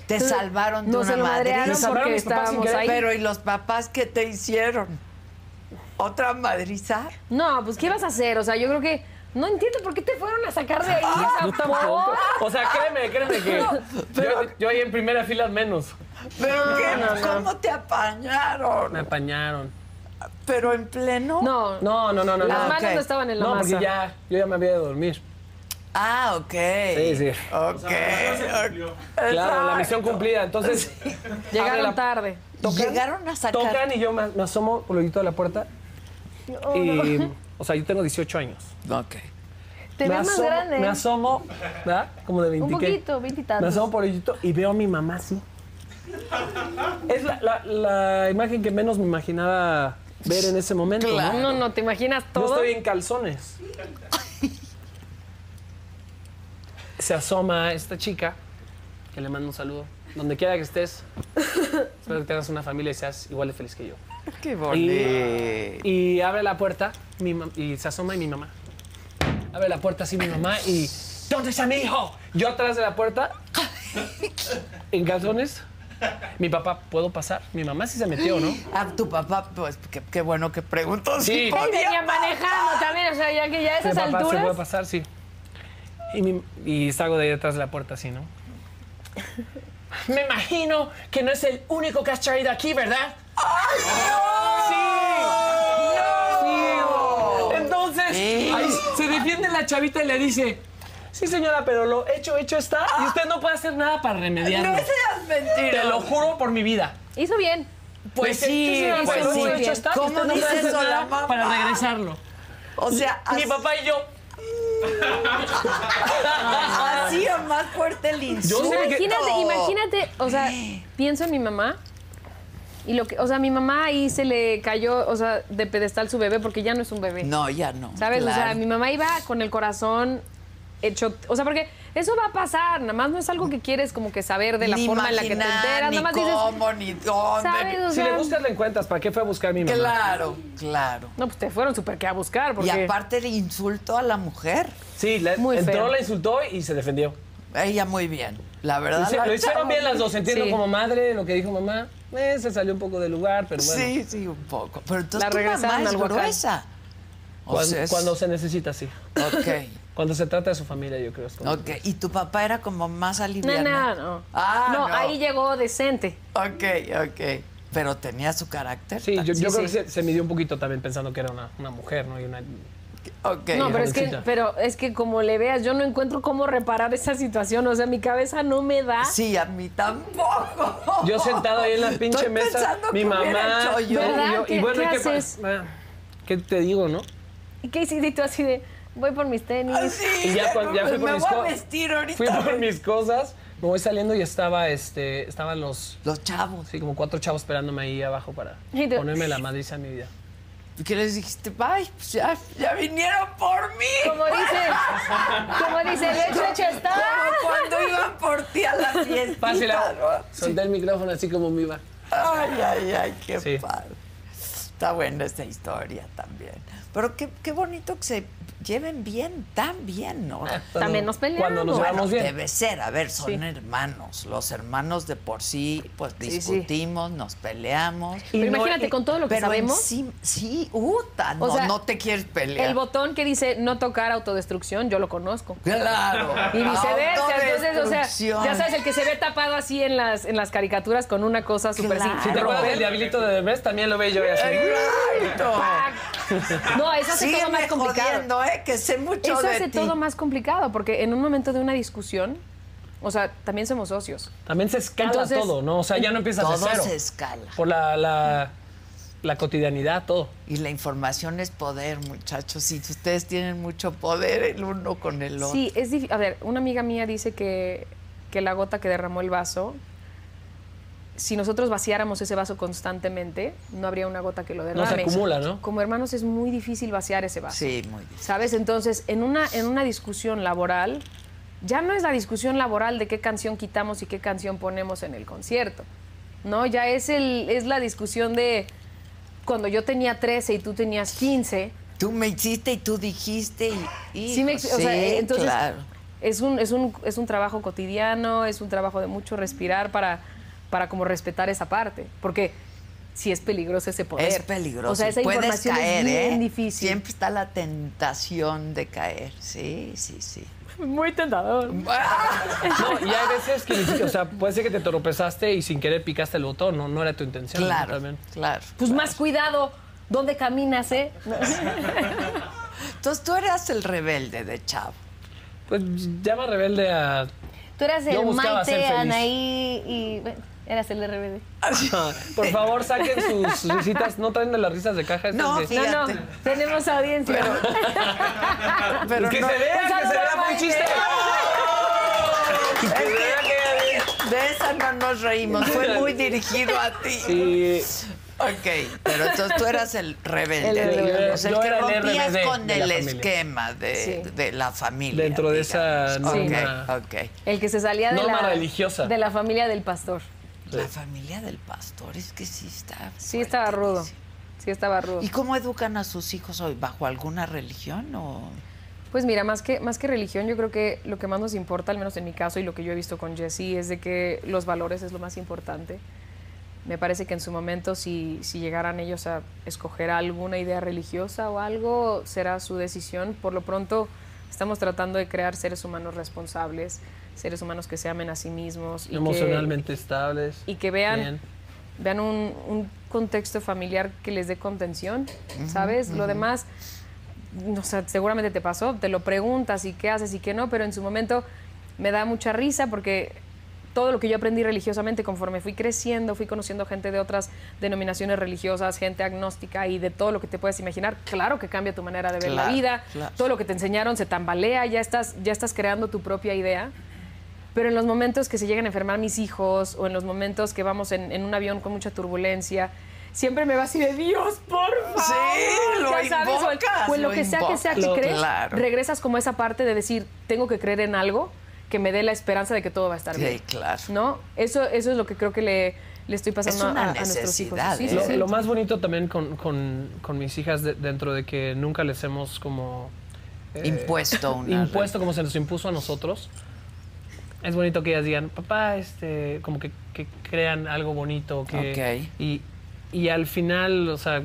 [SPEAKER 2] Te salvaron de
[SPEAKER 3] no
[SPEAKER 2] una
[SPEAKER 3] se lo
[SPEAKER 2] madriza.
[SPEAKER 3] madrearon
[SPEAKER 5] Me salvaron
[SPEAKER 3] porque
[SPEAKER 5] mis papás sin
[SPEAKER 3] estábamos
[SPEAKER 5] querer,
[SPEAKER 3] ahí.
[SPEAKER 2] Pero ¿y los papás qué te hicieron? ¿Otra madriza?
[SPEAKER 3] No, pues ¿qué vas a hacer? O sea, yo creo que... No entiendo por qué te fueron a sacar de ahí. o sea,
[SPEAKER 5] Ah, Yo tampoco. O sea, créeme, créeme <laughs> que yo, yo ahí en primera fila menos.
[SPEAKER 2] ¿Pero qué? ¿Cómo te apañaron?
[SPEAKER 5] Me apañaron.
[SPEAKER 2] ¿Pero en pleno?
[SPEAKER 3] No, no.
[SPEAKER 5] No, no, no, no.
[SPEAKER 3] Las
[SPEAKER 5] no.
[SPEAKER 3] manos
[SPEAKER 2] ok.
[SPEAKER 3] no estaban en la
[SPEAKER 5] No,
[SPEAKER 3] masa.
[SPEAKER 5] porque ya, yo ya me había de dormir.
[SPEAKER 2] Ah, ok.
[SPEAKER 5] Sí, sí.
[SPEAKER 2] Ok.
[SPEAKER 5] Claro, la misión
[SPEAKER 8] <laughs>
[SPEAKER 5] cumplida. Entonces, abre
[SPEAKER 3] Llegaron
[SPEAKER 5] la-
[SPEAKER 3] tarde.
[SPEAKER 2] Llegaron a sacar.
[SPEAKER 5] Tocan y yo me, me asomo por el hoyito de la puerta. y, o sea, yo tengo 18 años.
[SPEAKER 2] Ok.
[SPEAKER 5] me
[SPEAKER 8] ves más
[SPEAKER 5] asomo,
[SPEAKER 8] grande. ¿eh?
[SPEAKER 5] Me asomo, ¿verdad? Como de 20
[SPEAKER 8] Un
[SPEAKER 5] ¿qué?
[SPEAKER 8] poquito, veintitantos.
[SPEAKER 5] Me asomo por el hoyito y veo a mi mamá así. Es la, la- la imagen que menos me imaginaba ver en ese momento. ¿no?
[SPEAKER 3] No, no, ¿te imaginas todo?
[SPEAKER 5] Yo estoy en calzones. Se asoma esta chica, que le mando un saludo. Donde quiera que estés, espero que tengas una familia y seas igual de feliz que yo.
[SPEAKER 2] Qué
[SPEAKER 5] Y, y abre la puerta mi mam- y se asoma y mi mamá. Abre la puerta así mi mamá y... ¿Dónde está mi hijo? Yo atrás de la puerta, en calzones. Mi papá, ¿puedo pasar? Mi mamá sí se metió, ¿no?
[SPEAKER 2] A tu papá, pues qué, qué bueno que preguntó
[SPEAKER 5] Sí.
[SPEAKER 2] si
[SPEAKER 3] Él venía
[SPEAKER 2] podía.
[SPEAKER 3] manejando también, o sea, ya que ya a
[SPEAKER 5] Sí,
[SPEAKER 3] esas
[SPEAKER 5] papá, ¿Se puede
[SPEAKER 3] alturas.
[SPEAKER 5] pasar? Sí. Y, mi- y salgo de ahí detrás de la puerta así, ¿no? <laughs> Me imagino que no es el único que has traído aquí, ¿verdad?
[SPEAKER 2] ¿Eh?
[SPEAKER 5] ¡Ay, no! ¡Sí! ¡No! Entonces, ahí defiende la chavita y le dice, sí señora, pero lo hecho, hecho está y usted no puede hacer nada para remediarlo.
[SPEAKER 2] Ah. No seas mentira.
[SPEAKER 5] Te lo juro por mi vida.
[SPEAKER 3] Hizo bien.
[SPEAKER 2] Pues sí,
[SPEAKER 5] señora,
[SPEAKER 2] pues
[SPEAKER 5] pero
[SPEAKER 2] sí.
[SPEAKER 5] lo hecho está y
[SPEAKER 2] ¿Cómo
[SPEAKER 5] usted no puede
[SPEAKER 2] dice
[SPEAKER 5] hacer
[SPEAKER 2] eso la
[SPEAKER 5] nada
[SPEAKER 2] mamá?
[SPEAKER 5] Para regresarlo.
[SPEAKER 2] O sea,
[SPEAKER 5] Mi
[SPEAKER 2] así,
[SPEAKER 5] papá y yo.
[SPEAKER 2] así o más fuerte el
[SPEAKER 5] Yo
[SPEAKER 2] insulto.
[SPEAKER 5] sé que-
[SPEAKER 3] Imagínate, imagínate, o sea, pienso en mi mamá y lo que, o sea, mi mamá ahí se le cayó, o sea, de pedestal su bebé porque ya no es un bebé.
[SPEAKER 2] No, ya no.
[SPEAKER 3] ¿Sabes? O sea,
[SPEAKER 2] claro.
[SPEAKER 3] mi mamá iba con el corazón hecho, o sea, porque eso va a pasar, nada más no es algo que quieres como que saber de la
[SPEAKER 2] Ni
[SPEAKER 3] forma en la que te
[SPEAKER 2] imaginar,
[SPEAKER 3] enteras,
[SPEAKER 2] ni
[SPEAKER 3] nada más dices,
[SPEAKER 2] cómo, ni dónde.
[SPEAKER 3] ¿sabes? O
[SPEAKER 5] Si
[SPEAKER 3] sea,
[SPEAKER 5] le buscas, le encuentras. ¿Para qué fue a buscar a mi mamá?
[SPEAKER 2] Claro, claro.
[SPEAKER 3] no, pues te fueron súper que a buscar
[SPEAKER 2] Y
[SPEAKER 3] porque
[SPEAKER 2] aparte le insulto a la mujer.
[SPEAKER 5] Sí, la-
[SPEAKER 3] Muy
[SPEAKER 5] entró,
[SPEAKER 3] feo.
[SPEAKER 5] la insultó y se defendió.
[SPEAKER 2] Ella muy bien, la
[SPEAKER 5] Lo,
[SPEAKER 2] verdad.
[SPEAKER 5] hice-
[SPEAKER 2] la
[SPEAKER 5] lo hicieron
[SPEAKER 2] chava-
[SPEAKER 5] bien las dos. Entiendo
[SPEAKER 3] Sí.
[SPEAKER 5] como madre lo que dijo mamá. eh, se salió un poco del lugar, pero bueno.
[SPEAKER 2] Sí, sí, un poco. Pero entonces
[SPEAKER 3] La
[SPEAKER 2] tu mamá
[SPEAKER 3] regresaron
[SPEAKER 2] es
[SPEAKER 3] al huacán.
[SPEAKER 2] gruesa. O
[SPEAKER 5] Cuando,
[SPEAKER 2] sea, es-
[SPEAKER 5] cuando se necesita, sí.
[SPEAKER 2] Ok.
[SPEAKER 5] Cuando se trata de su familia, yo creo. es cuando-
[SPEAKER 2] Ok, y tu papá era como más
[SPEAKER 3] no,
[SPEAKER 2] aliviado.
[SPEAKER 3] no, no.
[SPEAKER 2] Ah, no.
[SPEAKER 3] no, ahí llegó decente.
[SPEAKER 2] Ok, ok. Pero tenía su carácter.
[SPEAKER 5] Sí, yo, yo
[SPEAKER 3] Sí,
[SPEAKER 5] creo que
[SPEAKER 3] sí.
[SPEAKER 5] se, se midió un poquito también pensando que era una, una mujer, ¿no? Y una...
[SPEAKER 2] Ok.
[SPEAKER 3] No, pero es que,
[SPEAKER 5] jovencita.
[SPEAKER 3] pero es que como le veas, yo no encuentro cómo reparar esa situación. O sea, mi cabeza no me da.
[SPEAKER 2] Sí, a mí tampoco. <laughs>
[SPEAKER 5] Yo sentado ahí en la pinche
[SPEAKER 2] Estoy
[SPEAKER 5] mesa,
[SPEAKER 2] pensando
[SPEAKER 5] mi
[SPEAKER 2] que hubiera
[SPEAKER 5] mamá.
[SPEAKER 2] hecho yo.
[SPEAKER 5] ¿no?
[SPEAKER 3] ¿Verdad?
[SPEAKER 5] Y, yo- y
[SPEAKER 3] ¿Qué-
[SPEAKER 5] bueno,
[SPEAKER 3] qué
[SPEAKER 5] ¿y pa-
[SPEAKER 3] haces?
[SPEAKER 5] Ah, ¿Qué te digo, no?
[SPEAKER 3] ¿Y qué hiciste Y tú así de voy por mis tenis?
[SPEAKER 2] Ah, Sí, pues <laughs>
[SPEAKER 5] Y ya, cuan- ya fui por
[SPEAKER 2] me
[SPEAKER 5] mis
[SPEAKER 2] voy a
[SPEAKER 5] co-
[SPEAKER 2] vestir ahorita.
[SPEAKER 5] Fui por mis cosas, me voy saliendo y estaba, este, estaban los,
[SPEAKER 2] Los chavos.
[SPEAKER 5] sí, como cuatro chavos esperándome ahí abajo para
[SPEAKER 3] Y tú-
[SPEAKER 5] ponerme la madriza a mi vida.
[SPEAKER 2] ¿Y ¿Qué les dijiste? Ay, pues ya, ya vinieron por mí.
[SPEAKER 3] Como dice, como dice, el hecho hecho está.
[SPEAKER 2] Como cuando iban por ti a la fiesta.
[SPEAKER 5] Pásela. ¿ah? Solté el micrófono así como me iba.
[SPEAKER 2] Ay, ay, ay, qué
[SPEAKER 5] Sí.
[SPEAKER 2] padre. Está buena esta historia también. Pero qué, qué bonito que se lleven bien, tan bien, ¿no?
[SPEAKER 5] Cuando-
[SPEAKER 3] También nos peleamos.
[SPEAKER 5] Cuando nos
[SPEAKER 3] Bueno,
[SPEAKER 5] llevamos bien.
[SPEAKER 2] Debe ser, a ver, son
[SPEAKER 3] Ah, Sí.
[SPEAKER 2] hermanos. Los hermanos de por sí, pues
[SPEAKER 3] Sí, sí.
[SPEAKER 2] discutimos, nos peleamos.
[SPEAKER 3] Pero imagínense, con todo lo que
[SPEAKER 2] Pero en
[SPEAKER 3] sabemos.
[SPEAKER 2] Sí, sí, uta, no,
[SPEAKER 3] O sea,
[SPEAKER 2] no te quieres pelear.
[SPEAKER 3] El botón que dice no tocar autodestrucción, yo lo conozco.
[SPEAKER 2] Claro.
[SPEAKER 3] Y viceversa, entonces, o sea,
[SPEAKER 2] Autodestrucción.
[SPEAKER 3] ya sabes, el que se ve tapado así en las, en las caricaturas con una cosa súper
[SPEAKER 2] Claro.
[SPEAKER 5] Si te acuerdas del diablito de Derbez, también lo veía yo así.
[SPEAKER 2] Exacto.
[SPEAKER 3] No, eso hace todo más
[SPEAKER 2] Sígueme
[SPEAKER 3] complicado.
[SPEAKER 2] jodiendo, ¿eh? Que sé mucho
[SPEAKER 3] Eso
[SPEAKER 2] de
[SPEAKER 3] hace
[SPEAKER 2] ti.
[SPEAKER 3] todo más complicado, porque en un momento de una discusión, o sea, también somos socios.
[SPEAKER 5] También se escala
[SPEAKER 3] Entonces,
[SPEAKER 5] todo, ¿no? O sea, ya no empiezas de
[SPEAKER 2] Todo
[SPEAKER 5] cero.
[SPEAKER 2] se escala.
[SPEAKER 5] Por la, la, la cotidianidad, todo.
[SPEAKER 2] Y la información es poder, muchachos. Y ustedes tienen mucho poder el uno con el otro.
[SPEAKER 3] Sí, es difícil. A ver, una amiga mía dice que, que la gota que derramó el vaso, si nosotros vaciáramos ese vaso constantemente, no habría una gota que lo derrame.
[SPEAKER 5] acumula, ¿no?
[SPEAKER 3] Como hermanos es muy difícil vaciar ese vaso.
[SPEAKER 2] Sí, muy bien.
[SPEAKER 3] ¿Sabes? Entonces, en una, en una discusión laboral, ya no es la discusión laboral de qué canción quitamos y qué canción ponemos en el concierto. No, ya es, el, es la discusión de cuando yo tenía 13 y tú tenías 15.
[SPEAKER 2] Tú me hiciste y tú dijiste y... y-
[SPEAKER 3] Sí, me ex- o sea, eh, entonces
[SPEAKER 2] claro.
[SPEAKER 3] es, un, es, un, es un trabajo cotidiano, es un trabajo de mucho respirar para, para como respetar esa parte, porque si es peligroso ese poder.
[SPEAKER 2] Es peligroso.
[SPEAKER 3] O sea, esa
[SPEAKER 2] Puedes
[SPEAKER 3] información
[SPEAKER 2] caer,
[SPEAKER 3] es bien
[SPEAKER 2] ¿eh?
[SPEAKER 3] difícil.
[SPEAKER 2] Siempre está la tentación de caer. Sí, sí,
[SPEAKER 5] <laughs>
[SPEAKER 2] sí.
[SPEAKER 3] Muy tentador.
[SPEAKER 5] No, y hay veces que, ni siquiera- o sea, puede ser que te tropezaste y sin querer picaste el botón, no, no era tu intención. ¿no?
[SPEAKER 2] Claro,
[SPEAKER 5] También.
[SPEAKER 2] claro.
[SPEAKER 3] Pues más cuidado dónde
[SPEAKER 2] <laughs>
[SPEAKER 3] caminas, ¿eh?
[SPEAKER 2] Entonces tú eras el rebelde de Chavo.
[SPEAKER 5] Pues llama rebelde a.
[SPEAKER 8] Tú eras
[SPEAKER 5] Yo
[SPEAKER 8] el
[SPEAKER 5] buscaba ser
[SPEAKER 8] Maite,
[SPEAKER 5] feliz.
[SPEAKER 8] Anaí y. bueno, eras el RBD.
[SPEAKER 5] Por favor, saquen sus risitas. No traen de las risas de caja. esas
[SPEAKER 2] No,
[SPEAKER 5] de-
[SPEAKER 2] fíjate.
[SPEAKER 3] No, no, tenemos audiencia.
[SPEAKER 2] Pero
[SPEAKER 5] <laughs> que
[SPEAKER 2] no-
[SPEAKER 5] se
[SPEAKER 3] pues
[SPEAKER 5] vea, que se vea muy chiste. <laughs>
[SPEAKER 2] Es que de esa no nos reímos.
[SPEAKER 5] <laughs>
[SPEAKER 2] Fue muy dirigido a ti.
[SPEAKER 5] Y
[SPEAKER 2] Ok, pero entonces tú eras el rebelde,
[SPEAKER 3] El rebelde.
[SPEAKER 2] digamos, el
[SPEAKER 5] Yo
[SPEAKER 2] que
[SPEAKER 5] era el
[SPEAKER 2] rompías
[SPEAKER 5] RBD
[SPEAKER 2] con
[SPEAKER 5] de la
[SPEAKER 2] el
[SPEAKER 5] familia.
[SPEAKER 2] esquema de,
[SPEAKER 3] Sí.
[SPEAKER 2] de la familia.
[SPEAKER 5] Dentro de esa
[SPEAKER 2] digamos.
[SPEAKER 5] norma.
[SPEAKER 2] Ok, ok.
[SPEAKER 3] El que se salía de
[SPEAKER 5] Norma
[SPEAKER 3] la
[SPEAKER 5] religiosa.
[SPEAKER 3] de la familia del pastor.
[SPEAKER 2] La familia del pastor es que sí está.
[SPEAKER 3] Sí estaba rudo.
[SPEAKER 2] fuertísimo.
[SPEAKER 3] Sí estaba rudo.
[SPEAKER 2] ¿Y cómo educan a sus hijos hoy? ¿Bajo alguna religión o...?
[SPEAKER 3] Pues mira, más que, más que religión, yo creo que lo que más nos importa, al menos en mi caso y lo que yo he visto con Jesse, es de que los valores es lo más importante. Me parece que en su momento, si, si llegaran ellos a escoger alguna idea religiosa o algo, será su decisión. Por lo pronto, estamos tratando de crear seres humanos responsables, seres humanos que se amen a sí mismos. y que-
[SPEAKER 5] emocionalmente estables.
[SPEAKER 3] y que vean,
[SPEAKER 5] Bien.
[SPEAKER 3] vean un, un contexto familiar que les dé contención, ¿sabes? Lo demás, no sé, seguramente te pasó, te lo preguntas y qué haces y qué no, pero en su momento me da mucha risa porque todo lo que yo aprendí religiosamente conforme fui creciendo, fui conociendo gente de otras denominaciones religiosas, gente agnóstica y de todo lo que te puedes imaginar, claro que cambia tu manera de ver la
[SPEAKER 2] Claro,
[SPEAKER 3] vida,
[SPEAKER 2] claro.
[SPEAKER 3] todo lo que te enseñaron se tambalea, ya estás, ya estás creando tu propia idea. Pero en los momentos que se llegan a enfermar mis hijos o en los momentos que vamos en, en un avión con mucha turbulencia, siempre me va así de Dios, por favor.
[SPEAKER 2] Sí, lo
[SPEAKER 3] ya sabes, o, el-
[SPEAKER 2] invocas,
[SPEAKER 3] o en lo,
[SPEAKER 2] lo
[SPEAKER 3] que sea que sea que
[SPEAKER 2] invocas,
[SPEAKER 3] crees,
[SPEAKER 2] claro.
[SPEAKER 3] regresas como a esa parte de decir, tengo que creer en algo que me dé la esperanza de que todo va a estar bien.
[SPEAKER 2] Sí, claro.
[SPEAKER 3] ¿No? Eso, eso es lo que creo que le, le estoy pasando
[SPEAKER 2] Es una
[SPEAKER 3] a, a nuestros hijos.
[SPEAKER 2] necesidad, ¿eh?
[SPEAKER 3] sí,
[SPEAKER 5] Lo,
[SPEAKER 3] sí.
[SPEAKER 5] lo más bonito también con, con- con mis hijas, de- dentro de que nunca les hemos como eh,
[SPEAKER 2] Impuesto una
[SPEAKER 5] impuesto como se nos impuso a nosotros, es bonito que ellas digan, papá, este, como que, que crean algo bonito. Que,
[SPEAKER 2] Ok.
[SPEAKER 5] y, y al final, o sea,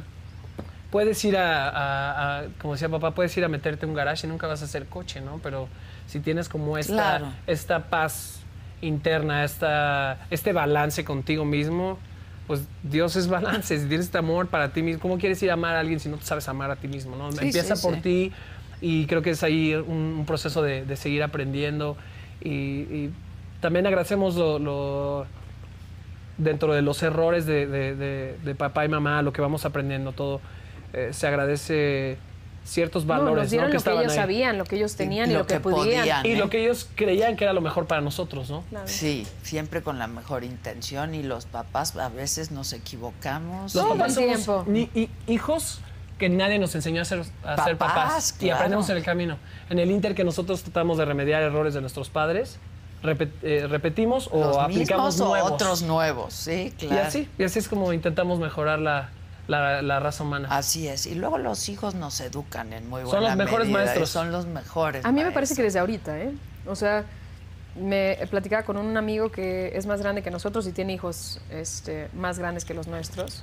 [SPEAKER 5] puedes ir a, a- a- como decía papá, puedes ir a meterte en un garage y nunca vas a hacer coche, ¿no? Pero si tienes como esta,
[SPEAKER 2] Claro.
[SPEAKER 5] esta paz interna, esta, este balance contigo mismo, pues Dios es balance, si tienes este amor para ti mismo, ¿cómo quieres ir a amar a alguien si no te sabes amar a ti mismo? ¿no?
[SPEAKER 2] Sí,
[SPEAKER 5] Empieza
[SPEAKER 2] sí,
[SPEAKER 5] por
[SPEAKER 2] sí.
[SPEAKER 5] ti y creo que es ahí un, un proceso de, de seguir aprendiendo y, y también agradecemos lo- lo, dentro de los errores de, de- de- de papá y mamá, lo que vamos aprendiendo, todo, eh, se agradece ciertos
[SPEAKER 3] No,
[SPEAKER 5] valores
[SPEAKER 3] nos dieron
[SPEAKER 5] ¿no?
[SPEAKER 3] lo que
[SPEAKER 5] estaban
[SPEAKER 3] ellos
[SPEAKER 5] ahí.
[SPEAKER 3] sabían, lo que ellos tenían y,
[SPEAKER 2] lo
[SPEAKER 3] lo que,
[SPEAKER 2] que
[SPEAKER 3] podían.
[SPEAKER 2] podían.
[SPEAKER 5] Y
[SPEAKER 2] ¿eh?
[SPEAKER 5] lo que ellos creían que era lo mejor para nosotros, ¿no?
[SPEAKER 3] Claro.
[SPEAKER 2] Sí, siempre con la mejor intención y los papás a veces nos equivocamos.
[SPEAKER 3] Todo
[SPEAKER 2] y-
[SPEAKER 3] el tiempo.
[SPEAKER 5] ni- hi- hijos que nadie nos enseñó a ser, a ser
[SPEAKER 2] Papás,
[SPEAKER 5] papás y
[SPEAKER 2] claro.
[SPEAKER 5] aprendemos en el camino. En el Inter que nosotros tratamos de remediar errores de nuestros padres, repet- eh, repetimos o
[SPEAKER 2] los
[SPEAKER 5] aplicamos
[SPEAKER 2] mismos o
[SPEAKER 5] nuevos.
[SPEAKER 2] otros nuevos, sí,
[SPEAKER 5] y
[SPEAKER 2] claro.
[SPEAKER 5] así, y así es como intentamos mejorar la, la- la raza humana.
[SPEAKER 2] Así es. Y luego los hijos nos educan en muy buena
[SPEAKER 5] Son los mejores
[SPEAKER 2] medida, y
[SPEAKER 5] maestros.
[SPEAKER 2] Son los mejores.
[SPEAKER 3] A mí me parece que
[SPEAKER 2] maestros.
[SPEAKER 3] desde ahorita, ¿eh? O sea, me platicaba con un amigo que es más grande que nosotros y tiene hijos este, más grandes que los nuestros.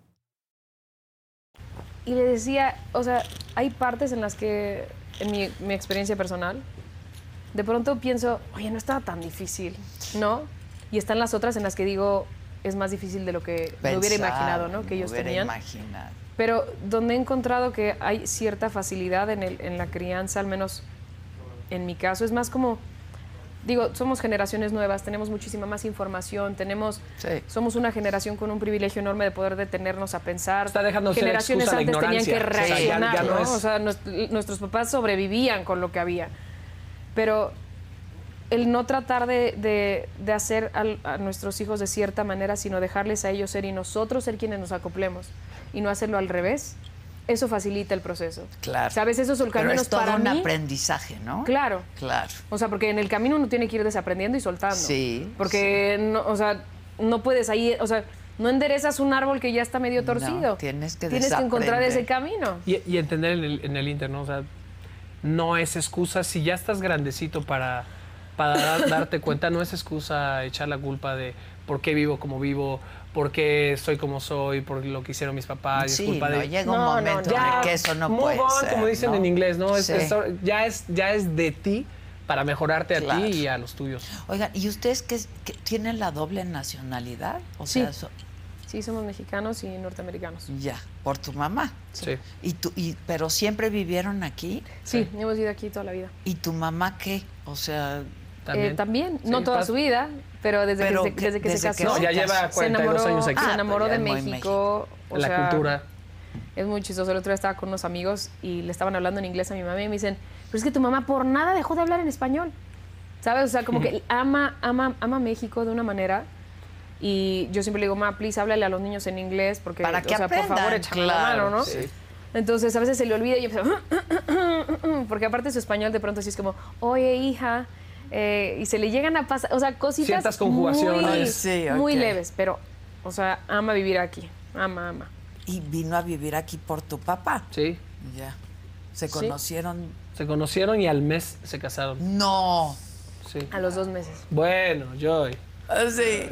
[SPEAKER 3] Y le decía, o sea, hay partes en las que, en mi, mi experiencia personal, de pronto pienso, oye, no estaba tan difícil, ¿no? Y están las otras en las que digo, es más difícil de lo que me hubiera
[SPEAKER 2] Pensar,
[SPEAKER 3] imaginado, ¿no? Que
[SPEAKER 2] me
[SPEAKER 3] ellos
[SPEAKER 2] hubiera
[SPEAKER 3] tenían.
[SPEAKER 2] imaginado.
[SPEAKER 3] Pero donde he encontrado que hay cierta facilidad en, el- en la crianza, al menos en mi caso, es más como, digo, somos generaciones nuevas, tenemos muchísima más información, tenemos,
[SPEAKER 2] Sí.
[SPEAKER 3] somos una generación con un privilegio enorme de poder detenernos a pensar.
[SPEAKER 5] Está dejando de ser
[SPEAKER 3] generaciones
[SPEAKER 5] excusa la
[SPEAKER 3] antes tenían que
[SPEAKER 5] ignorancia.
[SPEAKER 2] O sea, ya- ya
[SPEAKER 3] reaccionar,
[SPEAKER 5] no
[SPEAKER 3] ¿no?
[SPEAKER 5] es-
[SPEAKER 3] O sea, nues- nuestros papás sobrevivían con lo que había. Pero el no tratar de, de- de hacer al- a nuestros hijos de cierta manera, sino dejarles a ellos ser y nosotros ser quienes nos acoplemos y no hacerlo al revés, eso facilita el proceso.
[SPEAKER 2] Claro.
[SPEAKER 3] ¿Sabes? Eso es el
[SPEAKER 2] Pero
[SPEAKER 3] camino
[SPEAKER 2] es todo
[SPEAKER 3] para
[SPEAKER 2] un
[SPEAKER 3] mí.
[SPEAKER 2] aprendizaje, ¿no?
[SPEAKER 3] Claro.
[SPEAKER 2] Claro.
[SPEAKER 3] O sea, porque en el camino uno tiene que ir desaprendiendo y soltando.
[SPEAKER 2] Sí,
[SPEAKER 3] Porque, No, o sea, no puedes ahí, o sea, no enderezas un árbol que ya está medio
[SPEAKER 2] No,
[SPEAKER 3] torcido.
[SPEAKER 2] tienes que
[SPEAKER 3] Tienes que encontrar
[SPEAKER 2] desaprender.
[SPEAKER 3] ese camino.
[SPEAKER 5] Y, y entender en el, en el Inter, ¿no? O sea, no es excusa. Si ya estás grandecito para,
[SPEAKER 2] <laughs>
[SPEAKER 5] para dar- darte cuenta, no es excusa echar la culpa de por qué vivo como vivo, por qué soy como soy, por lo que hicieron mis papás. y es
[SPEAKER 2] Sí,
[SPEAKER 5] culpa
[SPEAKER 2] no,
[SPEAKER 5] de...
[SPEAKER 2] llega un momento en el que eso no
[SPEAKER 5] move
[SPEAKER 2] puede
[SPEAKER 5] on,
[SPEAKER 2] ser.
[SPEAKER 5] como dicen
[SPEAKER 2] ¿no?
[SPEAKER 5] en inglés, ¿no? Es-
[SPEAKER 2] Sí.
[SPEAKER 5] es- ya, es, ya es de ti para mejorarte a
[SPEAKER 2] Claro.
[SPEAKER 5] ti y a los tuyos.
[SPEAKER 3] Eh,
[SPEAKER 2] Oigan, ¿y ustedes que, tienen la doble nacionalidad? O
[SPEAKER 3] Sí.
[SPEAKER 2] sea, so-
[SPEAKER 3] Sí, somos mexicanos y norteamericanos.
[SPEAKER 2] ya, por tu mamá.
[SPEAKER 5] Sí.
[SPEAKER 2] ¿Y tú, y, ¿Pero siempre vivieron aquí?
[SPEAKER 3] Sí, hemos ido aquí toda la vida.
[SPEAKER 2] ¿Y tu mamá qué? O sea,
[SPEAKER 3] Eh, también, no
[SPEAKER 5] Sí,
[SPEAKER 3] toda
[SPEAKER 5] pas-
[SPEAKER 3] su vida, pero desde
[SPEAKER 2] Pero
[SPEAKER 3] que, se-
[SPEAKER 2] que-
[SPEAKER 3] desde que
[SPEAKER 2] desde
[SPEAKER 3] se
[SPEAKER 2] que
[SPEAKER 3] casó.
[SPEAKER 2] se Ah, No, ya
[SPEAKER 5] lleva
[SPEAKER 3] se
[SPEAKER 5] 42
[SPEAKER 3] enamoró,
[SPEAKER 5] años aquí.
[SPEAKER 3] Se
[SPEAKER 2] Ah,
[SPEAKER 3] enamoró
[SPEAKER 2] pero
[SPEAKER 3] de
[SPEAKER 2] ya es muy
[SPEAKER 3] México. o
[SPEAKER 5] La
[SPEAKER 3] sea,
[SPEAKER 5] cultura.
[SPEAKER 3] Es muy chistoso. El otro día estaba con unos amigos y le estaban hablando en inglés a mi mamá y me dicen, pero es que tu mamá por nada dejó de hablar en español. ¿Sabes? O sea, como que ama, ama, ama México de una manera. Y yo siempre le digo, ma, please, háblale a los niños en inglés porque,
[SPEAKER 2] Para
[SPEAKER 3] o
[SPEAKER 2] que
[SPEAKER 3] sea, por favor,
[SPEAKER 2] aprendan,
[SPEAKER 3] échale la
[SPEAKER 2] claro,
[SPEAKER 3] mano, ¿no?
[SPEAKER 2] sí.
[SPEAKER 3] Entonces, a veces se le olvida y empieza, <clears throat> porque aparte su español de pronto sí es como, oye, hija, eh, y se le llegan a pasar, o sea, cositas
[SPEAKER 9] Ciertas conjugaciones.
[SPEAKER 3] muy,
[SPEAKER 2] Ah,
[SPEAKER 9] Ay, sí, ok.
[SPEAKER 3] muy leves, pero, o sea, ama vivir aquí, ama, ama.
[SPEAKER 2] Y vino a vivir aquí por tu papá.
[SPEAKER 5] Sí.
[SPEAKER 2] Ya. Se
[SPEAKER 3] Sí.
[SPEAKER 2] conocieron.
[SPEAKER 5] Se conocieron y al mes se
[SPEAKER 3] Mm.
[SPEAKER 5] casaron.
[SPEAKER 2] No.
[SPEAKER 5] Sí.
[SPEAKER 3] A los dos meses.
[SPEAKER 5] Bueno, Joy.
[SPEAKER 2] Sí,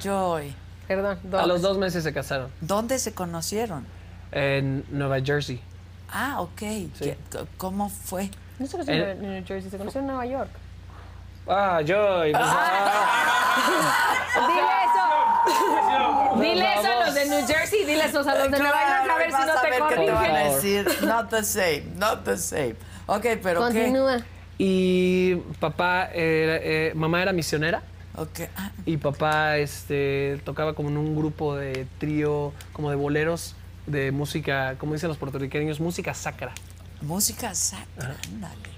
[SPEAKER 2] Joy.
[SPEAKER 3] Perdón,
[SPEAKER 5] A los dos meses se casaron.
[SPEAKER 2] ¿Dónde se conocieron?
[SPEAKER 5] En Nueva Jersey.
[SPEAKER 2] Ah, ok. ¿Qué- c- ¿Cómo fue?
[SPEAKER 3] No se
[SPEAKER 5] conocieron Eh.
[SPEAKER 3] en New Jersey, se conocieron en Nueva York.
[SPEAKER 5] Ah, Joy. pues, Ah,
[SPEAKER 3] Dile eso.
[SPEAKER 5] No,
[SPEAKER 3] Dile eso a los de New Jersey, dile eso a los de Nueva York a ver si
[SPEAKER 2] Vas
[SPEAKER 3] no
[SPEAKER 2] a
[SPEAKER 3] te
[SPEAKER 2] ver qué te van a
[SPEAKER 3] corrigen.
[SPEAKER 2] decir. <laughs> Not the same, not the same. Ok, pero
[SPEAKER 3] Continúa.
[SPEAKER 5] Y papá, era- eh, mamá era misionera.
[SPEAKER 2] ah,
[SPEAKER 5] Y papá este, tocaba como en un grupo de trío, como de boleros, de música, como dicen los puertorriqueños, música sacra.
[SPEAKER 2] Música sacra, ándale.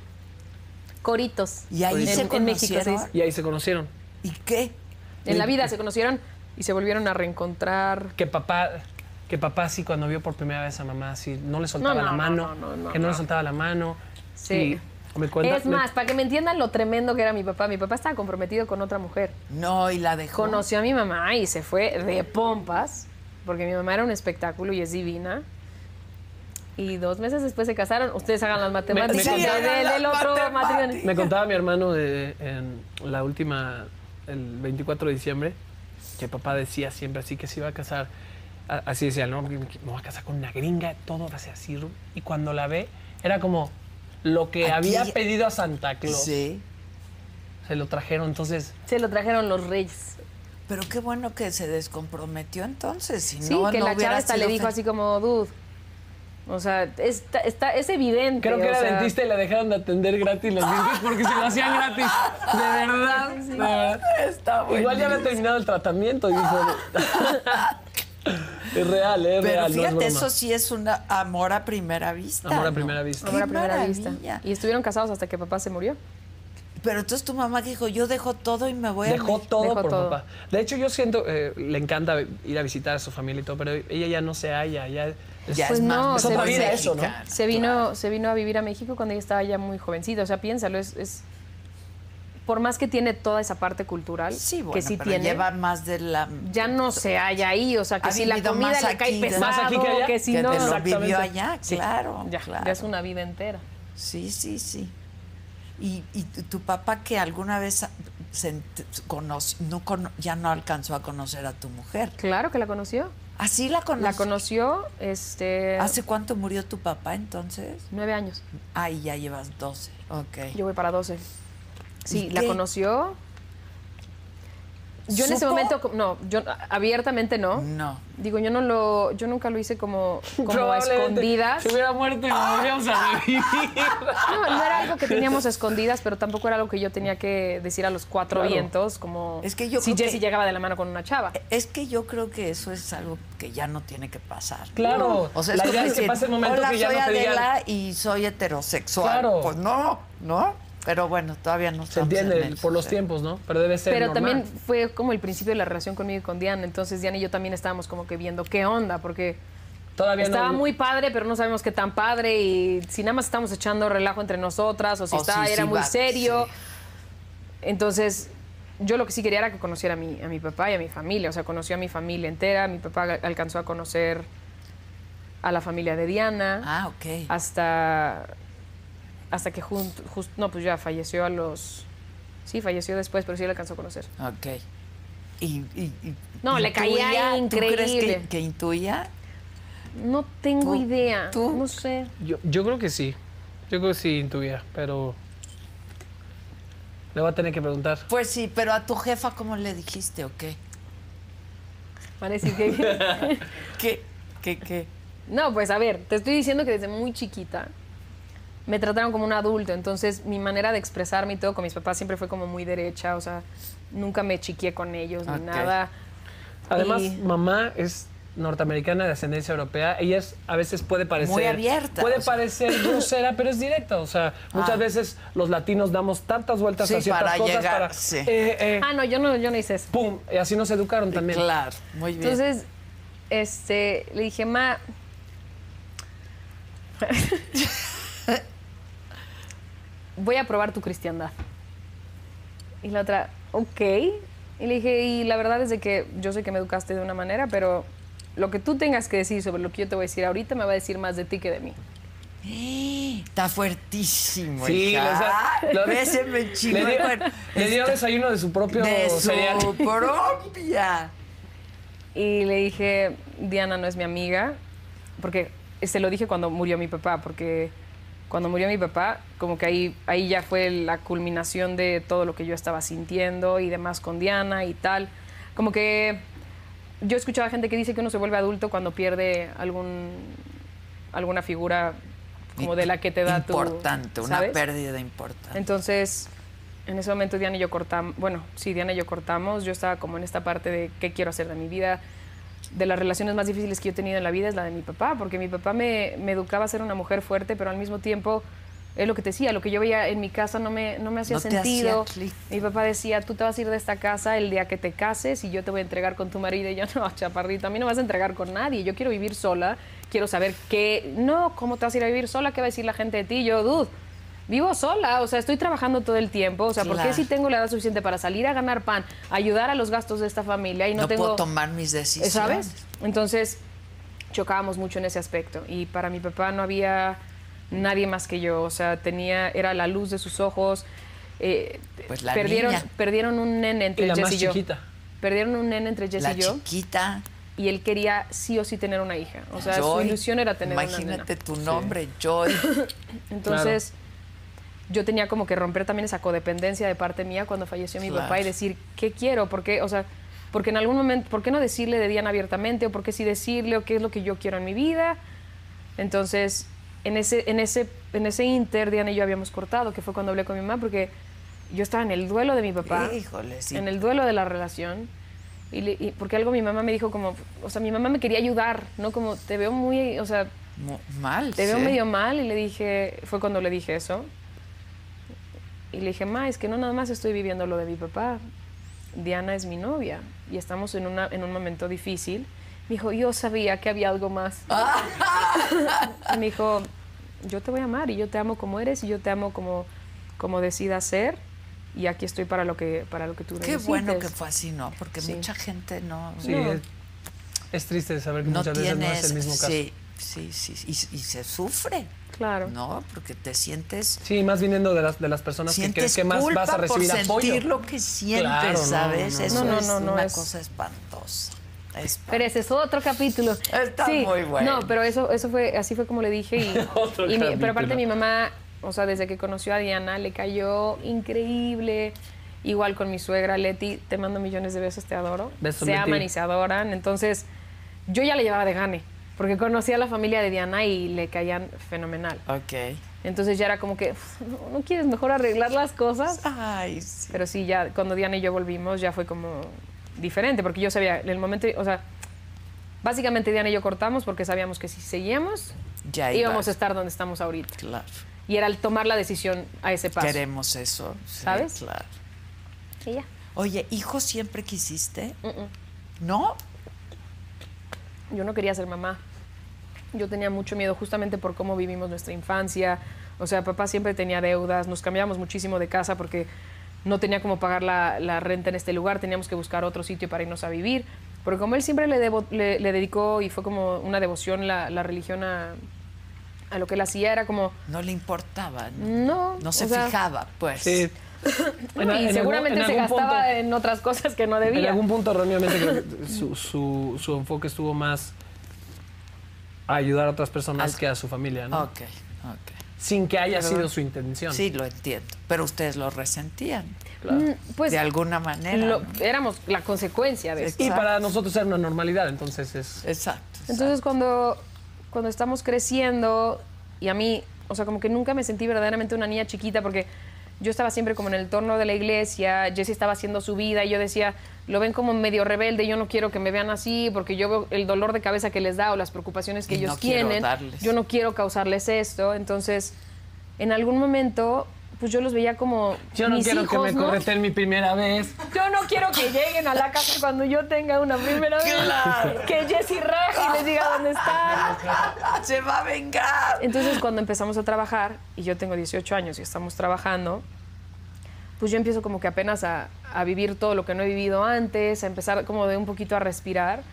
[SPEAKER 3] Coritos.
[SPEAKER 2] Y ahí se conocieron.
[SPEAKER 5] Y ahí se conocieron.
[SPEAKER 2] ¿Y qué?
[SPEAKER 3] En la vida se conocieron y se volvieron a reencontrar.
[SPEAKER 5] Que papá, que papá sí cuando vio por primera vez a mamá, sí, no le soltaba
[SPEAKER 3] No, no,
[SPEAKER 5] la
[SPEAKER 3] no, no,
[SPEAKER 5] mano,
[SPEAKER 3] no, no,
[SPEAKER 5] que no,
[SPEAKER 3] no.
[SPEAKER 5] le soltaba la mano.
[SPEAKER 3] Sí.
[SPEAKER 5] Y me cuenta-
[SPEAKER 3] es
[SPEAKER 5] me-
[SPEAKER 3] más, para que me entiendan lo tremendo que era mi papá, mi papá estaba comprometido con otra mujer.
[SPEAKER 2] No, y la dejó.
[SPEAKER 3] Conoció a mi mamá y se fue de pompas, porque mi mamá era un espectáculo y es divina. Y dos meses después se casaron. Ustedes hagan las
[SPEAKER 5] me- me
[SPEAKER 3] matemáticas de-
[SPEAKER 5] contaba-
[SPEAKER 3] de- del otro matrimonio.
[SPEAKER 5] Me contaba mi hermano de, en la última, el 24 de diciembre, que papá decía siempre así que se iba a casar. a- Así decía, no, me voy a casar con una gringa, todo va a ser así. Y cuando la ve, era como lo que
[SPEAKER 3] Aquí-
[SPEAKER 5] había pedido a Santa Claus.
[SPEAKER 2] Sí.
[SPEAKER 5] Se lo trajeron, entonces.
[SPEAKER 3] Se lo trajeron los reyes.
[SPEAKER 2] Pero qué bueno que se descomprometió entonces. Si
[SPEAKER 3] Sí,
[SPEAKER 2] no,
[SPEAKER 3] que
[SPEAKER 2] no
[SPEAKER 3] la
[SPEAKER 2] hubiera
[SPEAKER 3] chava hasta le
[SPEAKER 2] sido
[SPEAKER 3] dijo
[SPEAKER 2] fe-
[SPEAKER 3] así como, dude. O sea, está, está- es evidente.
[SPEAKER 5] Creo que
[SPEAKER 3] o
[SPEAKER 5] era
[SPEAKER 3] sea,
[SPEAKER 5] dentista y la dejaron de atender gratis los dientes porque se lo hacían gratis. De verdad, de verdad. Igual ya había
[SPEAKER 2] buenísimo.
[SPEAKER 5] terminado el tratamiento y dijo.
[SPEAKER 2] <laughs>
[SPEAKER 5] es real, es
[SPEAKER 2] Pero
[SPEAKER 5] real. no es
[SPEAKER 2] fíjate,
[SPEAKER 5] broma.
[SPEAKER 2] eso sí es un amor a primera vista.
[SPEAKER 5] Amor a
[SPEAKER 2] ¿no?
[SPEAKER 5] primera vista.
[SPEAKER 3] Amor a
[SPEAKER 2] Qué
[SPEAKER 3] primera vista.
[SPEAKER 2] maravilla.
[SPEAKER 3] Y estuvieron casados hasta que papá se murió.
[SPEAKER 2] Pero entonces tu mamá dijo, yo dejo todo y me voy a...
[SPEAKER 5] Dejó
[SPEAKER 2] México".
[SPEAKER 5] todo por papá. De hecho, yo siento, eh, le encanta ir a visitar a su familia y todo, pero ella ya no se halla, ya es,
[SPEAKER 3] pues no,
[SPEAKER 5] es
[SPEAKER 3] se
[SPEAKER 5] otra
[SPEAKER 3] vino,
[SPEAKER 5] vida eso, ¿no?
[SPEAKER 3] se, vino, se vino a vivir a México cuando ella estaba ya muy jovencita. O sea, piénsalo, es, es- por más que tiene toda esa parte cultural
[SPEAKER 2] Sí, bueno,
[SPEAKER 3] que sí
[SPEAKER 2] pero
[SPEAKER 3] tiene,
[SPEAKER 2] lleva más de la...
[SPEAKER 3] ya no se halla ahí. O sea, que
[SPEAKER 2] Ha
[SPEAKER 3] si la
[SPEAKER 2] vivido
[SPEAKER 3] comida
[SPEAKER 2] más
[SPEAKER 3] le cae
[SPEAKER 2] aquí de-
[SPEAKER 3] pesado,
[SPEAKER 2] Más aquí que
[SPEAKER 3] que,
[SPEAKER 2] allá,
[SPEAKER 3] si
[SPEAKER 2] que
[SPEAKER 3] no...
[SPEAKER 2] de lo vivió
[SPEAKER 3] Exactamente.
[SPEAKER 2] allá, claro,
[SPEAKER 3] ya,
[SPEAKER 2] claro.
[SPEAKER 3] ya es una vida entera.
[SPEAKER 2] Sí, sí, sí. Y, y tu, tu papá que alguna vez se ent- conoció- no cono- ya no alcanzó a conocer a tu mujer.
[SPEAKER 3] Claro que la conoció.
[SPEAKER 2] Así la conoció.
[SPEAKER 3] La conoció, este...
[SPEAKER 2] ¿Hace cuánto murió tu papá entonces?
[SPEAKER 3] Nueve años.
[SPEAKER 2] Ay, ya llevas 12. Ok.
[SPEAKER 3] Yo voy para 12. Sí,
[SPEAKER 2] ¿Y
[SPEAKER 3] la
[SPEAKER 2] qué?
[SPEAKER 3] conoció. Yo en
[SPEAKER 2] ¿Supo?
[SPEAKER 3] ese
[SPEAKER 2] Mm.
[SPEAKER 3] momento, co- no, yo abiertamente no.
[SPEAKER 2] No.
[SPEAKER 3] Digo, yo no lo, yo nunca lo hice como,
[SPEAKER 2] <laughs>
[SPEAKER 3] como a
[SPEAKER 5] Probablemente
[SPEAKER 3] escondidas.
[SPEAKER 5] Se hubiera muerto y lo volvíamos a <laughs> revivir.
[SPEAKER 3] No, no era algo que teníamos a escondidas, pero tampoco era algo que yo tenía que decir a los cuatro
[SPEAKER 2] Claro.
[SPEAKER 3] vientos, como
[SPEAKER 2] Es que yo
[SPEAKER 3] si
[SPEAKER 2] creo que-
[SPEAKER 3] Jessy
[SPEAKER 2] Eh,
[SPEAKER 3] llegaba de la mano con una chava.
[SPEAKER 2] Es que yo creo que eso es algo que ya no tiene que pasar.
[SPEAKER 5] Claro.
[SPEAKER 2] O sea,
[SPEAKER 5] La
[SPEAKER 2] es
[SPEAKER 5] idea
[SPEAKER 2] como
[SPEAKER 5] es que
[SPEAKER 2] decir,
[SPEAKER 5] pase el momento
[SPEAKER 2] "Hola,
[SPEAKER 5] que ya
[SPEAKER 2] soy
[SPEAKER 5] no te digan".
[SPEAKER 2] Adela y soy heterosexual.
[SPEAKER 5] Claro.
[SPEAKER 2] Pues no, ¿no? Pero bueno, todavía no
[SPEAKER 5] Se entiende, por los tiempos, ¿no? Pero debe ser
[SPEAKER 3] Pero
[SPEAKER 5] normal.
[SPEAKER 3] también fue como el principio de la relación conmigo y con Diana. Entonces Diana y yo también estábamos como que viendo qué onda, porque
[SPEAKER 5] Todavía no-
[SPEAKER 3] estaba muy padre, pero no sabemos qué tan padre. Y si nada más estamos echando relajo entre nosotras, o si
[SPEAKER 2] O
[SPEAKER 3] estaba,
[SPEAKER 2] si
[SPEAKER 3] era
[SPEAKER 2] Oh, sí
[SPEAKER 3] muy
[SPEAKER 2] va,
[SPEAKER 3] serio. Entonces, yo lo que sí quería era que conociera a mi, a mi papá y a mi familia. O sea, conoció a mi familia entera. Mi papá al- alcanzó a conocer a la familia de Diana.
[SPEAKER 2] Ah, ok.
[SPEAKER 3] Hasta, hasta que junto, no, pues ya falleció a los... Sí, falleció después, pero sí le alcanzó a conocer.
[SPEAKER 2] Ok. Y, y- y-
[SPEAKER 3] No, le
[SPEAKER 2] ¿intuía?
[SPEAKER 3] caía
[SPEAKER 2] ¿Tú crees
[SPEAKER 3] increíble.
[SPEAKER 2] que, que intuía?
[SPEAKER 3] No tengo idea. No sé.
[SPEAKER 5] Yo, yo creo que sí. Yo creo que sí intuía, pero. Le voy a tener que preguntar.
[SPEAKER 2] Pues sí, pero a tu jefa, ¿cómo le dijiste o qué?
[SPEAKER 3] Van a decir que...
[SPEAKER 2] ¿Qué? ¿Qué? ¿Qué?
[SPEAKER 3] No, pues a ver, te estoy diciendo que desde muy chiquita me trataron como un adulto, entonces mi manera de expresarme y todo con mis papás siempre fue como muy derecha, o sea, nunca me chiqué con ellos
[SPEAKER 5] Ok.
[SPEAKER 3] ni nada.
[SPEAKER 5] Además,
[SPEAKER 3] Y-
[SPEAKER 5] mamá es norteamericana de ascendencia europea, ella es, a veces puede parecer...
[SPEAKER 2] Muy abierta,
[SPEAKER 5] Puede
[SPEAKER 2] o sea.
[SPEAKER 5] parecer grosera, pero es directa. O sea, muchas
[SPEAKER 2] Ah.
[SPEAKER 5] veces los latinos damos tantas vueltas
[SPEAKER 2] Sí,
[SPEAKER 5] a ciertas
[SPEAKER 2] para
[SPEAKER 5] cosas
[SPEAKER 2] llegar,
[SPEAKER 5] para... eh,
[SPEAKER 2] sí.
[SPEAKER 3] Ah, no, yo no, yo no hice eso.
[SPEAKER 5] ¡Pum! Y así nos educaron también.
[SPEAKER 2] Claro, muy bien.
[SPEAKER 3] Entonces, este, le dije, ma. <laughs> Voy a probar tu cristiandad. Y la otra, ok. Y le dije, y la verdad es de que yo sé que me educaste de una manera, pero lo que tú tengas que decir sobre lo que yo te voy a decir ahorita me va a decir más de ti que de mí.
[SPEAKER 2] ¡Eh! Está fuertísimo.
[SPEAKER 5] Sí,
[SPEAKER 2] hija. Ah,
[SPEAKER 5] o sea, lo-
[SPEAKER 2] Ese me chingó
[SPEAKER 5] le
[SPEAKER 2] el
[SPEAKER 5] dio,
[SPEAKER 2] cuerno.
[SPEAKER 5] le dio
[SPEAKER 2] Está-
[SPEAKER 5] desayuno de su propio
[SPEAKER 2] este, de su
[SPEAKER 5] cereal.
[SPEAKER 2] <laughs> propia.
[SPEAKER 3] Y le dije, Diana no es mi amiga, porque se lo dije cuando murió mi papá, porque cuando murió mi papá, como que ahí, ahí ya fue la culminación de todo lo que yo estaba sintiendo y demás con Diana y tal. Como que yo he escuchado a gente que dice que uno se vuelve adulto cuando pierde algún, alguna figura como de la que te da
[SPEAKER 2] importante,
[SPEAKER 3] tu...
[SPEAKER 2] una
[SPEAKER 3] ¿sabes?
[SPEAKER 2] pérdida importante.
[SPEAKER 3] Entonces, en ese momento Diana y yo cortamos, bueno, sí, Diana y yo cortamos, yo estaba como en esta parte de qué quiero hacer de mi vida. De las relaciones más difíciles que yo he tenido en la vida es la de mi papá, porque mi papá me, me educaba a ser una mujer fuerte, pero al mismo tiempo es lo que te decía, lo que yo veía en mi casa no me, no me hacía
[SPEAKER 2] No te hacía
[SPEAKER 3] sentido.
[SPEAKER 2] clic.
[SPEAKER 3] mi papá decía, tú te vas a ir de esta casa el día que te cases y yo te voy a entregar con tu marido. Y yo, no, chaparrito, a mí no me vas a entregar con nadie, yo quiero vivir sola, quiero saber qué, no, cómo te vas a ir a vivir sola, qué va a decir la gente de ti. Y yo, dude, vivo sola, o sea, estoy trabajando todo el tiempo, o sea, ¿por qué
[SPEAKER 2] Claro.
[SPEAKER 3] si tengo la edad suficiente para salir a ganar pan, ayudar a los gastos de esta familia y no,
[SPEAKER 2] no
[SPEAKER 3] tengo...
[SPEAKER 2] puedo tomar mis decisiones.
[SPEAKER 3] ¿Sabes? Entonces, chocábamos mucho en ese aspecto. Y para mi papá no había nadie más que yo. O sea, tenía, era la luz de sus ojos. eh,
[SPEAKER 2] Pues la
[SPEAKER 3] perdieron,
[SPEAKER 2] niña.
[SPEAKER 3] perdieron un nene
[SPEAKER 5] Y
[SPEAKER 3] entre
[SPEAKER 5] la
[SPEAKER 3] Jess
[SPEAKER 5] más
[SPEAKER 3] y yo.
[SPEAKER 5] chiquita.
[SPEAKER 3] Perdieron un nene entre Jess
[SPEAKER 2] La
[SPEAKER 3] y yo.
[SPEAKER 2] chiquita.
[SPEAKER 3] Y él quería sí o sí tener una hija. O sea,
[SPEAKER 2] Joy.
[SPEAKER 3] su ilusión era tener una nena.
[SPEAKER 2] Imagínate tu nombre,
[SPEAKER 3] <laughs>
[SPEAKER 2] Joy.
[SPEAKER 3] Entonces, yo tenía como que romper también esa codependencia de parte mía cuando falleció mi
[SPEAKER 2] Claro.
[SPEAKER 3] papá y decir, ¿qué quiero? ¿Por qué? O sea, porque en algún momento, ¿por qué no decirle de Diana abiertamente? ¿O por qué sí decirle? ¿O qué es lo que yo quiero en mi vida? Entonces, en ese, en ese, en ese inter, Diana y yo habíamos cortado, que fue cuando hablé con mi mamá, porque yo estaba en el duelo de mi papá.
[SPEAKER 2] Híjole, sí.
[SPEAKER 3] En el duelo de la relación. Y, le- y- porque algo mi mamá me dijo como, o sea, mi mamá me quería ayudar, ¿no? Como, te veo muy, o sea,
[SPEAKER 2] Mu- Mal.
[SPEAKER 3] te veo
[SPEAKER 2] sí.
[SPEAKER 3] medio mal y le dije, fue cuando le dije eso. Y le dije, ma, es que no nada más estoy viviendo lo de mi papá. Diana es mi novia y estamos en, una, en un momento difícil. Me dijo, yo sabía que había
[SPEAKER 2] <laughs>
[SPEAKER 3] algo más. Y me dijo, yo te voy a amar y yo te amo como eres y yo te amo como, como decidas ser y aquí estoy para lo que, para lo que tú
[SPEAKER 2] Qué
[SPEAKER 3] necesites.
[SPEAKER 2] bueno que fue así, ¿no? Porque
[SPEAKER 3] Sí.
[SPEAKER 2] mucha gente no.
[SPEAKER 5] Sí,
[SPEAKER 2] no.
[SPEAKER 5] es, es triste saber que
[SPEAKER 2] no
[SPEAKER 5] muchas veces no es
[SPEAKER 2] tienes.
[SPEAKER 5] el mismo caso.
[SPEAKER 2] sí, sí, sí. Y, y se sufre,
[SPEAKER 3] Claro.
[SPEAKER 2] ¿no? Porque te sientes.
[SPEAKER 5] Sí, más viniendo de las, de las personas que
[SPEAKER 2] Sientes
[SPEAKER 5] crees que más
[SPEAKER 2] culpa
[SPEAKER 5] vas a recibir
[SPEAKER 2] por
[SPEAKER 5] apoyo.
[SPEAKER 2] sentir lo que sientes,
[SPEAKER 5] Claro, no,
[SPEAKER 2] ¿sabes?
[SPEAKER 5] no, no.
[SPEAKER 2] Eso
[SPEAKER 3] No, no,
[SPEAKER 2] es
[SPEAKER 3] no, no,
[SPEAKER 2] una
[SPEAKER 3] es-
[SPEAKER 2] cosa espantosa. Espantosa.
[SPEAKER 8] Pero ese es otro capítulo.
[SPEAKER 2] Está muy bueno.
[SPEAKER 3] No, pero eso, eso fue, así fue como le dije. Y,
[SPEAKER 5] <laughs> Otro
[SPEAKER 3] y mi-
[SPEAKER 5] capítulo.
[SPEAKER 3] pero aparte mi mamá, o sea, desde que conoció a Diana, le cayó increíble. Igual con mi suegra Leti, te mando millones de besos, te adoro.
[SPEAKER 5] Besos,
[SPEAKER 3] se
[SPEAKER 5] Leti.
[SPEAKER 3] aman y se adoran. Entonces, yo ya le llevaba de gane, porque conocía a la familia de Diana y le caían fenomenal.
[SPEAKER 2] Ok.
[SPEAKER 3] Entonces ya era como que, "Uf, no, ¿no quieres mejor arreglar las cosas?
[SPEAKER 2] Ay, sí.
[SPEAKER 3] Pero sí, ya cuando Diana y yo volvimos ya fue como diferente, porque yo sabía, en el momento, o sea, básicamente Diana y yo cortamos porque sabíamos que si seguíamos
[SPEAKER 2] Ya
[SPEAKER 3] íbamos
[SPEAKER 2] ibas.
[SPEAKER 3] a estar donde estamos ahorita.
[SPEAKER 2] Claro.
[SPEAKER 3] Y era el tomar la decisión a ese paso.
[SPEAKER 2] Queremos eso. sí,
[SPEAKER 3] ¿Sabes?
[SPEAKER 2] Claro.
[SPEAKER 3] Y ya.
[SPEAKER 2] Oye, ¿hijo siempre quisiste? ¿No?
[SPEAKER 3] Yo no quería ser mamá. Yo tenía mucho miedo justamente por cómo vivimos nuestra infancia. O sea, papá siempre tenía deudas, nos cambiamos muchísimo de casa porque no tenía cómo pagar la, la renta en este lugar, teníamos que buscar otro sitio para irnos a vivir. Porque como él siempre le, devo- le- le dedicó y fue como una devoción la, la religión a, a lo que él hacía, era como,
[SPEAKER 2] No le importaba. No,
[SPEAKER 3] no.
[SPEAKER 2] No
[SPEAKER 3] o
[SPEAKER 2] se
[SPEAKER 3] sea,
[SPEAKER 2] fijaba, pues.
[SPEAKER 3] <laughs>
[SPEAKER 5] Sí. En a- en
[SPEAKER 3] y
[SPEAKER 5] algún-
[SPEAKER 3] seguramente
[SPEAKER 5] en
[SPEAKER 3] se
[SPEAKER 5] algún
[SPEAKER 3] gastaba
[SPEAKER 5] punto-
[SPEAKER 3] en otras cosas que no debía.
[SPEAKER 5] En algún punto, erróneamente, creo que <laughs> su, su, su enfoque estuvo más a ayudar a otras personas
[SPEAKER 2] Al-
[SPEAKER 5] que a su familia,
[SPEAKER 3] Ah,
[SPEAKER 5] ¿no?
[SPEAKER 2] Ok, ok.
[SPEAKER 5] Sin que haya sido su intención.
[SPEAKER 2] Sí, lo entiendo. Pero ustedes lo resentían.
[SPEAKER 3] Mm, Pues
[SPEAKER 2] de alguna manera.
[SPEAKER 3] lo-
[SPEAKER 2] ¿no?
[SPEAKER 3] éramos la consecuencia de eso.
[SPEAKER 5] Y
[SPEAKER 2] Exacto.
[SPEAKER 5] para nosotros era una normalidad, entonces es...
[SPEAKER 2] Exacto.
[SPEAKER 3] Entonces cuando, cuando estamos creciendo y a mí, o sea, como que nunca me sentí verdaderamente una niña chiquita porque yo estaba siempre como en el torno de la iglesia, Jesse estaba haciendo su vida y yo decía, lo ven como medio rebelde, yo no quiero que me vean así porque yo veo el dolor de cabeza que les da o las preocupaciones que
[SPEAKER 2] Y no
[SPEAKER 3] ellos
[SPEAKER 2] quiero
[SPEAKER 3] tienen,
[SPEAKER 2] darles.
[SPEAKER 3] yo no quiero causarles esto, entonces en algún momento pues yo los veía como
[SPEAKER 5] Yo no
[SPEAKER 3] mis
[SPEAKER 5] quiero que
[SPEAKER 3] hijos,
[SPEAKER 5] me
[SPEAKER 3] ¿no?
[SPEAKER 5] correten mi primera vez.
[SPEAKER 3] Yo no quiero que lleguen a la casa cuando yo tenga una primera vez.
[SPEAKER 5] Claro.
[SPEAKER 3] Que Jessy raje y les diga dónde están.
[SPEAKER 2] <laughs> Se va a vengar.
[SPEAKER 3] Entonces, cuando empezamos a trabajar, y yo tengo 18 años y estamos trabajando, pues yo empiezo como que apenas a, a vivir todo lo que no he vivido antes, a empezar como de un poquito a respirar.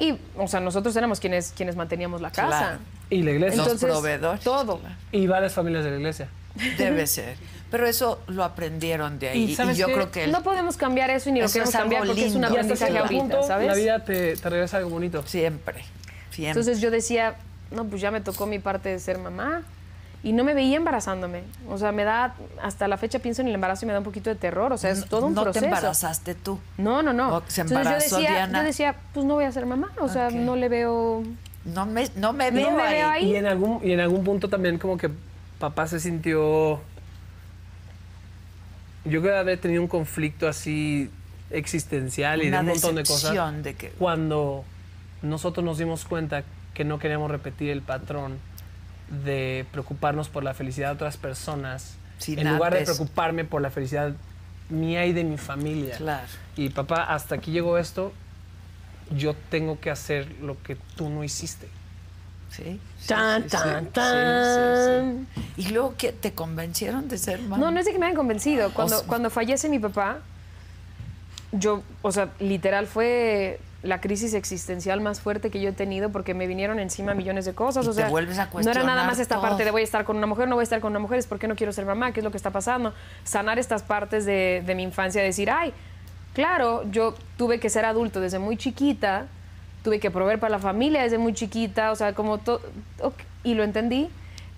[SPEAKER 3] Y, o sea, nosotros éramos quienes, quienes manteníamos la casa.
[SPEAKER 5] Y la iglesia.
[SPEAKER 3] Entonces, Todo.
[SPEAKER 5] Y varias familias de la iglesia.
[SPEAKER 2] Debe ser. Pero eso lo aprendieron de ahí. Y, yo creo que... el-
[SPEAKER 3] No podemos cambiar eso y ni lo
[SPEAKER 2] Eso
[SPEAKER 3] queremos
[SPEAKER 2] es algo
[SPEAKER 3] cambiar porque es
[SPEAKER 2] lindo.
[SPEAKER 3] un
[SPEAKER 2] Y hasta
[SPEAKER 3] aprendizaje
[SPEAKER 2] cierto
[SPEAKER 3] ahorita,
[SPEAKER 2] punto,
[SPEAKER 3] ¿sabes?
[SPEAKER 5] La vida te, te regresa algo bonito.
[SPEAKER 2] Siempre. Siempre.
[SPEAKER 3] Entonces yo decía, no, pues ya me tocó mi parte de ser mamá. Y no me veía embarazándome. O sea, me da, hasta la fecha pienso en el embarazo y me da un poquito de terror. O sea, es todo un
[SPEAKER 2] no
[SPEAKER 3] proceso.
[SPEAKER 2] te embarazaste tú.
[SPEAKER 3] No, no, no.
[SPEAKER 2] se
[SPEAKER 3] Entonces
[SPEAKER 2] embarazó
[SPEAKER 3] yo decía,
[SPEAKER 2] Diana.
[SPEAKER 3] yo decía, pues no voy a ser mamá. O sea, no le veo.
[SPEAKER 2] No me, no me
[SPEAKER 3] veo me veo ahí.
[SPEAKER 5] Y en algún, y en algún punto también como que papá se sintió... Yo creo que haber tenido un conflicto así existencial y
[SPEAKER 2] Una
[SPEAKER 5] de un montón de
[SPEAKER 2] decepción
[SPEAKER 5] cosas.
[SPEAKER 2] de que-
[SPEAKER 5] Cuando nosotros nos dimos cuenta que no queríamos repetir el patrón de preocuparnos por la felicidad de otras personas
[SPEAKER 2] Sin
[SPEAKER 5] en lugar de
[SPEAKER 2] antes.
[SPEAKER 5] preocuparme por la felicidad mía y de mi familia.
[SPEAKER 2] Claro.
[SPEAKER 5] Y papá, hasta aquí llegó esto, yo tengo que hacer lo que tú no hiciste.
[SPEAKER 2] Sí.
[SPEAKER 5] Tan, tan, tan.
[SPEAKER 2] Y luego que te convencieron de ser mamá.
[SPEAKER 3] No, no es de que me hayan convencido. Cuando,
[SPEAKER 2] sea-
[SPEAKER 3] cuando fallece mi papá, yo, o sea, literal fue la crisis existencial más fuerte que yo he tenido porque me vinieron encima millones de cosas.
[SPEAKER 2] Y
[SPEAKER 3] o
[SPEAKER 2] te
[SPEAKER 3] sea,
[SPEAKER 2] vuelves a
[SPEAKER 3] no era nada
[SPEAKER 2] cuestionar
[SPEAKER 3] más esta
[SPEAKER 2] todo.
[SPEAKER 3] parte de voy a estar con una mujer, no voy a estar con una mujer, es porque no quiero ser mamá, qué es lo que está pasando. Sanar estas partes de, de mi infancia, decir, ay, claro, yo tuve que ser adulto desde muy chiquita, tuve que proveer para la familia desde muy chiquita, o sea, como todo, y lo entendí,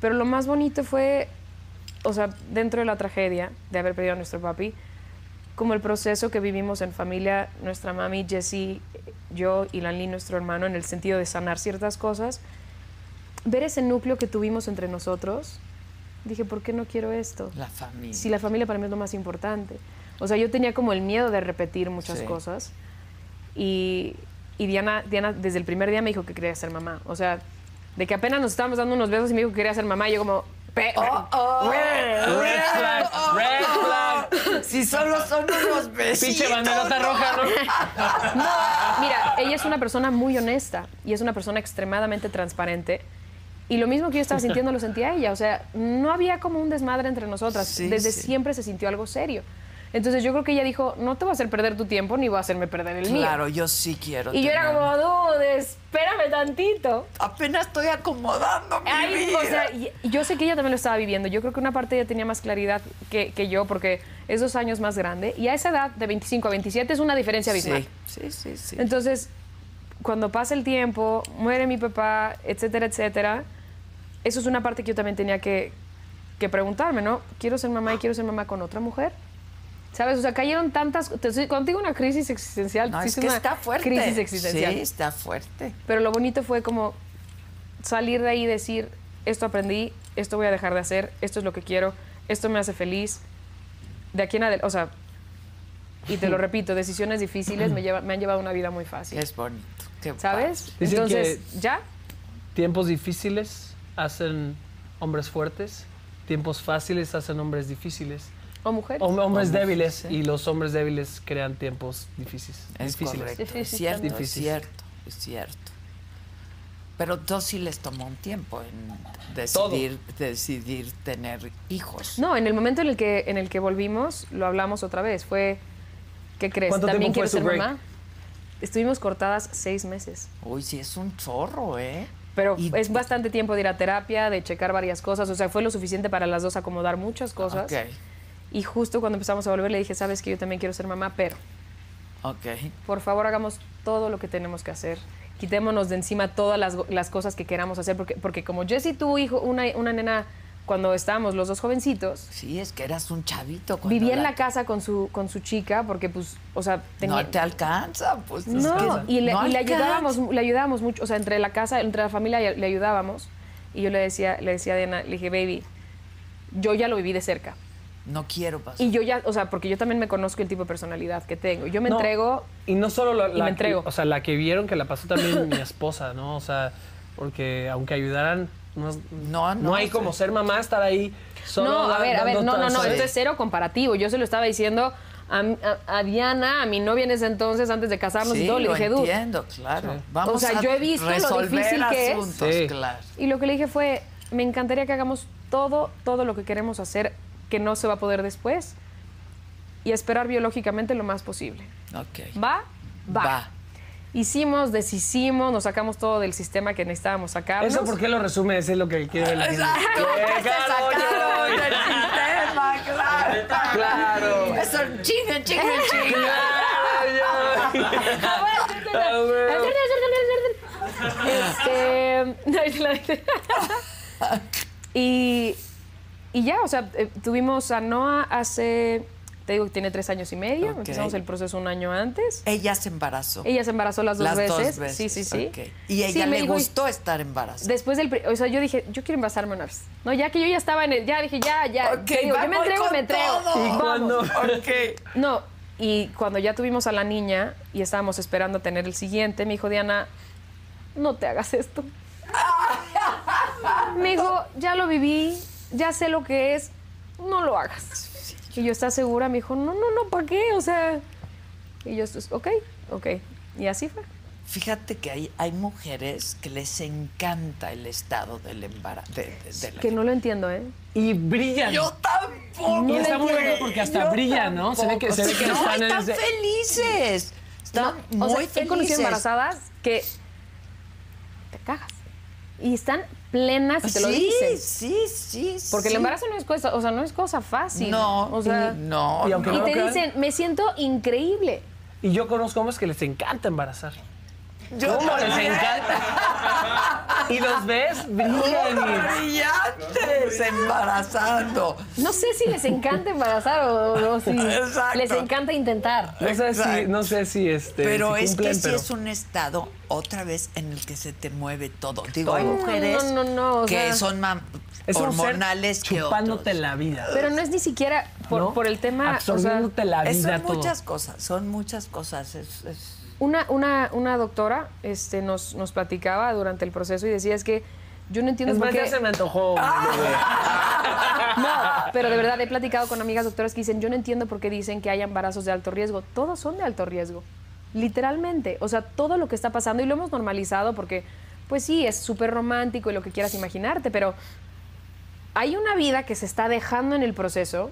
[SPEAKER 3] pero lo más bonito fue o sea, dentro de la tragedia de haber perdido a nuestro papi, como el proceso que vivimos en familia, nuestra mami, Jessie, yo y Lanley, nuestro hermano, en el sentido de sanar ciertas cosas, ver ese núcleo que tuvimos entre nosotros, dije, ¿por qué no quiero esto?
[SPEAKER 2] La familia.
[SPEAKER 3] Si la familia para mí es lo más importante. O sea, yo tenía como el miedo de repetir muchas
[SPEAKER 2] Sí.
[SPEAKER 3] cosas. Y, y Diana, Diana desde el primer día me dijo que quería ser mamá. O sea, de que apenas nos estábamos dando unos besos y me dijo que quería ser mamá. Y yo como... pe-
[SPEAKER 2] Oh, Red flag, red flag. oh, Si solo son unos besitos.
[SPEAKER 5] Pinche banderota roja,
[SPEAKER 3] No, mira, ella es una persona muy honesta y es una persona extremadamente transparente. Y lo mismo que yo estaba sintiendo lo sentía ella. O sea, no había como un desmadre entre nosotras.
[SPEAKER 2] Sí,
[SPEAKER 3] Desde
[SPEAKER 2] sí.
[SPEAKER 3] siempre se sintió algo serio. Entonces yo creo que ella dijo, no te voy a hacer perder tu tiempo ni voy a hacerme perder el
[SPEAKER 2] Claro,
[SPEAKER 3] mío.
[SPEAKER 2] yo sí quiero.
[SPEAKER 3] Y yo era
[SPEAKER 2] tener-
[SPEAKER 3] como, dude, espérame tantito.
[SPEAKER 2] Apenas estoy acomodando mi
[SPEAKER 3] Ay,
[SPEAKER 2] vida.
[SPEAKER 3] o sea, y- y yo sé que ella también lo estaba viviendo. Yo creo que una parte ella tenía más claridad que, que yo porque es dos años más grande. Y a esa edad, de 25 a 27, es una diferencia abismal.
[SPEAKER 2] sí, sí, sí, sí.
[SPEAKER 3] Entonces, cuando pasa el tiempo, muere mi papá, etcétera, etcétera, eso es una parte que yo también tenía que, que preguntarme, ¿no? ¿Quiero ser mamá y quiero ser mamá con otra mujer? ¿Sabes? O sea, cayeron tantas... te estoy- Cuando digo una crisis existencial,
[SPEAKER 2] no,
[SPEAKER 3] sí
[SPEAKER 2] es
[SPEAKER 3] es
[SPEAKER 2] que
[SPEAKER 3] una
[SPEAKER 2] está fuerte.
[SPEAKER 3] crisis existencial.
[SPEAKER 2] Sí, está fuerte.
[SPEAKER 3] Pero lo bonito fue como salir de ahí y decir, esto aprendí, esto voy a dejar de hacer, esto es lo que quiero, esto me hace feliz. De aquí en adelante, o sea, y
[SPEAKER 2] <laughs>
[SPEAKER 3] te lo repito, decisiones difíciles me, lleva- me han llevado a una vida muy fácil.
[SPEAKER 2] Es bonito. Qué
[SPEAKER 3] ¿Sabes?
[SPEAKER 5] Dicen
[SPEAKER 3] Entonces,
[SPEAKER 5] que-
[SPEAKER 3] ¿ya?
[SPEAKER 5] Tiempos difíciles hacen hombres fuertes, tiempos fáciles hacen hombres difíciles.
[SPEAKER 3] ¿O mujeres?
[SPEAKER 5] Hom- hombres
[SPEAKER 3] O
[SPEAKER 5] débiles
[SPEAKER 3] mujeres, sí.
[SPEAKER 5] y los hombres débiles crean tiempos difíciles.
[SPEAKER 2] Es
[SPEAKER 5] difíciles.
[SPEAKER 2] correcto. Es cierto, es cierto, es cierto. Pero dos sí les tomó un tiempo en decidir, decidir tener hijos.
[SPEAKER 3] No, en el momento en el que en el que volvimos, lo hablamos otra vez. Fue, ¿qué crees?
[SPEAKER 5] ¿Cuánto
[SPEAKER 3] ¿También
[SPEAKER 5] tiempo fue
[SPEAKER 3] quiero
[SPEAKER 5] su
[SPEAKER 3] ser
[SPEAKER 5] break?
[SPEAKER 3] mamá? Estuvimos cortadas seis meses.
[SPEAKER 2] Uy, sí es un chorro, ¿eh?
[SPEAKER 3] Pero es bastante tiempo de ir a terapia, de checar varias cosas. O sea, fue lo suficiente para las dos acomodar muchas cosas.
[SPEAKER 2] Ok,
[SPEAKER 3] Y justo cuando empezamos a volver le dije, sabes que yo también quiero ser mamá, pero
[SPEAKER 2] ok.
[SPEAKER 3] por favor hagamos todo lo que tenemos que hacer. Quitémonos de encima todas las, las cosas que queramos hacer. Porque, porque como Jesse tuvo hijo, una, una nena, cuando estábamos los dos jovencitos,
[SPEAKER 2] Sí, es que eras un chavito. cuando
[SPEAKER 3] vivía en la casa con su, con su chica porque, pues, o sea, tenía...
[SPEAKER 2] No te alcanza, pues. es
[SPEAKER 3] No,
[SPEAKER 2] que
[SPEAKER 3] y le,
[SPEAKER 2] no
[SPEAKER 3] y
[SPEAKER 2] alcanza.
[SPEAKER 3] le ayudábamos, le ayudábamos mucho, o sea, entre la casa, entre la familia le ayudábamos. Y yo le decía, le decía a Diana, le dije, baby, yo ya lo viví de cerca.
[SPEAKER 2] No quiero pasar.
[SPEAKER 3] Y yo ya, o sea, porque yo también me conozco el tipo de personalidad que tengo. Yo me
[SPEAKER 5] No,
[SPEAKER 3] entrego
[SPEAKER 5] Y no solo la,
[SPEAKER 3] Y
[SPEAKER 5] la
[SPEAKER 3] me entrego.
[SPEAKER 5] que- o sea, la que vieron que la pasó también mi <coughs> esposa, ¿no? O sea, porque aunque ayudaran, no, es- no hay
[SPEAKER 3] sí.
[SPEAKER 5] como ser mamá, estar ahí solo.
[SPEAKER 3] no, a ver, a ver,
[SPEAKER 5] dando
[SPEAKER 3] no, este, no, no,
[SPEAKER 5] tazas.
[SPEAKER 3] esto es cero comparativo. Yo se lo estaba diciendo a, a- a Diana, a mi novia en ese entonces, antes de casarnos
[SPEAKER 2] Sí,
[SPEAKER 3] y todo, le
[SPEAKER 2] lo
[SPEAKER 3] dije, "Dude,
[SPEAKER 2] entiendo, claro. Vamos
[SPEAKER 3] o sea,
[SPEAKER 2] a
[SPEAKER 3] yo he visto lo
[SPEAKER 2] resolver
[SPEAKER 3] difícil que es.
[SPEAKER 2] asuntos, claro.
[SPEAKER 3] Y lo que le dije fue, me encantaría que hagamos todo, todo lo que queremos hacer, que no se va a poder después, y esperar biológicamente lo más posible.
[SPEAKER 2] Ok.
[SPEAKER 3] ¿Va? Va. <laughs>
[SPEAKER 2] Va.
[SPEAKER 3] Hicimos, deshicimos, nos sacamos todo del sistema que necesitábamos sacar.
[SPEAKER 5] Eso porque lo resume, ese es lo que quiere la gente.
[SPEAKER 2] Se sacaron del
[SPEAKER 3] <laughs>
[SPEAKER 2] sistema, claro.
[SPEAKER 5] Claro.
[SPEAKER 2] Eso, chinga, chinga,
[SPEAKER 3] <laughs>
[SPEAKER 2] chinga.
[SPEAKER 3] Ah,
[SPEAKER 2] Ah,
[SPEAKER 3] Este, <laughs> no, es la- y, y ya, o sea, eh, tuvimos a Noah hace, te digo que tiene tres años y medio,
[SPEAKER 2] Ok.
[SPEAKER 3] empezamos el proceso un año antes.
[SPEAKER 2] Ella se embarazó.
[SPEAKER 3] Ella se embarazó las dos
[SPEAKER 2] Las
[SPEAKER 3] veces.
[SPEAKER 2] dos
[SPEAKER 3] Sí, sí,
[SPEAKER 2] veces,
[SPEAKER 3] sí.
[SPEAKER 2] ok. Y a
[SPEAKER 3] Sí,
[SPEAKER 2] ella
[SPEAKER 3] me
[SPEAKER 2] le
[SPEAKER 3] dijo,
[SPEAKER 2] gustó estar embarazada.
[SPEAKER 3] Después del, pri- o sea, yo dije, yo quiero embarazarme una vez. No, ya que yo ya estaba en el, ya dije, ya, ya,
[SPEAKER 2] Ok,
[SPEAKER 3] te digo, yo me
[SPEAKER 2] vamos
[SPEAKER 3] entrego,
[SPEAKER 2] con
[SPEAKER 3] me entrego.
[SPEAKER 2] todo.
[SPEAKER 3] Vamos.
[SPEAKER 2] Ok.
[SPEAKER 3] No, y cuando ya tuvimos a la niña y estábamos esperando tener el siguiente, me dijo Diana, no te
[SPEAKER 2] <laughs>
[SPEAKER 3] hagas esto. Me dijo, ya lo viví, ya sé lo que es, no lo hagas. Y yo, ¿estás segura? Me dijo, no, no, no, ¿para qué? O sea, y yo, "Pues, ok, ok. Y así fue.
[SPEAKER 2] Fíjate que hay, hay mujeres que les encanta el estado del embarazo.
[SPEAKER 3] Que no lo entiendo, ¿eh?
[SPEAKER 5] Y brillan.
[SPEAKER 2] Yo tampoco.
[SPEAKER 5] Y está muy bueno porque hasta brilla, ¿no? Se ve que, se ve que
[SPEAKER 2] no,
[SPEAKER 5] están en
[SPEAKER 2] están
[SPEAKER 5] ese-
[SPEAKER 2] felices. Están
[SPEAKER 3] O
[SPEAKER 2] muy
[SPEAKER 3] sea, he conocido
[SPEAKER 2] felices.
[SPEAKER 3] embarazadas que te cagas. Y están plenas y te lo
[SPEAKER 2] Sí,
[SPEAKER 3] dicen.
[SPEAKER 2] Sí, sí, sí.
[SPEAKER 3] Porque el embarazo no es cosa, o sea, no es cosa fácil.
[SPEAKER 2] No,
[SPEAKER 3] o sea,
[SPEAKER 2] no.
[SPEAKER 5] Y aunque
[SPEAKER 3] y
[SPEAKER 5] no
[SPEAKER 3] te
[SPEAKER 5] lo crean,
[SPEAKER 3] dicen, me siento increíble.
[SPEAKER 5] Y yo conozco hombres que les encanta embarazar.
[SPEAKER 2] Yo
[SPEAKER 5] ¿Cómo les
[SPEAKER 2] también.
[SPEAKER 5] encanta? y los ves, brillan. y-
[SPEAKER 2] brillantes embarazando.
[SPEAKER 3] No sé si les encanta embarazar o, o
[SPEAKER 5] <laughs>
[SPEAKER 3] si
[SPEAKER 2] Exacto.
[SPEAKER 3] les encanta intentar.
[SPEAKER 5] No sé si,
[SPEAKER 2] Exacto.
[SPEAKER 5] no sé si este.
[SPEAKER 2] Pero
[SPEAKER 5] si
[SPEAKER 2] es
[SPEAKER 5] cumplen,
[SPEAKER 2] que sí
[SPEAKER 5] pero-
[SPEAKER 2] es un estado, otra vez, en el que se te mueve todo. Digo, hay
[SPEAKER 3] Todo.
[SPEAKER 2] mujeres
[SPEAKER 3] No, no, no, o
[SPEAKER 2] que
[SPEAKER 3] sea.
[SPEAKER 2] son mam-
[SPEAKER 5] Es un ser
[SPEAKER 2] hormonales que
[SPEAKER 5] chupándote
[SPEAKER 2] otros.
[SPEAKER 5] la vida.
[SPEAKER 3] Pero no es ni siquiera por,
[SPEAKER 5] ¿No?
[SPEAKER 3] por el tema. O sea,
[SPEAKER 5] Absorbiéndote la
[SPEAKER 2] Es-
[SPEAKER 5] vida
[SPEAKER 2] son
[SPEAKER 5] todo.
[SPEAKER 2] muchas cosas, son muchas cosas. Es, es-
[SPEAKER 3] una, una, una doctora este, nos, nos platicaba durante el proceso y decía es que yo no entiendo
[SPEAKER 5] Es
[SPEAKER 3] por
[SPEAKER 5] más, ya
[SPEAKER 3] qué.
[SPEAKER 5] se me antojó. bebé.
[SPEAKER 3] Ah, No, pero de verdad he platicado con amigas doctoras que dicen, yo no entiendo por qué dicen que hay embarazos de alto riesgo. Todos son de alto riesgo, literalmente. O sea, todo lo que está pasando y lo hemos normalizado porque, pues sí, es súper romántico y lo que quieras imaginarte, pero hay una vida que se está dejando en el proceso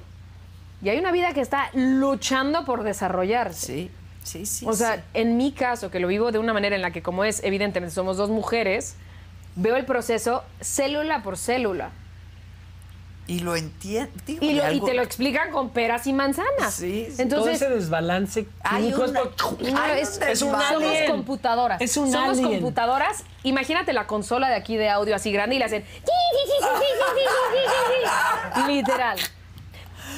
[SPEAKER 3] y hay una vida que está luchando por desarrollarse.
[SPEAKER 2] sí, sí, sí.
[SPEAKER 3] O sea,
[SPEAKER 2] sí.
[SPEAKER 3] en mi caso, que lo vivo de una manera en la que, como es, evidentemente somos dos mujeres, veo el proceso célula por célula.
[SPEAKER 2] Y lo entiendo.
[SPEAKER 3] Y, lo- y te lo explican con peras y manzanas.
[SPEAKER 2] Sí, sí.
[SPEAKER 5] Todo
[SPEAKER 3] Entonces,
[SPEAKER 5] ese desbalance
[SPEAKER 2] Hay
[SPEAKER 5] químico es
[SPEAKER 2] una-
[SPEAKER 5] por-
[SPEAKER 3] no,
[SPEAKER 2] hay
[SPEAKER 3] es,
[SPEAKER 2] un
[SPEAKER 3] es un
[SPEAKER 2] desbalance.
[SPEAKER 3] somos computadoras.
[SPEAKER 5] Es un
[SPEAKER 3] somos
[SPEAKER 5] alien.
[SPEAKER 3] computadoras. Imagínate la consola de aquí de audio así grande y le hacen. "Sí, sí, sí, sí, sí, sí, sí, sí, sí, sí". Literal.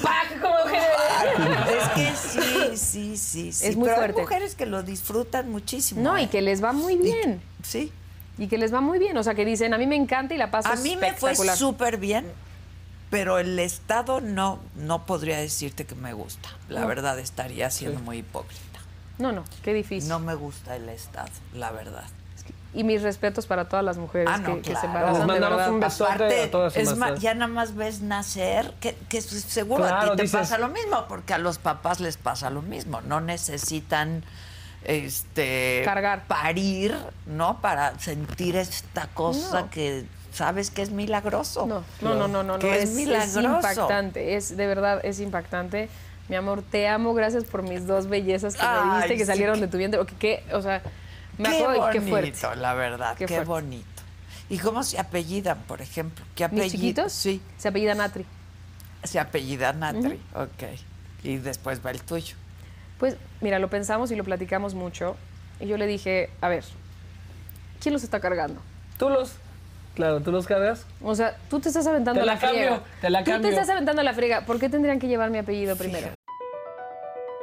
[SPEAKER 3] ¡Pac! Como que-
[SPEAKER 2] <laughs> Es
[SPEAKER 3] <laughs>
[SPEAKER 2] que sí, sí, sí, sí.
[SPEAKER 3] Es muy
[SPEAKER 2] Pero
[SPEAKER 3] fuerte.
[SPEAKER 2] hay mujeres que lo disfrutan muchísimo.
[SPEAKER 3] No,
[SPEAKER 2] ¿eh?
[SPEAKER 3] y que les va muy bien.
[SPEAKER 2] Sí.
[SPEAKER 3] Y que les va muy bien. O sea, que dicen, a mí me encanta y la paso
[SPEAKER 2] A mí me fue
[SPEAKER 3] espectacular.
[SPEAKER 2] súper bien, pero el Estado no, no podría decirte que me gusta. La verdad, estaría siendo muy hipócrita.
[SPEAKER 3] No, no, qué difícil.
[SPEAKER 2] No me gusta el Estado, la verdad.
[SPEAKER 3] Y mis respetos para todas las mujeres
[SPEAKER 2] Ah, no,
[SPEAKER 3] que, que se
[SPEAKER 2] claro.
[SPEAKER 3] embarazan.
[SPEAKER 5] Les
[SPEAKER 3] de
[SPEAKER 5] mandamos
[SPEAKER 3] verdad.
[SPEAKER 5] un beso. Besote
[SPEAKER 2] Aparte,
[SPEAKER 5] a todas
[SPEAKER 2] es
[SPEAKER 5] unas
[SPEAKER 2] ma-
[SPEAKER 5] todas.
[SPEAKER 2] ya nada más ves nacer, que, que s- seguro a
[SPEAKER 5] Claro,
[SPEAKER 2] ti te
[SPEAKER 5] dices-
[SPEAKER 2] pasa lo mismo, porque a los papás les pasa lo mismo. No necesitan este
[SPEAKER 3] Cargar.
[SPEAKER 2] parir, ¿no? Para sentir esta cosa
[SPEAKER 3] No.
[SPEAKER 2] que sabes que es milagroso.
[SPEAKER 3] No, no, no, no, no, no,
[SPEAKER 2] Que es,
[SPEAKER 3] es, es
[SPEAKER 2] milagroso.
[SPEAKER 3] impactante, es de verdad, es impactante. Mi amor, te amo, gracias por mis dos bellezas que me
[SPEAKER 2] Ay,
[SPEAKER 3] diste, que
[SPEAKER 2] sí,
[SPEAKER 3] salieron
[SPEAKER 2] qué-
[SPEAKER 3] de tu vientre. o que- que, o sea, me
[SPEAKER 2] qué
[SPEAKER 3] acuerdo y
[SPEAKER 2] bonito,
[SPEAKER 3] qué fuerte.
[SPEAKER 2] la verdad,
[SPEAKER 3] Qué
[SPEAKER 2] qué,
[SPEAKER 3] fuerte.
[SPEAKER 2] bonito. ¿Y cómo se apellidan, por ejemplo? ¿Qué
[SPEAKER 3] ¿Mis
[SPEAKER 2] apellido?
[SPEAKER 3] chiquitos?
[SPEAKER 2] Sí,
[SPEAKER 3] Se apellidan Atri.
[SPEAKER 2] se apellida Natri, ok. Y después va el tuyo.
[SPEAKER 3] Pues mira, lo pensamos y lo platicamos mucho. Y yo le dije, a ver, ¿quién los está cargando?
[SPEAKER 5] Tú los. Claro, tú los cargas.
[SPEAKER 3] O sea, tú te estás aventando
[SPEAKER 5] Te la
[SPEAKER 3] friega.
[SPEAKER 5] cambio, te la
[SPEAKER 3] Tú
[SPEAKER 5] cambio.
[SPEAKER 3] te estás aventando la friega. ¿Por qué tendrían que llevar mi apellido primero?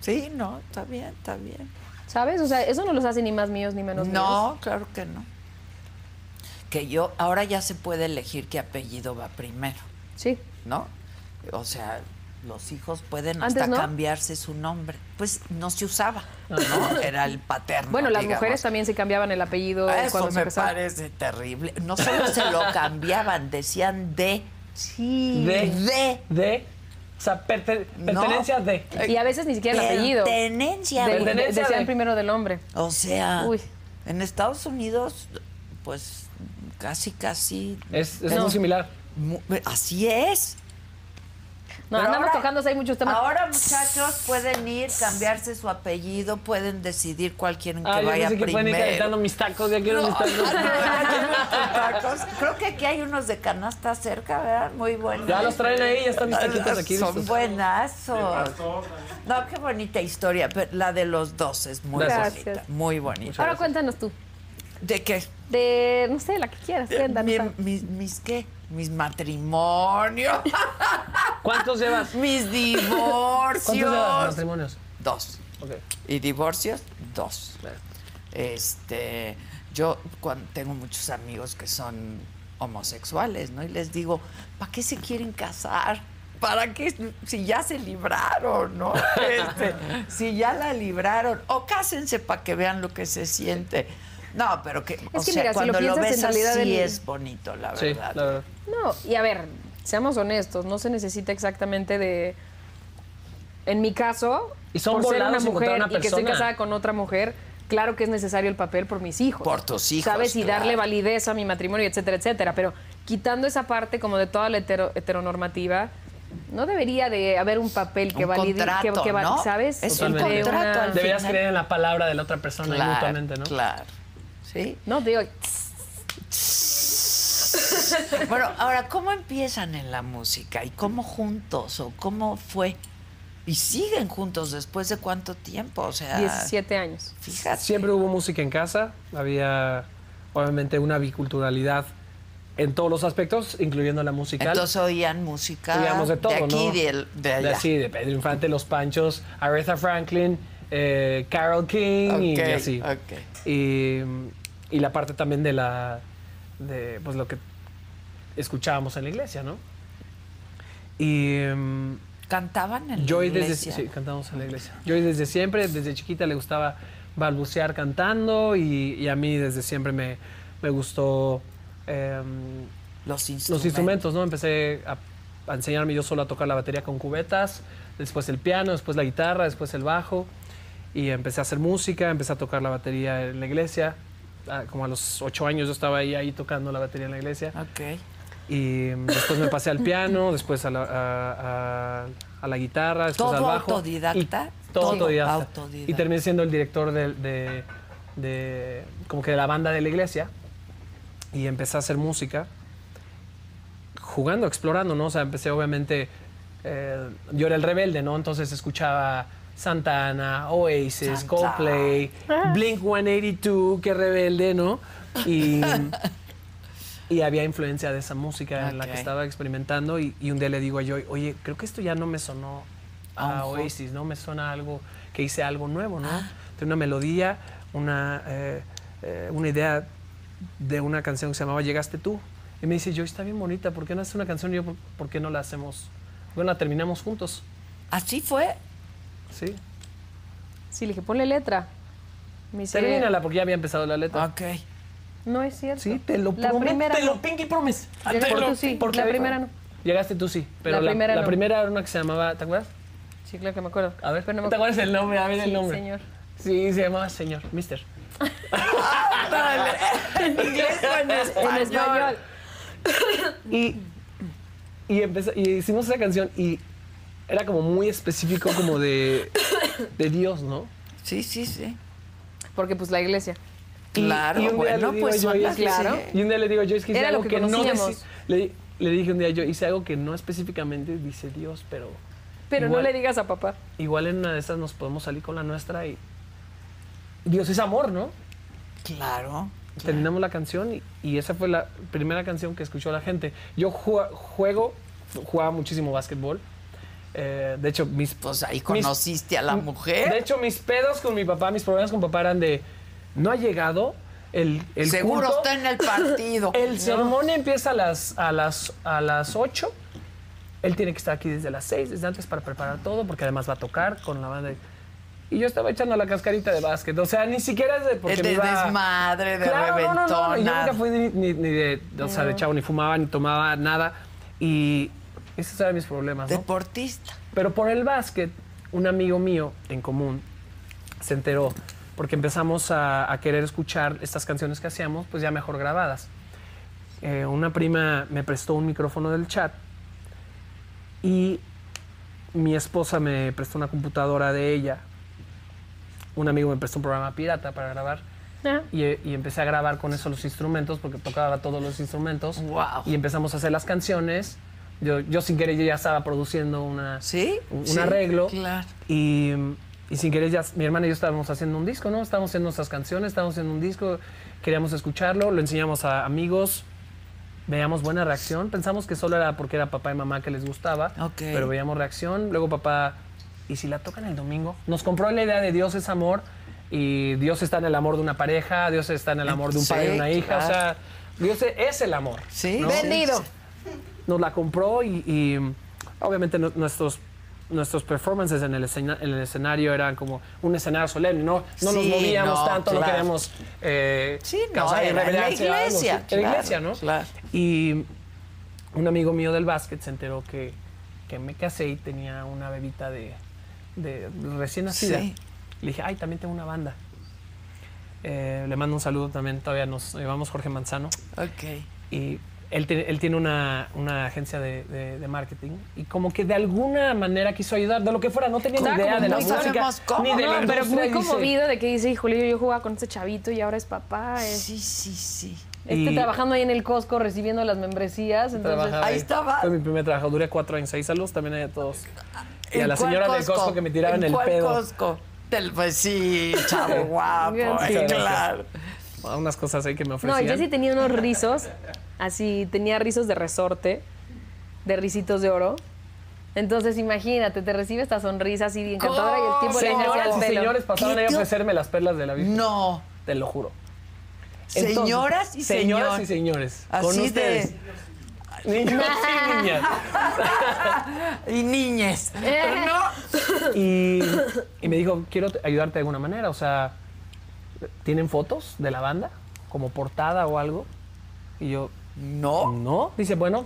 [SPEAKER 2] Sí, no, está bien, está bien.
[SPEAKER 3] ¿Sabes? O sea, eso no los hace ni más míos ni menos
[SPEAKER 2] No,
[SPEAKER 3] míos.
[SPEAKER 2] claro que no. Que yo, ahora ya se puede elegir qué apellido va primero.
[SPEAKER 3] Sí.
[SPEAKER 2] ¿No? O sea, los hijos pueden
[SPEAKER 3] Antes
[SPEAKER 2] hasta
[SPEAKER 3] no.
[SPEAKER 2] cambiarse su nombre. Pues no se usaba, ¿no? Era el paterno.
[SPEAKER 3] Bueno, las
[SPEAKER 2] digamos.
[SPEAKER 3] mujeres también se cambiaban el apellido
[SPEAKER 2] Ah, Eso
[SPEAKER 3] cuando se
[SPEAKER 2] me
[SPEAKER 3] casaban.
[SPEAKER 2] parece terrible. No solo se lo cambiaban, decían de.
[SPEAKER 3] Sí.
[SPEAKER 5] De.
[SPEAKER 2] De.
[SPEAKER 5] De. O sea, perte- pertenencia de.
[SPEAKER 3] Y a veces ni siquiera el apellido.
[SPEAKER 2] Pertenencia
[SPEAKER 3] Del-
[SPEAKER 2] de.
[SPEAKER 3] de- decían
[SPEAKER 2] de.
[SPEAKER 3] primero del hombre.
[SPEAKER 2] O sea,
[SPEAKER 3] Uy.
[SPEAKER 2] en Estados Unidos, pues casi, casi.
[SPEAKER 5] Es, es
[SPEAKER 2] No.
[SPEAKER 5] muy similar.
[SPEAKER 2] mu- Así es.
[SPEAKER 3] No,
[SPEAKER 2] Pero
[SPEAKER 3] andamos
[SPEAKER 2] ahora-
[SPEAKER 3] tocándose, hay muchos temas.
[SPEAKER 2] Ahora, muchachos, pueden ir, cambiarse su apellido, pueden decidir cuál quieren que
[SPEAKER 5] Ah, yo
[SPEAKER 2] vaya
[SPEAKER 5] pensé que pueden ir
[SPEAKER 2] primero.
[SPEAKER 5] calentando mis tacos. Ya quiero mis tacos.
[SPEAKER 2] <laughs> Tacos. Creo que aquí hay unos de canasta cerca, ¿verdad? Muy buenos.
[SPEAKER 5] <laughs>
[SPEAKER 2] Ah,
[SPEAKER 5] Ya los traen ahí, ya están mis taquitos
[SPEAKER 2] <laughs>
[SPEAKER 5] aquí
[SPEAKER 2] Son
[SPEAKER 5] listos.
[SPEAKER 2] buenazos. No, qué bonita historia, pero la de los dos es muy
[SPEAKER 3] Gracias.
[SPEAKER 2] bonita, muy bonita.
[SPEAKER 3] Ahora cuéntanos tú.
[SPEAKER 2] ¿De qué?
[SPEAKER 3] De, no sé, la que quieras, cuéntanos.
[SPEAKER 2] Mi- mis, mis qué? Mis matrimonios,
[SPEAKER 5] ¿Cuántos
[SPEAKER 2] <laughs>
[SPEAKER 5] llevas?
[SPEAKER 2] mis
[SPEAKER 5] ¿Cuántos llevas
[SPEAKER 2] divorcios.
[SPEAKER 5] matrimonios?
[SPEAKER 2] Dos.
[SPEAKER 5] Ok.
[SPEAKER 2] Y divorcios, dos. Este, yo cuando tengo muchos amigos que son homosexuales, ¿no? Y les digo, ¿para qué se quieren casar? ¿Para qué? Si ya se libraron,
[SPEAKER 3] <laughs>
[SPEAKER 2] ¿no? Este, si ya la libraron. O cásense para que vean lo que se siente. No, pero que, o
[SPEAKER 3] que
[SPEAKER 2] sea,
[SPEAKER 3] mira, si
[SPEAKER 2] cuando
[SPEAKER 3] lo
[SPEAKER 2] lo,
[SPEAKER 3] piensas, en
[SPEAKER 2] ves
[SPEAKER 3] realidad
[SPEAKER 2] así
[SPEAKER 3] el-
[SPEAKER 2] es bonito, la
[SPEAKER 5] Sí,
[SPEAKER 2] verdad.
[SPEAKER 5] la verdad.
[SPEAKER 3] No, y a ver, seamos honestos, no se necesita exactamente de. En mi caso,
[SPEAKER 5] Y son
[SPEAKER 3] por ser una
[SPEAKER 5] volados encontrar
[SPEAKER 3] mujer
[SPEAKER 5] una
[SPEAKER 3] y que estoy
[SPEAKER 5] persona.
[SPEAKER 3] casada con otra mujer, claro que es necesario el papel por mis hijos.
[SPEAKER 2] Por tus hijos,
[SPEAKER 3] Sabes, y darle
[SPEAKER 2] claro.
[SPEAKER 3] validez a mi matrimonio, etcétera, etcétera. Pero quitando esa parte como de toda la hetero- heteronormativa, no debería de haber un papel que
[SPEAKER 2] Un
[SPEAKER 3] valide, que,
[SPEAKER 2] contrato,
[SPEAKER 3] que va-
[SPEAKER 2] ¿no?
[SPEAKER 3] ¿sabes?
[SPEAKER 2] Es un
[SPEAKER 3] Entre una-
[SPEAKER 2] contrato, al
[SPEAKER 5] Deberías
[SPEAKER 2] final.
[SPEAKER 5] creer en la palabra de la otra persona y
[SPEAKER 2] Claro,
[SPEAKER 5] mutuamente, ¿no?
[SPEAKER 2] claro. Sí. <laughs>
[SPEAKER 3] No, digo,
[SPEAKER 2] Bueno, ahora, ¿cómo empiezan en la música? ¿Y cómo juntos? ¿O cómo fue? ¿Y siguen juntos después de cuánto tiempo? O sea,
[SPEAKER 3] 17 años.
[SPEAKER 2] fíjate.
[SPEAKER 5] Siempre hubo música en casa, había obviamente una biculturalidad en todos los aspectos, incluyendo la musical.
[SPEAKER 2] Entonces oían música
[SPEAKER 5] Digamos de todo,
[SPEAKER 2] aquí
[SPEAKER 5] ¿no?
[SPEAKER 2] y de, de allá.
[SPEAKER 5] De- sí, de Pedro Infante, Los Panchos, Aretha Franklin, eh, Carol King y
[SPEAKER 2] Ok,
[SPEAKER 5] así.
[SPEAKER 2] ok.
[SPEAKER 5] Y, mm, y la parte también de la de pues lo que escuchábamos en la iglesia, ¿no? Y mm,
[SPEAKER 2] ¿Cantaban en
[SPEAKER 5] yo
[SPEAKER 2] la
[SPEAKER 5] y desde
[SPEAKER 2] iglesia?
[SPEAKER 5] sí, cantamos en la iglesia. Yo y desde siempre, desde chiquita le gustaba balbucear cantando y, y a mí desde siempre me, me gustó em,
[SPEAKER 2] Los
[SPEAKER 5] los
[SPEAKER 2] instrumentos.
[SPEAKER 5] instrumentos, ¿no? Empecé a, a enseñarme yo solo a tocar la batería con cubetas, después el piano, después la guitarra, después el bajo. Y empecé a hacer música, empecé a tocar la batería en la iglesia. Ah, Como a los ocho años yo estaba ahí, ahí tocando la batería en la iglesia.
[SPEAKER 2] Ok.
[SPEAKER 5] Y mm, después me pasé al piano, después a la, a, a- a la guitarra, después
[SPEAKER 2] ¿Todo
[SPEAKER 5] al bajo.
[SPEAKER 2] autodidacta?
[SPEAKER 5] Y todo
[SPEAKER 2] Todo
[SPEAKER 5] autodidacta.
[SPEAKER 2] autodidacta.
[SPEAKER 5] Y terminé siendo el director de, de- de- como que de la banda de la iglesia. Y empecé a hacer música jugando, explorando, ¿no? O sea, empecé obviamente... eh, yo era el rebelde, ¿no? Entonces escuchaba Santana, Oasis,
[SPEAKER 2] Santana.
[SPEAKER 5] Coldplay, Blink-182, qué rebelde, ¿no?
[SPEAKER 2] <laughs>
[SPEAKER 5] Y... Y había influencia de esa música en la que
[SPEAKER 2] Ok.
[SPEAKER 5] estaba experimentando. Y, y un día le digo a Joy, oye, creo que esto ya no me sonó a
[SPEAKER 2] Ojo.
[SPEAKER 5] Oasis, ¿no? Me suena a algo que hice algo nuevo, ¿no? Tengo una melodía, una, eh, eh, una idea de una canción que se llamaba Llegaste tú. Y me dice, Joy, está bien bonita, ¿por qué no haces una canción? Y yo, ¿por, por qué no la hacemos? Bueno, la terminamos juntos,
[SPEAKER 2] Así fue.
[SPEAKER 5] ¿sí?
[SPEAKER 3] Sí, le dije, ponle letra. Me dice,
[SPEAKER 5] Termínala, porque ya había empezado la letra.
[SPEAKER 2] Ok.
[SPEAKER 3] No es cierto.
[SPEAKER 5] Sí, te lo
[SPEAKER 3] La
[SPEAKER 5] prometo,
[SPEAKER 3] primera
[SPEAKER 5] te
[SPEAKER 3] no.
[SPEAKER 5] lo pinky promise.
[SPEAKER 3] Yo creo que sí, la primera no.
[SPEAKER 5] Llegaste tú sí, pero
[SPEAKER 3] La
[SPEAKER 5] la,
[SPEAKER 3] primera
[SPEAKER 5] la
[SPEAKER 3] no.
[SPEAKER 5] primera era una que se llamaba, ¿te acuerdas?
[SPEAKER 3] Sí, claro que me acuerdo.
[SPEAKER 5] A ver,
[SPEAKER 3] no me
[SPEAKER 5] ¿te acuerdas
[SPEAKER 3] acuerdo.
[SPEAKER 5] el nombre? A ver el
[SPEAKER 3] Sí,
[SPEAKER 5] nombre.
[SPEAKER 3] señor.
[SPEAKER 5] Sí, se llamaba señor, <laughs> mister.
[SPEAKER 2] En inglés o en español.
[SPEAKER 3] En español.
[SPEAKER 5] Y, y, empezó- y hicimos esa canción y era como muy específico como de, de Dios, ¿no?
[SPEAKER 2] Sí, sí, sí.
[SPEAKER 3] Porque pues la iglesia.
[SPEAKER 5] Y-
[SPEAKER 2] Claro,
[SPEAKER 5] y un día le
[SPEAKER 2] bueno,
[SPEAKER 5] digo
[SPEAKER 2] pues
[SPEAKER 5] yo,
[SPEAKER 2] son
[SPEAKER 5] Joyce,
[SPEAKER 2] las que
[SPEAKER 5] claro.
[SPEAKER 2] sí.
[SPEAKER 5] Y un día le digo, yo es que hice
[SPEAKER 3] Era lo
[SPEAKER 5] algo
[SPEAKER 3] que
[SPEAKER 5] que, no
[SPEAKER 3] conocíamos.
[SPEAKER 5] deci- le, le dije un día, yo hice algo que no específicamente dice Dios, pero
[SPEAKER 3] Pero
[SPEAKER 5] Igual.
[SPEAKER 3] no le digas a papá.
[SPEAKER 5] igual en una de esas nos podemos salir con la nuestra y Dios es amor, ¿no?
[SPEAKER 2] Claro.
[SPEAKER 5] Terminamos la canción y, y esa fue la primera canción que escuchó la gente. Yo ju- juego, jugaba muchísimo básquetbol. Eh, de hecho, mis...
[SPEAKER 2] Pues ahí
[SPEAKER 5] mis-
[SPEAKER 2] conociste a la mujer.
[SPEAKER 5] De hecho, mis pedos con mi papá, mis problemas con papá eran de... No ha llegado el, el
[SPEAKER 2] Seguro
[SPEAKER 5] culto,
[SPEAKER 2] está en el partido.
[SPEAKER 5] <laughs> El sermón empieza a las, a las, a las 8. Él tiene que estar aquí desde las 6, desde antes para preparar todo, porque además va a tocar con la banda. Y yo estaba echando la cascarita de básquet. O sea, ni siquiera es de porque
[SPEAKER 2] Es
[SPEAKER 5] me
[SPEAKER 2] de
[SPEAKER 5] iba-
[SPEAKER 2] desmadre, de
[SPEAKER 5] Claro, no, no, no, Yo
[SPEAKER 2] reventonas.
[SPEAKER 5] nunca fui ni, ni- ni de, o sea, de chavo, ni fumaba, ni tomaba nada. Y esos eran mis problemas, ¿no?
[SPEAKER 2] Deportista.
[SPEAKER 5] Pero por el básquet, un amigo mío en común se enteró porque empezamos a, a querer escuchar estas canciones que hacíamos, pues ya mejor grabadas. Eh, una prima me prestó un micrófono del chat y mi esposa me prestó una computadora de ella. Un amigo me prestó un programa pirata para grabar.
[SPEAKER 3] Ah.
[SPEAKER 5] Y, eh, y empecé a grabar con eso los instrumentos, porque tocaba todos los instrumentos.
[SPEAKER 2] Wow.
[SPEAKER 5] Y empezamos a hacer las canciones. Yo, yo sin querer yo ya estaba produciendo una,
[SPEAKER 2] ¿Sí?
[SPEAKER 5] un, un
[SPEAKER 2] Sí,
[SPEAKER 5] arreglo.
[SPEAKER 2] Claro.
[SPEAKER 5] Y, y sin querer ya mi hermana y yo estábamos haciendo un disco, ¿no? Estábamos haciendo nuestras canciones, estábamos haciendo un disco, queríamos escucharlo, lo enseñamos a amigos, veíamos buena reacción. Pensamos que solo era porque era papá y mamá que les gustaba,
[SPEAKER 2] Ok.
[SPEAKER 5] pero veíamos reacción. Luego papá, ¿y si la tocan el domingo? Nos compró la idea de Dios es amor y Dios está en el amor de una pareja, Dios está en el amor de un
[SPEAKER 2] Sí,
[SPEAKER 5] padre y una hija, o
[SPEAKER 2] claro.
[SPEAKER 5] sea, Dios es el amor.
[SPEAKER 2] Sí.
[SPEAKER 5] ¿no?
[SPEAKER 2] Vendido.
[SPEAKER 5] nos la compró y, y, obviamente nu- nuestros nuestros performances en el, escena- en el escenario eran como un escenario solemne, no, no nos
[SPEAKER 2] Sí,
[SPEAKER 5] movíamos
[SPEAKER 2] no,
[SPEAKER 5] tanto, no
[SPEAKER 2] claro.
[SPEAKER 5] queríamos eh,
[SPEAKER 2] Sí, no,
[SPEAKER 5] causar
[SPEAKER 2] era en la
[SPEAKER 5] irreverencia a algo, sí,
[SPEAKER 2] iglesia,
[SPEAKER 5] en la
[SPEAKER 2] claro,
[SPEAKER 5] iglesia, ¿no?
[SPEAKER 2] claro.
[SPEAKER 5] Y un amigo mío del básquet se enteró que, que me casé y tenía una bebita de, de recién nacida.
[SPEAKER 2] Sí.
[SPEAKER 5] Le dije, ay, también tengo una banda. Eh, le mando un saludo también, todavía nos llevamos Jorge Manzano.
[SPEAKER 2] Ok.
[SPEAKER 5] Y él, te- él tiene una, una agencia de, de- de marketing y como que de alguna manera quiso ayudar, de lo que fuera, no tenía ni
[SPEAKER 3] Estaba
[SPEAKER 5] idea
[SPEAKER 3] como
[SPEAKER 5] de la
[SPEAKER 3] muy
[SPEAKER 5] música,
[SPEAKER 2] sabemos cómo,
[SPEAKER 5] ni de la
[SPEAKER 3] No, pero
[SPEAKER 5] industria,
[SPEAKER 3] muy
[SPEAKER 5] dice.
[SPEAKER 3] conmovido de que dice, híjole, yo jugaba con este chavito y ahora es papá. es-
[SPEAKER 2] Sí, sí, sí.
[SPEAKER 3] Este
[SPEAKER 5] Y-
[SPEAKER 3] trabajando ahí en el Costco recibiendo las membresías. Entonces,
[SPEAKER 5] Trabajaba
[SPEAKER 2] Ahí estaba.
[SPEAKER 5] Fue mi primer trabajo, duré cuatro años ahí, saludos también ahí a todos. Y a
[SPEAKER 2] ¿En
[SPEAKER 5] la
[SPEAKER 2] cuál
[SPEAKER 5] señora del Costco que me tiraba en el
[SPEAKER 2] cuál
[SPEAKER 5] pedo.
[SPEAKER 2] Costco? Del, pues sí, chavo guapo,
[SPEAKER 3] Bien,
[SPEAKER 2] eh,
[SPEAKER 5] <laughs> sí. Muchas gracias.
[SPEAKER 2] claro.
[SPEAKER 5] Unas cosas ahí que me
[SPEAKER 3] no,
[SPEAKER 5] ofrecían.
[SPEAKER 3] yo sí tenía unos rizos, así, tenía rizos de resorte, de risitos de oro. Entonces, imagínate, te recibe esta sonrisa así bien encantadora y el tiempo le hacia
[SPEAKER 5] Señoras
[SPEAKER 3] el
[SPEAKER 5] y
[SPEAKER 3] pelo.
[SPEAKER 5] señores pasaban ahí a
[SPEAKER 2] ¿Qué?
[SPEAKER 5] ofrecerme las perlas de la Virgen.
[SPEAKER 2] No,
[SPEAKER 5] Te lo juro.
[SPEAKER 2] Señoras y
[SPEAKER 5] señoras
[SPEAKER 2] señor.
[SPEAKER 5] y señores. con
[SPEAKER 2] así
[SPEAKER 5] ustedes.
[SPEAKER 2] de...
[SPEAKER 5] Niños
[SPEAKER 2] <laughs>
[SPEAKER 5] y niñas.
[SPEAKER 2] Y niñes. No,
[SPEAKER 5] Y, y me dijo, quiero te- ayudarte de alguna manera. O sea, ¿tienen fotos de la banda? Como portada o algo. Y yo,
[SPEAKER 2] no.
[SPEAKER 5] no. Dice, bueno,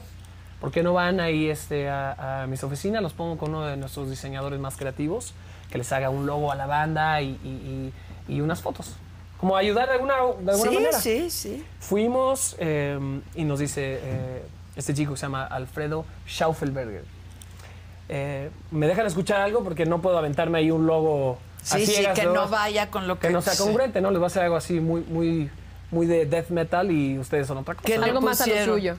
[SPEAKER 5] ¿por qué no van ahí este, a, a mis oficinas? Los pongo con uno de nuestros diseñadores más creativos, que les haga un logo a la banda y, y- y- y unas fotos. Como ayudar de alguna, de alguna
[SPEAKER 2] Sí,
[SPEAKER 5] manera.
[SPEAKER 2] sí, sí.
[SPEAKER 5] Fuimos eh, y nos dice eh, este chico que se llama Alfredo Schaufelberger. Eh, ¿Me dejan escuchar algo? Porque no puedo aventarme ahí un logo a
[SPEAKER 2] Sí, sí,
[SPEAKER 5] ciegas,
[SPEAKER 2] que no vaya con lo que...
[SPEAKER 5] Que no sea congruente, ¿no? Les va a hacer algo así muy, muy, muy de death metal y ustedes son otra cosa.
[SPEAKER 2] Que le
[SPEAKER 3] Algo más a lo
[SPEAKER 2] pusieron.
[SPEAKER 3] suyo.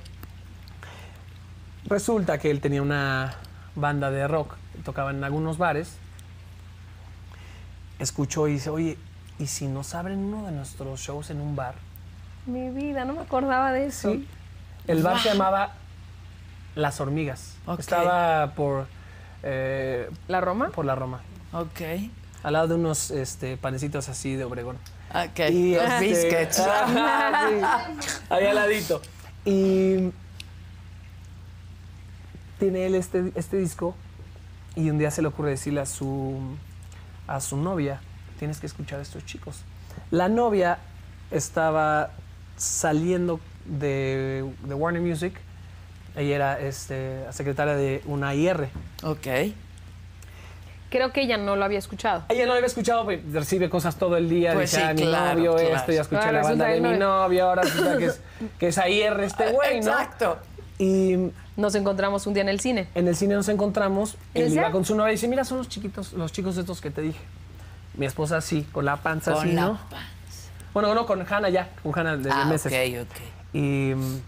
[SPEAKER 5] Resulta que él tenía una banda de rock, tocaba en algunos bares. Escuchó y dice, oye, ¿y si nos abren uno de nuestros shows en un bar?
[SPEAKER 3] Mi vida, no me acordaba de eso.
[SPEAKER 5] Sí. El bar se llamaba Las Hormigas.
[SPEAKER 2] Ok.
[SPEAKER 5] Estaba por, eh,
[SPEAKER 3] ¿La Roma?
[SPEAKER 5] por la Roma,
[SPEAKER 2] Ok,
[SPEAKER 5] al lado de unos este, panecitos así de Obregón.
[SPEAKER 2] ok. Ah,
[SPEAKER 5] Y
[SPEAKER 2] <laughs> Los
[SPEAKER 5] este-
[SPEAKER 2] biscuits.
[SPEAKER 5] <laughs> Ajá, sí, ahí al ladito. Y tiene él este, este disco y un día se le ocurre decirle a su, a su novia, tienes que escuchar a estos chicos. La novia estaba saliendo de, de Warner Music Ella era este, secretaria de una IR.
[SPEAKER 2] Ok.
[SPEAKER 3] Creo que ella no lo había escuchado.
[SPEAKER 5] Ella no lo había escuchado, pues, recibe cosas todo el día.
[SPEAKER 3] Pues
[SPEAKER 5] dice,
[SPEAKER 3] sí,
[SPEAKER 5] ah, mi
[SPEAKER 3] claro,
[SPEAKER 5] novio
[SPEAKER 3] claro.
[SPEAKER 5] esto, ya escuché
[SPEAKER 3] Ahora
[SPEAKER 5] la
[SPEAKER 3] resulta
[SPEAKER 5] banda de
[SPEAKER 3] que
[SPEAKER 5] mi
[SPEAKER 3] no-
[SPEAKER 5] novio, ahora
[SPEAKER 3] <laughs>
[SPEAKER 5] resulta que es, que es IR este güey, ¿no?
[SPEAKER 3] Exacto.
[SPEAKER 5] Y
[SPEAKER 3] nos encontramos un día en el cine.
[SPEAKER 5] En el cine nos encontramos,
[SPEAKER 3] ¿En el
[SPEAKER 5] él iba
[SPEAKER 3] cine?
[SPEAKER 5] con su novia y dice, mira, son los chiquitos, los chicos estos que te dije. Mi esposa sí, con la panza
[SPEAKER 2] Con
[SPEAKER 5] así,
[SPEAKER 2] la
[SPEAKER 5] ¿no? Bueno, no, con Hannah ya, con Hannah de, de
[SPEAKER 2] Ah,
[SPEAKER 5] meses.
[SPEAKER 2] ok, ok.
[SPEAKER 5] Y, mm,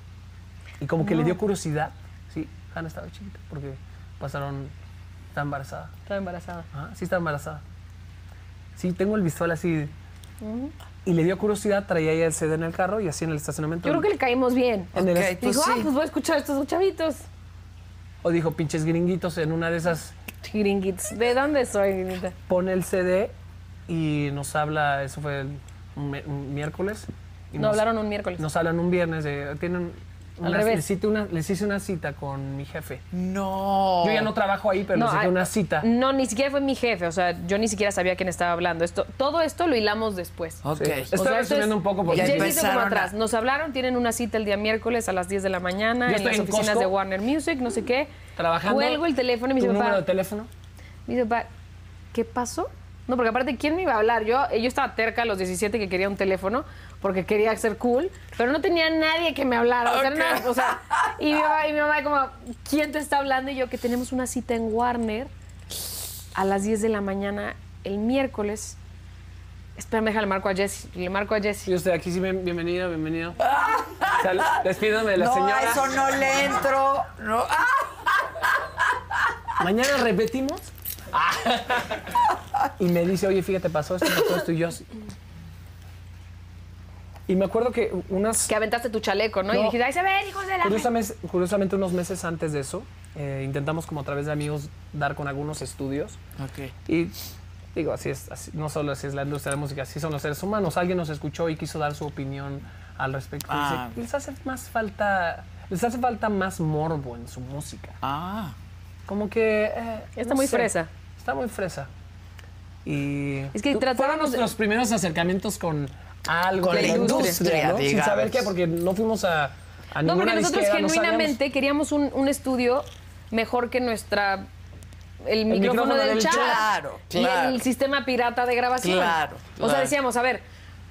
[SPEAKER 5] y como que le
[SPEAKER 2] No.
[SPEAKER 5] dio curiosidad. Sí, Hannah estaba chiquita porque pasaron, está embarazada.
[SPEAKER 3] Estaba embarazada.
[SPEAKER 5] Ah, sí está embarazada. Sí, tengo el visual así. Y le dio curiosidad, traía ella el CD en el carro y así en el estacionamiento.
[SPEAKER 3] Yo creo que le caímos bien.
[SPEAKER 5] En el- Ok, pues
[SPEAKER 3] Dijo, ah,
[SPEAKER 5] sí.
[SPEAKER 3] pues voy a escuchar a estos chavitos.
[SPEAKER 5] O dijo, pinches gringuitos, en una de esas
[SPEAKER 3] Gringuitos. ¿De dónde soy, gringuita?
[SPEAKER 5] pone el CD y nos habla, eso fue el mi- un miércoles. y
[SPEAKER 3] No
[SPEAKER 5] nos-
[SPEAKER 3] hablaron un miércoles.
[SPEAKER 5] Nos hablan un viernes, de, tienen...
[SPEAKER 3] Al
[SPEAKER 5] una-
[SPEAKER 3] revés.
[SPEAKER 5] Les, hice una, les hice una cita con mi jefe.
[SPEAKER 2] No.
[SPEAKER 5] Yo ya no trabajo ahí, pero
[SPEAKER 3] No,
[SPEAKER 5] les hice
[SPEAKER 3] ah,
[SPEAKER 5] una cita.
[SPEAKER 3] No, ni siquiera fue mi jefe. O sea, yo ni siquiera sabía quién estaba hablando. Esto, todo esto lo hilamos después.
[SPEAKER 5] Ok.
[SPEAKER 3] O sea, esto
[SPEAKER 5] Estoy
[SPEAKER 3] es-
[SPEAKER 5] resumiendo un poco porque-
[SPEAKER 3] ya
[SPEAKER 5] Ya
[SPEAKER 3] hice como
[SPEAKER 5] empezaron a-
[SPEAKER 3] atrás. Nos hablaron, tienen una cita el día miércoles a las 10 de la mañana
[SPEAKER 5] Yo
[SPEAKER 3] en
[SPEAKER 5] estoy
[SPEAKER 3] las
[SPEAKER 5] en
[SPEAKER 3] oficinas
[SPEAKER 5] Costco.
[SPEAKER 3] de Warner Music, no sé qué.
[SPEAKER 5] Trabajando.
[SPEAKER 3] Cuelgo el teléfono y me
[SPEAKER 5] ¿Tu
[SPEAKER 3] dice, papá,
[SPEAKER 5] número de teléfono?
[SPEAKER 3] me dice, papá, ¿qué pasó? No, porque aparte, ¿quién me iba a hablar? Yo, yo estaba terca a los 17 que quería un teléfono porque quería ser cool, pero no tenía nadie que me hablara. O sea,
[SPEAKER 8] Ok.
[SPEAKER 3] nada, o sea, y, mi mamá, y mi mamá como, ¿quién te está hablando? Y yo, que tenemos una cita en Warner a las 10 de la mañana el miércoles. Espérame, déjale, marco a Jessy. Le marco a Jessy.
[SPEAKER 5] Yo estoy aquí, sí, bien-
[SPEAKER 3] <laughs>
[SPEAKER 5] bienvenido, bienvenido. O sea, despídame de la
[SPEAKER 2] no,
[SPEAKER 5] señora.
[SPEAKER 2] a eso no le entro. No. ¡Ah!
[SPEAKER 5] Mañana repetimos. Y me dice, oye, fíjate, pasó esto, pasó esto, y yo así. Y me acuerdo que unas...
[SPEAKER 3] Que aventaste tu chaleco, ¿no? Y
[SPEAKER 5] No.
[SPEAKER 3] dijiste, ¡ay, se ven, hijos de la...
[SPEAKER 5] Curiosamente, curiosamente, unos meses antes de eso, eh, intentamos como a través de amigos dar con algunos estudios.
[SPEAKER 2] Ok.
[SPEAKER 5] Y digo, así es, así- no solo así es la industria de la música, así son los seres humanos. Alguien nos escuchó y quiso dar su opinión al respecto. Y
[SPEAKER 2] Ah.
[SPEAKER 5] dice, les hace más falta, les hace falta más morbo en su música.
[SPEAKER 2] Ah.
[SPEAKER 5] Como que... eh,
[SPEAKER 3] Está
[SPEAKER 5] no
[SPEAKER 3] muy
[SPEAKER 5] sé,
[SPEAKER 3] fresa.
[SPEAKER 5] Está muy fresa. Y...
[SPEAKER 3] Es que
[SPEAKER 5] tu- Fueron
[SPEAKER 3] tratábamos de-
[SPEAKER 5] nuestros primeros acercamientos con algo
[SPEAKER 3] Con
[SPEAKER 5] de
[SPEAKER 3] la industria,
[SPEAKER 5] ¿no? Sin
[SPEAKER 3] digamos.
[SPEAKER 5] saber qué, porque no fuimos a, a
[SPEAKER 3] No,
[SPEAKER 5] ninguna
[SPEAKER 3] porque nosotros
[SPEAKER 5] disquera, no <laughs>
[SPEAKER 3] genuinamente queríamos un, un estudio mejor que nuestra. El micrófono,
[SPEAKER 5] micrófono
[SPEAKER 3] del,
[SPEAKER 5] del
[SPEAKER 3] chat.
[SPEAKER 5] chat. Claro,
[SPEAKER 3] Y
[SPEAKER 5] claro.
[SPEAKER 3] el sistema pirata de grabación.
[SPEAKER 5] Claro,
[SPEAKER 3] O sea,
[SPEAKER 5] claro.
[SPEAKER 3] decíamos, a ver.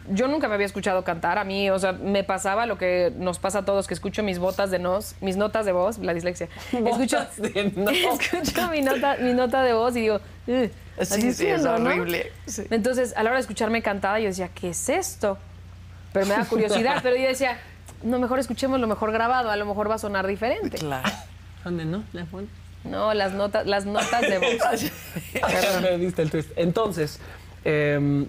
[SPEAKER 3] Yo nunca me había escuchado cantar, a mí, o sea, me pasaba lo que nos pasa a todos, que escucho mis botas de nos, mis notas de voz, la
[SPEAKER 5] <laughs>
[SPEAKER 3] dislexia. Escucho,
[SPEAKER 5] Botas de nos.
[SPEAKER 3] <laughs> escucho mi, nota, mi nota de voz y digo, "Ugh, así
[SPEAKER 2] sí, es
[SPEAKER 3] sueno, ¿no?".
[SPEAKER 2] horrible, sí.
[SPEAKER 3] Entonces, a la hora de escucharme cantada, yo decía, ¿qué es esto? Pero me da curiosidad, pero yo decía, no, mejor escuchemos lo mejor grabado, a lo mejor va a sonar diferente.
[SPEAKER 2] Claro.
[SPEAKER 5] ¿Dónde no? La
[SPEAKER 3] No, las notas, las notas de
[SPEAKER 5] <laughs>
[SPEAKER 3] voz.
[SPEAKER 5] Me <laughs> diste el twist. Entonces, em,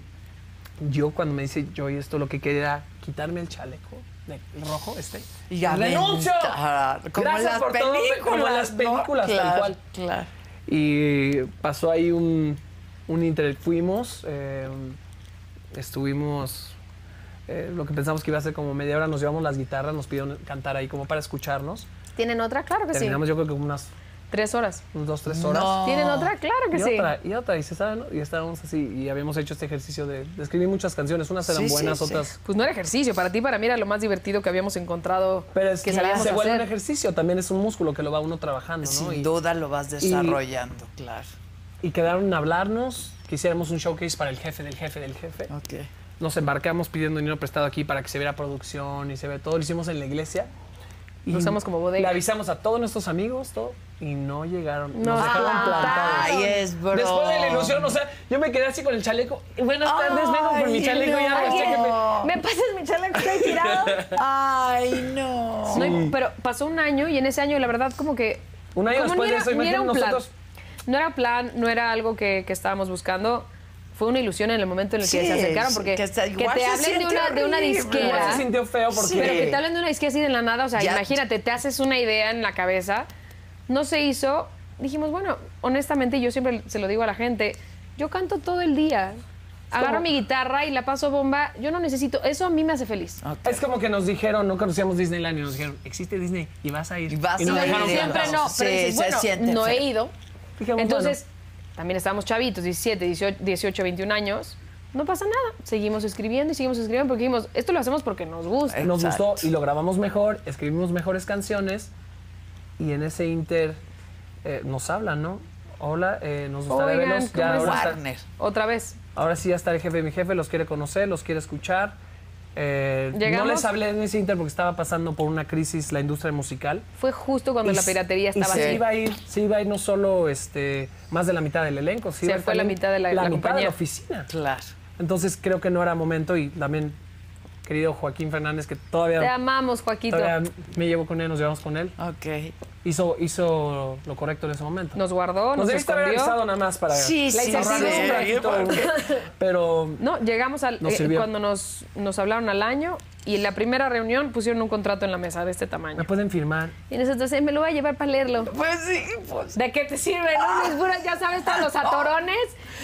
[SPEAKER 5] yo cuando me dice yo y esto lo que quería era quitarme el chaleco de- rojo este.
[SPEAKER 2] Y <laughs> ya
[SPEAKER 5] ¡Renuncio!
[SPEAKER 2] aventar, como
[SPEAKER 5] Gracias
[SPEAKER 2] las
[SPEAKER 5] por todo, como las
[SPEAKER 2] películas, ¿no?
[SPEAKER 5] películas, tal
[SPEAKER 2] Claro,
[SPEAKER 5] cual.
[SPEAKER 2] claro.
[SPEAKER 5] Y pasó ahí un, un inter... Fuimos, em, estuvimos... eh, lo que pensamos que iba a ser como media hora, nos llevamos las guitarras, nos pidieron cantar ahí como para escucharnos.
[SPEAKER 3] ¿Tienen otra? Claro que sí.
[SPEAKER 5] Terminamos yo creo que unas
[SPEAKER 3] Tres horas.
[SPEAKER 5] unas dos, tres horas.
[SPEAKER 3] ¿Tienen otra? Claro que
[SPEAKER 5] y
[SPEAKER 3] sí.
[SPEAKER 5] Otra, y otra, y, se sabe, ¿no? y estábamos así, y habíamos hecho este ejercicio de, de escribir muchas canciones, unas eran
[SPEAKER 3] Sí, sí,
[SPEAKER 5] buenas,
[SPEAKER 3] sí.
[SPEAKER 5] otras...
[SPEAKER 3] Pues no era ejercicio, para ti, para mí era lo más divertido que habíamos encontrado
[SPEAKER 5] Pero es que,
[SPEAKER 3] sabíamos
[SPEAKER 5] se vuelve un
[SPEAKER 3] hacer.
[SPEAKER 5] ejercicio, también es un músculo que lo va uno trabajando, ¿no?
[SPEAKER 2] Sin
[SPEAKER 5] Y-
[SPEAKER 2] duda lo vas desarrollando, claro.
[SPEAKER 5] Y quedaron en hablarnos, que hiciéramos un showcase para el jefe del jefe del
[SPEAKER 3] Ah,
[SPEAKER 5] jefe. Nos embarcamos pidiendo dinero prestado aquí para que se viera producción y se ve todo, lo hicimos en la iglesia. Y
[SPEAKER 3] Lo usamos como bodega.
[SPEAKER 5] Le avisamos a todos nuestros amigos, todo, y no llegaron.
[SPEAKER 3] No
[SPEAKER 5] nos dejaron
[SPEAKER 3] llegaron.
[SPEAKER 5] plantados.
[SPEAKER 3] Ay, es broma.
[SPEAKER 5] Después de la ilusión, o sea, yo me quedé así con el chaleco. y Buenas tardes, vengo por mi chaleco ya me sé que me-
[SPEAKER 3] ¿Me pasas mi chaleco que he tirado?
[SPEAKER 2] Ay, no.
[SPEAKER 3] No, y- pero pasó un año y en ese año, la verdad, como que.
[SPEAKER 5] Un año
[SPEAKER 3] como
[SPEAKER 5] después
[SPEAKER 3] ni
[SPEAKER 5] de
[SPEAKER 3] era-
[SPEAKER 5] eso,
[SPEAKER 3] ni
[SPEAKER 5] imagínate
[SPEAKER 3] era un plan.
[SPEAKER 5] nosotros-
[SPEAKER 3] No era plan, no era algo que, que estábamos buscando. Fue una ilusión en el momento en el que
[SPEAKER 2] Sí,
[SPEAKER 3] se acercaron, porque
[SPEAKER 2] que
[SPEAKER 3] que,
[SPEAKER 2] está- igual
[SPEAKER 3] te
[SPEAKER 2] se
[SPEAKER 3] hablen de
[SPEAKER 2] siente
[SPEAKER 3] una, de una
[SPEAKER 2] horrible.
[SPEAKER 3] disquera.
[SPEAKER 2] Igual se sintió feo porque-
[SPEAKER 3] Pero que te hablen de una disquera así de la nada, o sea,
[SPEAKER 2] Ya-
[SPEAKER 3] imagínate, te haces una idea en la cabeza, no se hizo. Dijimos, bueno, honestamente, yo siempre se lo digo a la gente, yo canto todo el día. Agarro
[SPEAKER 5] como-
[SPEAKER 3] mi guitarra y la paso bomba. Yo no necesito, eso a mí me hace feliz.
[SPEAKER 5] Es como que nos dijeron, no conocíamos Disneyland y nos dijeron, existe Disney y vas a ir. Y vas
[SPEAKER 3] Sí, siempre no, pero dices, bueno, no he ido.
[SPEAKER 5] Dijimos,
[SPEAKER 3] Entonces, también estábamos chavitos, 17, 18, 18, 21 años. No pasa nada. Seguimos escribiendo y seguimos escribiendo porque dijimos, esto lo hacemos porque nos gusta.
[SPEAKER 5] Nos gustó y lo grabamos mejor, escribimos mejores canciones y en ese inter eh, nos hablan, ¿no? Hola, eh, nos gustaría
[SPEAKER 3] Oigan,
[SPEAKER 5] verlos.
[SPEAKER 3] ¿cómo
[SPEAKER 5] ahora,
[SPEAKER 2] Pues,
[SPEAKER 3] están?
[SPEAKER 2] ah.
[SPEAKER 5] está-
[SPEAKER 3] Otra vez.
[SPEAKER 5] ahora sí ya está el jefe de mi jefe, los quiere conocer, los quiere escuchar. Eh, no
[SPEAKER 3] Llegamos.
[SPEAKER 5] les hablé en ese inter porque estaba pasando por una crisis la industria musical.
[SPEAKER 3] Fue justo cuando
[SPEAKER 5] Y
[SPEAKER 3] la
[SPEAKER 5] s-
[SPEAKER 3] piratería estaba
[SPEAKER 5] y se
[SPEAKER 3] así.
[SPEAKER 5] iba a ir, se iba a ir no solo este, más de la mitad del elenco, se,
[SPEAKER 3] Se
[SPEAKER 5] iba a ir
[SPEAKER 3] fue la
[SPEAKER 5] también
[SPEAKER 3] mitad de la- la
[SPEAKER 5] mitad de
[SPEAKER 3] compañía.
[SPEAKER 5] la oficina.
[SPEAKER 2] Claro.
[SPEAKER 5] Entonces creo que no era momento y también querido Joaquín Fernández que todavía
[SPEAKER 3] Te amamos, Joaquito.
[SPEAKER 5] Todavía me llevo con él, nos llevamos con él.
[SPEAKER 2] Ok.
[SPEAKER 5] Hizo, hizo lo correcto en ese momento.
[SPEAKER 3] Nos guardó, nos
[SPEAKER 5] debiste haber
[SPEAKER 3] escondió.
[SPEAKER 5] avisado nada más para
[SPEAKER 3] Sí,
[SPEAKER 5] la
[SPEAKER 3] sí,
[SPEAKER 5] incertidumbre,
[SPEAKER 3] sí, sí.
[SPEAKER 5] ratito,
[SPEAKER 3] Porque-
[SPEAKER 5] <laughs> Pero
[SPEAKER 3] No, llegamos al
[SPEAKER 5] Nos
[SPEAKER 3] eh,
[SPEAKER 5] sirvió.
[SPEAKER 3] cuando nos, nos hablaron al año y en la primera reunión pusieron un contrato en la mesa de este tamaño.
[SPEAKER 5] me pueden firmar.
[SPEAKER 3] Y nosotros, "Eh, me lo voy a llevar para leerlo.
[SPEAKER 2] Pues sí, pues.
[SPEAKER 3] ¿De qué te sirve? No, Es pura- ya sabes, todos los atorones.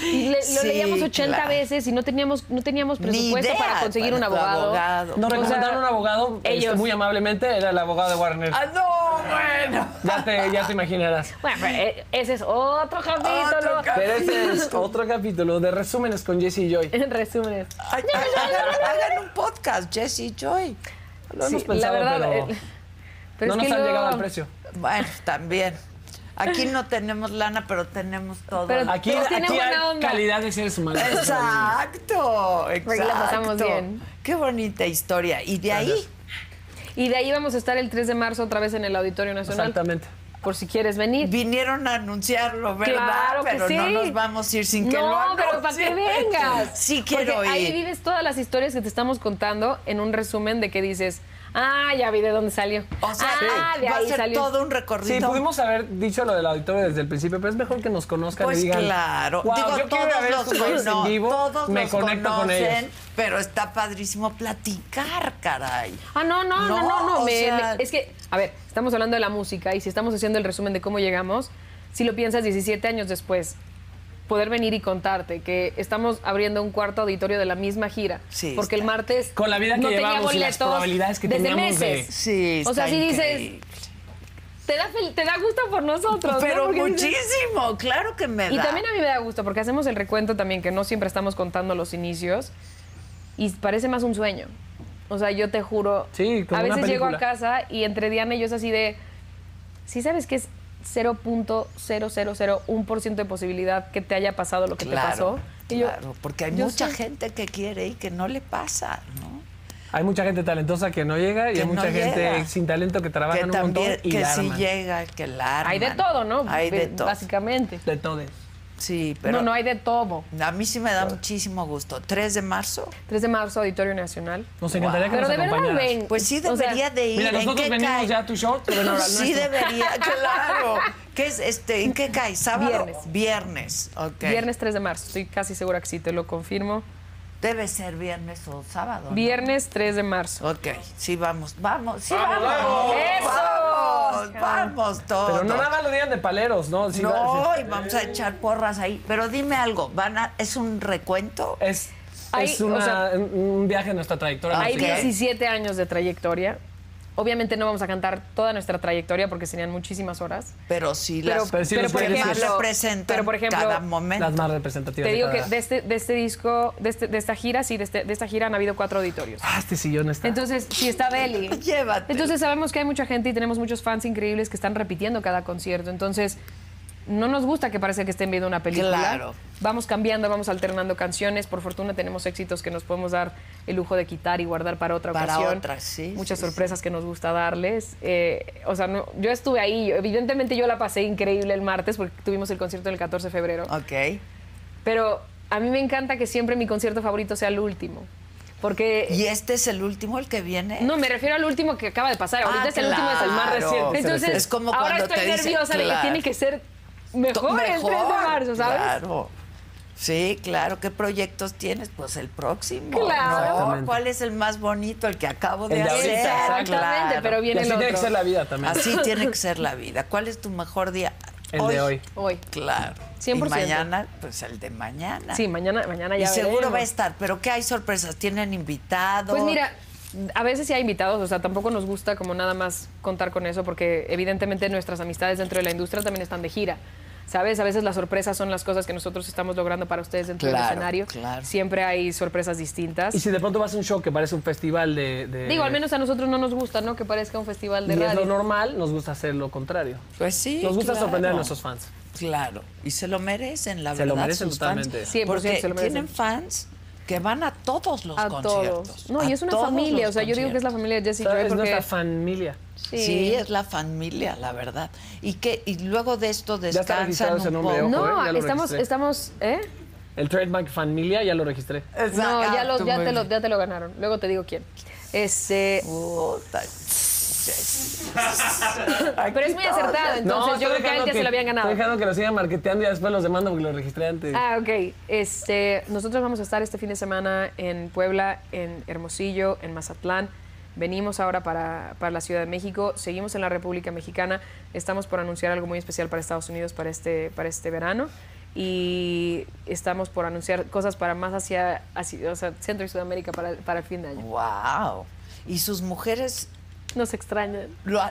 [SPEAKER 3] Y le- lo
[SPEAKER 2] Sí,
[SPEAKER 3] leíamos 80
[SPEAKER 2] claro.
[SPEAKER 3] veces y no teníamos, no teníamos
[SPEAKER 2] Ni
[SPEAKER 3] presupuesto
[SPEAKER 2] idea
[SPEAKER 3] para conseguir
[SPEAKER 2] para
[SPEAKER 3] un
[SPEAKER 2] tu
[SPEAKER 3] abogado.
[SPEAKER 2] abogado.
[SPEAKER 5] Nos
[SPEAKER 3] O sea,
[SPEAKER 5] recomendaron un abogado, este,
[SPEAKER 3] ellos.
[SPEAKER 5] muy amablemente, era el abogado de Warner.
[SPEAKER 2] Ah, no, bueno.
[SPEAKER 5] Ya te, ya te imaginarás.
[SPEAKER 3] Bueno, pero, eh, ese es otro capítulo.
[SPEAKER 5] Pero este es otro capítulo de resúmenes con Jesse y Joy.
[SPEAKER 3] <laughs> En resúmenes.
[SPEAKER 2] Ay, hagan, hagan un podcast, Jesse y Joy.
[SPEAKER 5] Lo hemos pensado, pero,
[SPEAKER 3] eh, pero
[SPEAKER 5] no
[SPEAKER 3] es
[SPEAKER 5] nos
[SPEAKER 3] que
[SPEAKER 5] han
[SPEAKER 3] luego-
[SPEAKER 5] llegado al precio.
[SPEAKER 2] Bueno, también. Aquí no tenemos lana, pero tenemos todo.
[SPEAKER 3] Pero
[SPEAKER 5] Aquí,
[SPEAKER 3] todos tienen
[SPEAKER 5] aquí hay
[SPEAKER 3] buena onda.
[SPEAKER 5] calidad de seres humanos.
[SPEAKER 2] Exacto,
[SPEAKER 3] Porque
[SPEAKER 2] exacto.
[SPEAKER 3] la pasamos bien.
[SPEAKER 2] Qué bonita historia. Y de ahí,
[SPEAKER 3] Y de ahí vamos a estar el 3 de marzo otra vez en el Auditorio Nacional.
[SPEAKER 5] Exactamente.
[SPEAKER 3] Por si quieres venir.
[SPEAKER 2] Vinieron a anunciarlo, ¿verdad?
[SPEAKER 3] Claro que
[SPEAKER 2] pero no
[SPEAKER 3] sí.
[SPEAKER 2] nos vamos a ir sin que
[SPEAKER 3] no,
[SPEAKER 2] lo anuncien.
[SPEAKER 3] pero para que
[SPEAKER 2] <laughs>
[SPEAKER 3] vengas.
[SPEAKER 2] Sí quiero
[SPEAKER 3] Porque Ahí
[SPEAKER 2] ir.
[SPEAKER 3] vives todas las historias que te estamos contando en un resumen de que dices, ah, ya vi de dónde salió.
[SPEAKER 2] O sea,
[SPEAKER 3] ah, de
[SPEAKER 2] va a
[SPEAKER 3] ahí
[SPEAKER 2] ser
[SPEAKER 3] salió.
[SPEAKER 2] todo un recorrido.
[SPEAKER 5] Sí, pudimos haber dicho lo del auditorio desde el principio, pero es mejor que nos conozcan
[SPEAKER 2] Pues
[SPEAKER 5] y digan.
[SPEAKER 2] claro.
[SPEAKER 5] "Wow,
[SPEAKER 2] Digo,
[SPEAKER 5] yo quiero ir a ver
[SPEAKER 2] todos
[SPEAKER 5] estos
[SPEAKER 2] los,
[SPEAKER 5] güeyes
[SPEAKER 2] cono-
[SPEAKER 5] en vivo,
[SPEAKER 2] todos
[SPEAKER 5] me
[SPEAKER 2] los
[SPEAKER 5] conecto con
[SPEAKER 2] conocen,
[SPEAKER 5] ellos.
[SPEAKER 2] pero está padrísimo platicar, caray.
[SPEAKER 3] Ah, no, no, no,
[SPEAKER 2] No,
[SPEAKER 3] no, no.
[SPEAKER 2] o
[SPEAKER 3] me-
[SPEAKER 2] sea-
[SPEAKER 3] me- es que, a ver, estamos hablando de la música y si estamos haciendo el resumen de cómo llegamos, si lo piensas 17 años después, poder venir y contarte que estamos abriendo un cuarto auditorio de la misma gira.
[SPEAKER 2] Sí,
[SPEAKER 3] Porque el
[SPEAKER 2] está-
[SPEAKER 3] martes
[SPEAKER 5] Con la vida que
[SPEAKER 3] no tenía
[SPEAKER 5] llevamos y las
[SPEAKER 3] boletos
[SPEAKER 5] probabilidades que
[SPEAKER 3] desde
[SPEAKER 5] teníamos de-
[SPEAKER 3] meses.
[SPEAKER 2] Sí,
[SPEAKER 3] O sea,
[SPEAKER 2] está
[SPEAKER 3] si dices,
[SPEAKER 2] increíble.
[SPEAKER 3] te da, fel- te da gusto por nosotros. ¿no?
[SPEAKER 2] Pero
[SPEAKER 3] Porque dices-
[SPEAKER 2] muchísimo, claro que me da.
[SPEAKER 3] y también a mí me da gusto porque hacemos el recuento también que no siempre estamos contando los inicios y parece más un sueño. O sea, yo te juro,
[SPEAKER 5] Sí, como
[SPEAKER 3] a
[SPEAKER 5] una
[SPEAKER 3] veces llego a
[SPEAKER 5] película.
[SPEAKER 3] casa y entre Diana y yo es así de, si sabes que es 0.0001% de posibilidad que te haya pasado lo que te pasó.
[SPEAKER 2] Claro,
[SPEAKER 3] Y yo,
[SPEAKER 2] claro, porque hay
[SPEAKER 3] yo
[SPEAKER 2] mucha
[SPEAKER 3] sé.
[SPEAKER 2] gente que quiere y que no le pasa, ¿no?
[SPEAKER 5] Hay mucha gente talentosa que no llega y
[SPEAKER 2] Que
[SPEAKER 5] hay mucha
[SPEAKER 2] no
[SPEAKER 5] gente
[SPEAKER 2] llega.
[SPEAKER 5] sin talento que trabaja
[SPEAKER 2] que
[SPEAKER 5] un
[SPEAKER 2] también,
[SPEAKER 5] montón y
[SPEAKER 2] que
[SPEAKER 5] la
[SPEAKER 2] si
[SPEAKER 5] arman.
[SPEAKER 2] llega, que la
[SPEAKER 3] Hay de
[SPEAKER 2] arman.
[SPEAKER 3] todo, ¿no?
[SPEAKER 2] Hay de
[SPEAKER 3] B-
[SPEAKER 2] todo.
[SPEAKER 3] Básicamente.
[SPEAKER 5] De todos.
[SPEAKER 2] Sí, pero
[SPEAKER 3] no, no hay de todo.
[SPEAKER 2] a mí sí me da muchísimo gusto. 3 de marzo.
[SPEAKER 3] 3 de marzo, Auditorio Nacional.
[SPEAKER 5] Nos encantaría que
[SPEAKER 3] Pero
[SPEAKER 5] nos
[SPEAKER 3] de verdad,
[SPEAKER 5] acompañaras.
[SPEAKER 3] ven.
[SPEAKER 2] Pues sí
[SPEAKER 3] O sea,
[SPEAKER 2] debería de ir.
[SPEAKER 5] Mira,
[SPEAKER 2] ¿En
[SPEAKER 5] nosotros
[SPEAKER 2] qué
[SPEAKER 5] venimos
[SPEAKER 2] cae?
[SPEAKER 5] ya a tu show, pero no,
[SPEAKER 2] Sí
[SPEAKER 5] nuestro.
[SPEAKER 2] debería, claro. ¿Qué es este? ¿En qué cae? Sábado.
[SPEAKER 3] Viernes.
[SPEAKER 2] Viernes. ok.
[SPEAKER 3] Viernes 3 de marzo, estoy casi segura que sí, te lo confirmo.
[SPEAKER 2] Debe ser viernes o sábado. ¿no?
[SPEAKER 3] Viernes 3 de marzo.
[SPEAKER 2] Ok, sí vamos, vamos, sí vamos.
[SPEAKER 5] Vamos,
[SPEAKER 2] Vamos,
[SPEAKER 5] vamos.
[SPEAKER 2] vamos, todos.
[SPEAKER 5] Pero no nada más lo digan de paleros, ¿no? Sí,
[SPEAKER 2] No,
[SPEAKER 5] va-
[SPEAKER 2] y vamos a echar porras ahí. Pero dime algo, van a, ¿es un recuento?
[SPEAKER 5] Es,
[SPEAKER 3] Ahí,
[SPEAKER 5] es
[SPEAKER 3] o
[SPEAKER 5] una-
[SPEAKER 3] sea,
[SPEAKER 5] un- un viaje en nuestra trayectoria.
[SPEAKER 3] Hay
[SPEAKER 5] musical.
[SPEAKER 3] 17 años de trayectoria. Obviamente no vamos a cantar toda nuestra trayectoria porque serían muchísimas horas.
[SPEAKER 2] Pero sí,
[SPEAKER 3] Pero-
[SPEAKER 2] las
[SPEAKER 5] pero sí los
[SPEAKER 2] que
[SPEAKER 5] beneficios.
[SPEAKER 2] más representan
[SPEAKER 3] pero por ejemplo,
[SPEAKER 2] cada momento.
[SPEAKER 5] Las más representativas.
[SPEAKER 3] Te
[SPEAKER 5] de
[SPEAKER 3] digo que
[SPEAKER 5] cada-
[SPEAKER 3] de este, de este disco, de, este- de esta gira, sí, de, este- de esta gira han habido cuatro auditorios.
[SPEAKER 5] Ah, este sillón está.
[SPEAKER 3] Entonces, sí está Beli.
[SPEAKER 2] Llévate.
[SPEAKER 3] Entonces sabemos que hay mucha gente y tenemos muchos fans increíbles que están repitiendo cada concierto. Entonces, no nos gusta que parezca que estén viendo una película.
[SPEAKER 2] Claro.
[SPEAKER 3] Vamos cambiando, vamos alternando canciones. Por fortuna tenemos éxitos que nos podemos dar el lujo de quitar y guardar para otra
[SPEAKER 2] Para
[SPEAKER 3] ocasión.
[SPEAKER 2] otra, sí,
[SPEAKER 3] Muchas
[SPEAKER 2] sí,
[SPEAKER 3] sorpresas que nos gusta darles. Eh, o sea, no- yo estuve ahí. Yo- Evidentemente yo la pasé increíble el martes porque tuvimos el concierto del 14 de febrero.
[SPEAKER 2] ok.
[SPEAKER 3] Pero a mí me encanta que siempre mi concierto favorito sea el último. Porque
[SPEAKER 2] ¿Y este es el último, el que viene?
[SPEAKER 3] no, me refiero al último que acaba de pasar. Ahorita
[SPEAKER 2] Ah,
[SPEAKER 3] es el último, es el más
[SPEAKER 2] claro.
[SPEAKER 3] reciente. Entonces,
[SPEAKER 2] Es como
[SPEAKER 3] ahora
[SPEAKER 2] cuando
[SPEAKER 3] estoy
[SPEAKER 2] te dicen,
[SPEAKER 3] nerviosa de que
[SPEAKER 2] claro.
[SPEAKER 3] tiene que ser
[SPEAKER 2] To-
[SPEAKER 3] mejor, el 3 de
[SPEAKER 2] mejor,
[SPEAKER 3] marzo, ¿sabes?
[SPEAKER 2] Claro. Sí, claro. ¿Qué proyectos tienes? Pues el próximo.
[SPEAKER 3] Claro.
[SPEAKER 2] ¿no?
[SPEAKER 5] Exactamente.
[SPEAKER 2] ¿Cuál es el más bonito? El que acabo de
[SPEAKER 5] El de
[SPEAKER 2] hacer.
[SPEAKER 5] ahorita,
[SPEAKER 3] Exactamente,
[SPEAKER 2] claro.
[SPEAKER 3] pero
[SPEAKER 5] y
[SPEAKER 3] viene
[SPEAKER 5] así
[SPEAKER 3] el
[SPEAKER 5] tiene que
[SPEAKER 3] otro.
[SPEAKER 5] ser la vida también.
[SPEAKER 3] <laughs>
[SPEAKER 2] Así tiene que ser la vida. ¿Cuál es tu mejor día?
[SPEAKER 5] El de hoy.
[SPEAKER 3] Hoy.
[SPEAKER 2] Claro.
[SPEAKER 3] 100%.
[SPEAKER 2] Y mañana, pues el de mañana.
[SPEAKER 3] Sí, mañana, mañana
[SPEAKER 2] Y
[SPEAKER 3] ya
[SPEAKER 2] seguro
[SPEAKER 3] veremos.
[SPEAKER 2] va a estar. ¿Pero qué hay sorpresas? ¿Tienen invitados?
[SPEAKER 3] Pues mira, a veces sí hay invitados, o sea, tampoco nos gusta como nada más contar con eso, porque evidentemente nuestras amistades dentro de la industria también están de gira. ¿Sabes? A veces las sorpresas son las cosas que nosotros estamos logrando para ustedes dentro del
[SPEAKER 5] Claro,
[SPEAKER 3] escenario. Siempre hay sorpresas distintas.
[SPEAKER 5] Y si de pronto vas a un show que parece un festival de... de-
[SPEAKER 3] Digo, al menos a nosotros no nos gusta, ¿no? Que parezca un festival de
[SPEAKER 5] Y es
[SPEAKER 3] radio.
[SPEAKER 5] lo normal, nos gusta hacer lo contrario.
[SPEAKER 2] Pues sí.
[SPEAKER 5] Nos gusta
[SPEAKER 2] claro.
[SPEAKER 5] sorprender a nuestros fans.
[SPEAKER 2] Claro, y se lo merecen, la
[SPEAKER 5] Se
[SPEAKER 2] verdad.
[SPEAKER 5] lo merecen
[SPEAKER 2] sus fans,
[SPEAKER 5] totalmente. 100%
[SPEAKER 2] porque
[SPEAKER 5] se lo merecen.
[SPEAKER 2] tienen fans que van a todos los
[SPEAKER 3] a
[SPEAKER 2] conciertos.
[SPEAKER 3] todos. No, y
[SPEAKER 2] a
[SPEAKER 3] es una
[SPEAKER 2] todos
[SPEAKER 3] familia.
[SPEAKER 2] los
[SPEAKER 3] O sea, yo digo que es la familia de Jesse
[SPEAKER 2] conciertos.
[SPEAKER 3] Joy porque...
[SPEAKER 5] familia.
[SPEAKER 2] Sí.
[SPEAKER 3] Sí,
[SPEAKER 2] es la familia, la verdad. Y que y luego de esto
[SPEAKER 5] está registrado
[SPEAKER 2] descansan
[SPEAKER 5] ese
[SPEAKER 2] un
[SPEAKER 5] nombre,
[SPEAKER 2] poco.
[SPEAKER 5] ojo, ¿eh? Ya lo
[SPEAKER 3] estamos,
[SPEAKER 5] registré.
[SPEAKER 3] estamos, ¿eh?
[SPEAKER 5] El trademark familia ya lo registré.
[SPEAKER 3] No, ya, lo- ya,
[SPEAKER 5] muy
[SPEAKER 3] te lo,
[SPEAKER 5] bien.
[SPEAKER 3] ya te lo ganaron. Luego te digo quién. Este. Pero es muy acertado, entonces yo creo que a él ya se lo habían ganado.
[SPEAKER 5] Estoy dejando que lo sigan marketeando y después los demando porque lo registré antes.
[SPEAKER 3] Ah, ok. Este, nosotros vamos a estar este fin de semana en Puebla, en Hermosillo, en Mazatlán. Venimos ahora para, para la Ciudad de México, seguimos en la República Mexicana, estamos por anunciar algo muy especial para Estados Unidos para este, para este verano y estamos por anunciar cosas para más hacia, hacia- o sea, Centro y Sudamérica para, para el fin de año.
[SPEAKER 2] ¡Wow! Y sus mujeres.
[SPEAKER 3] Nos extrañan.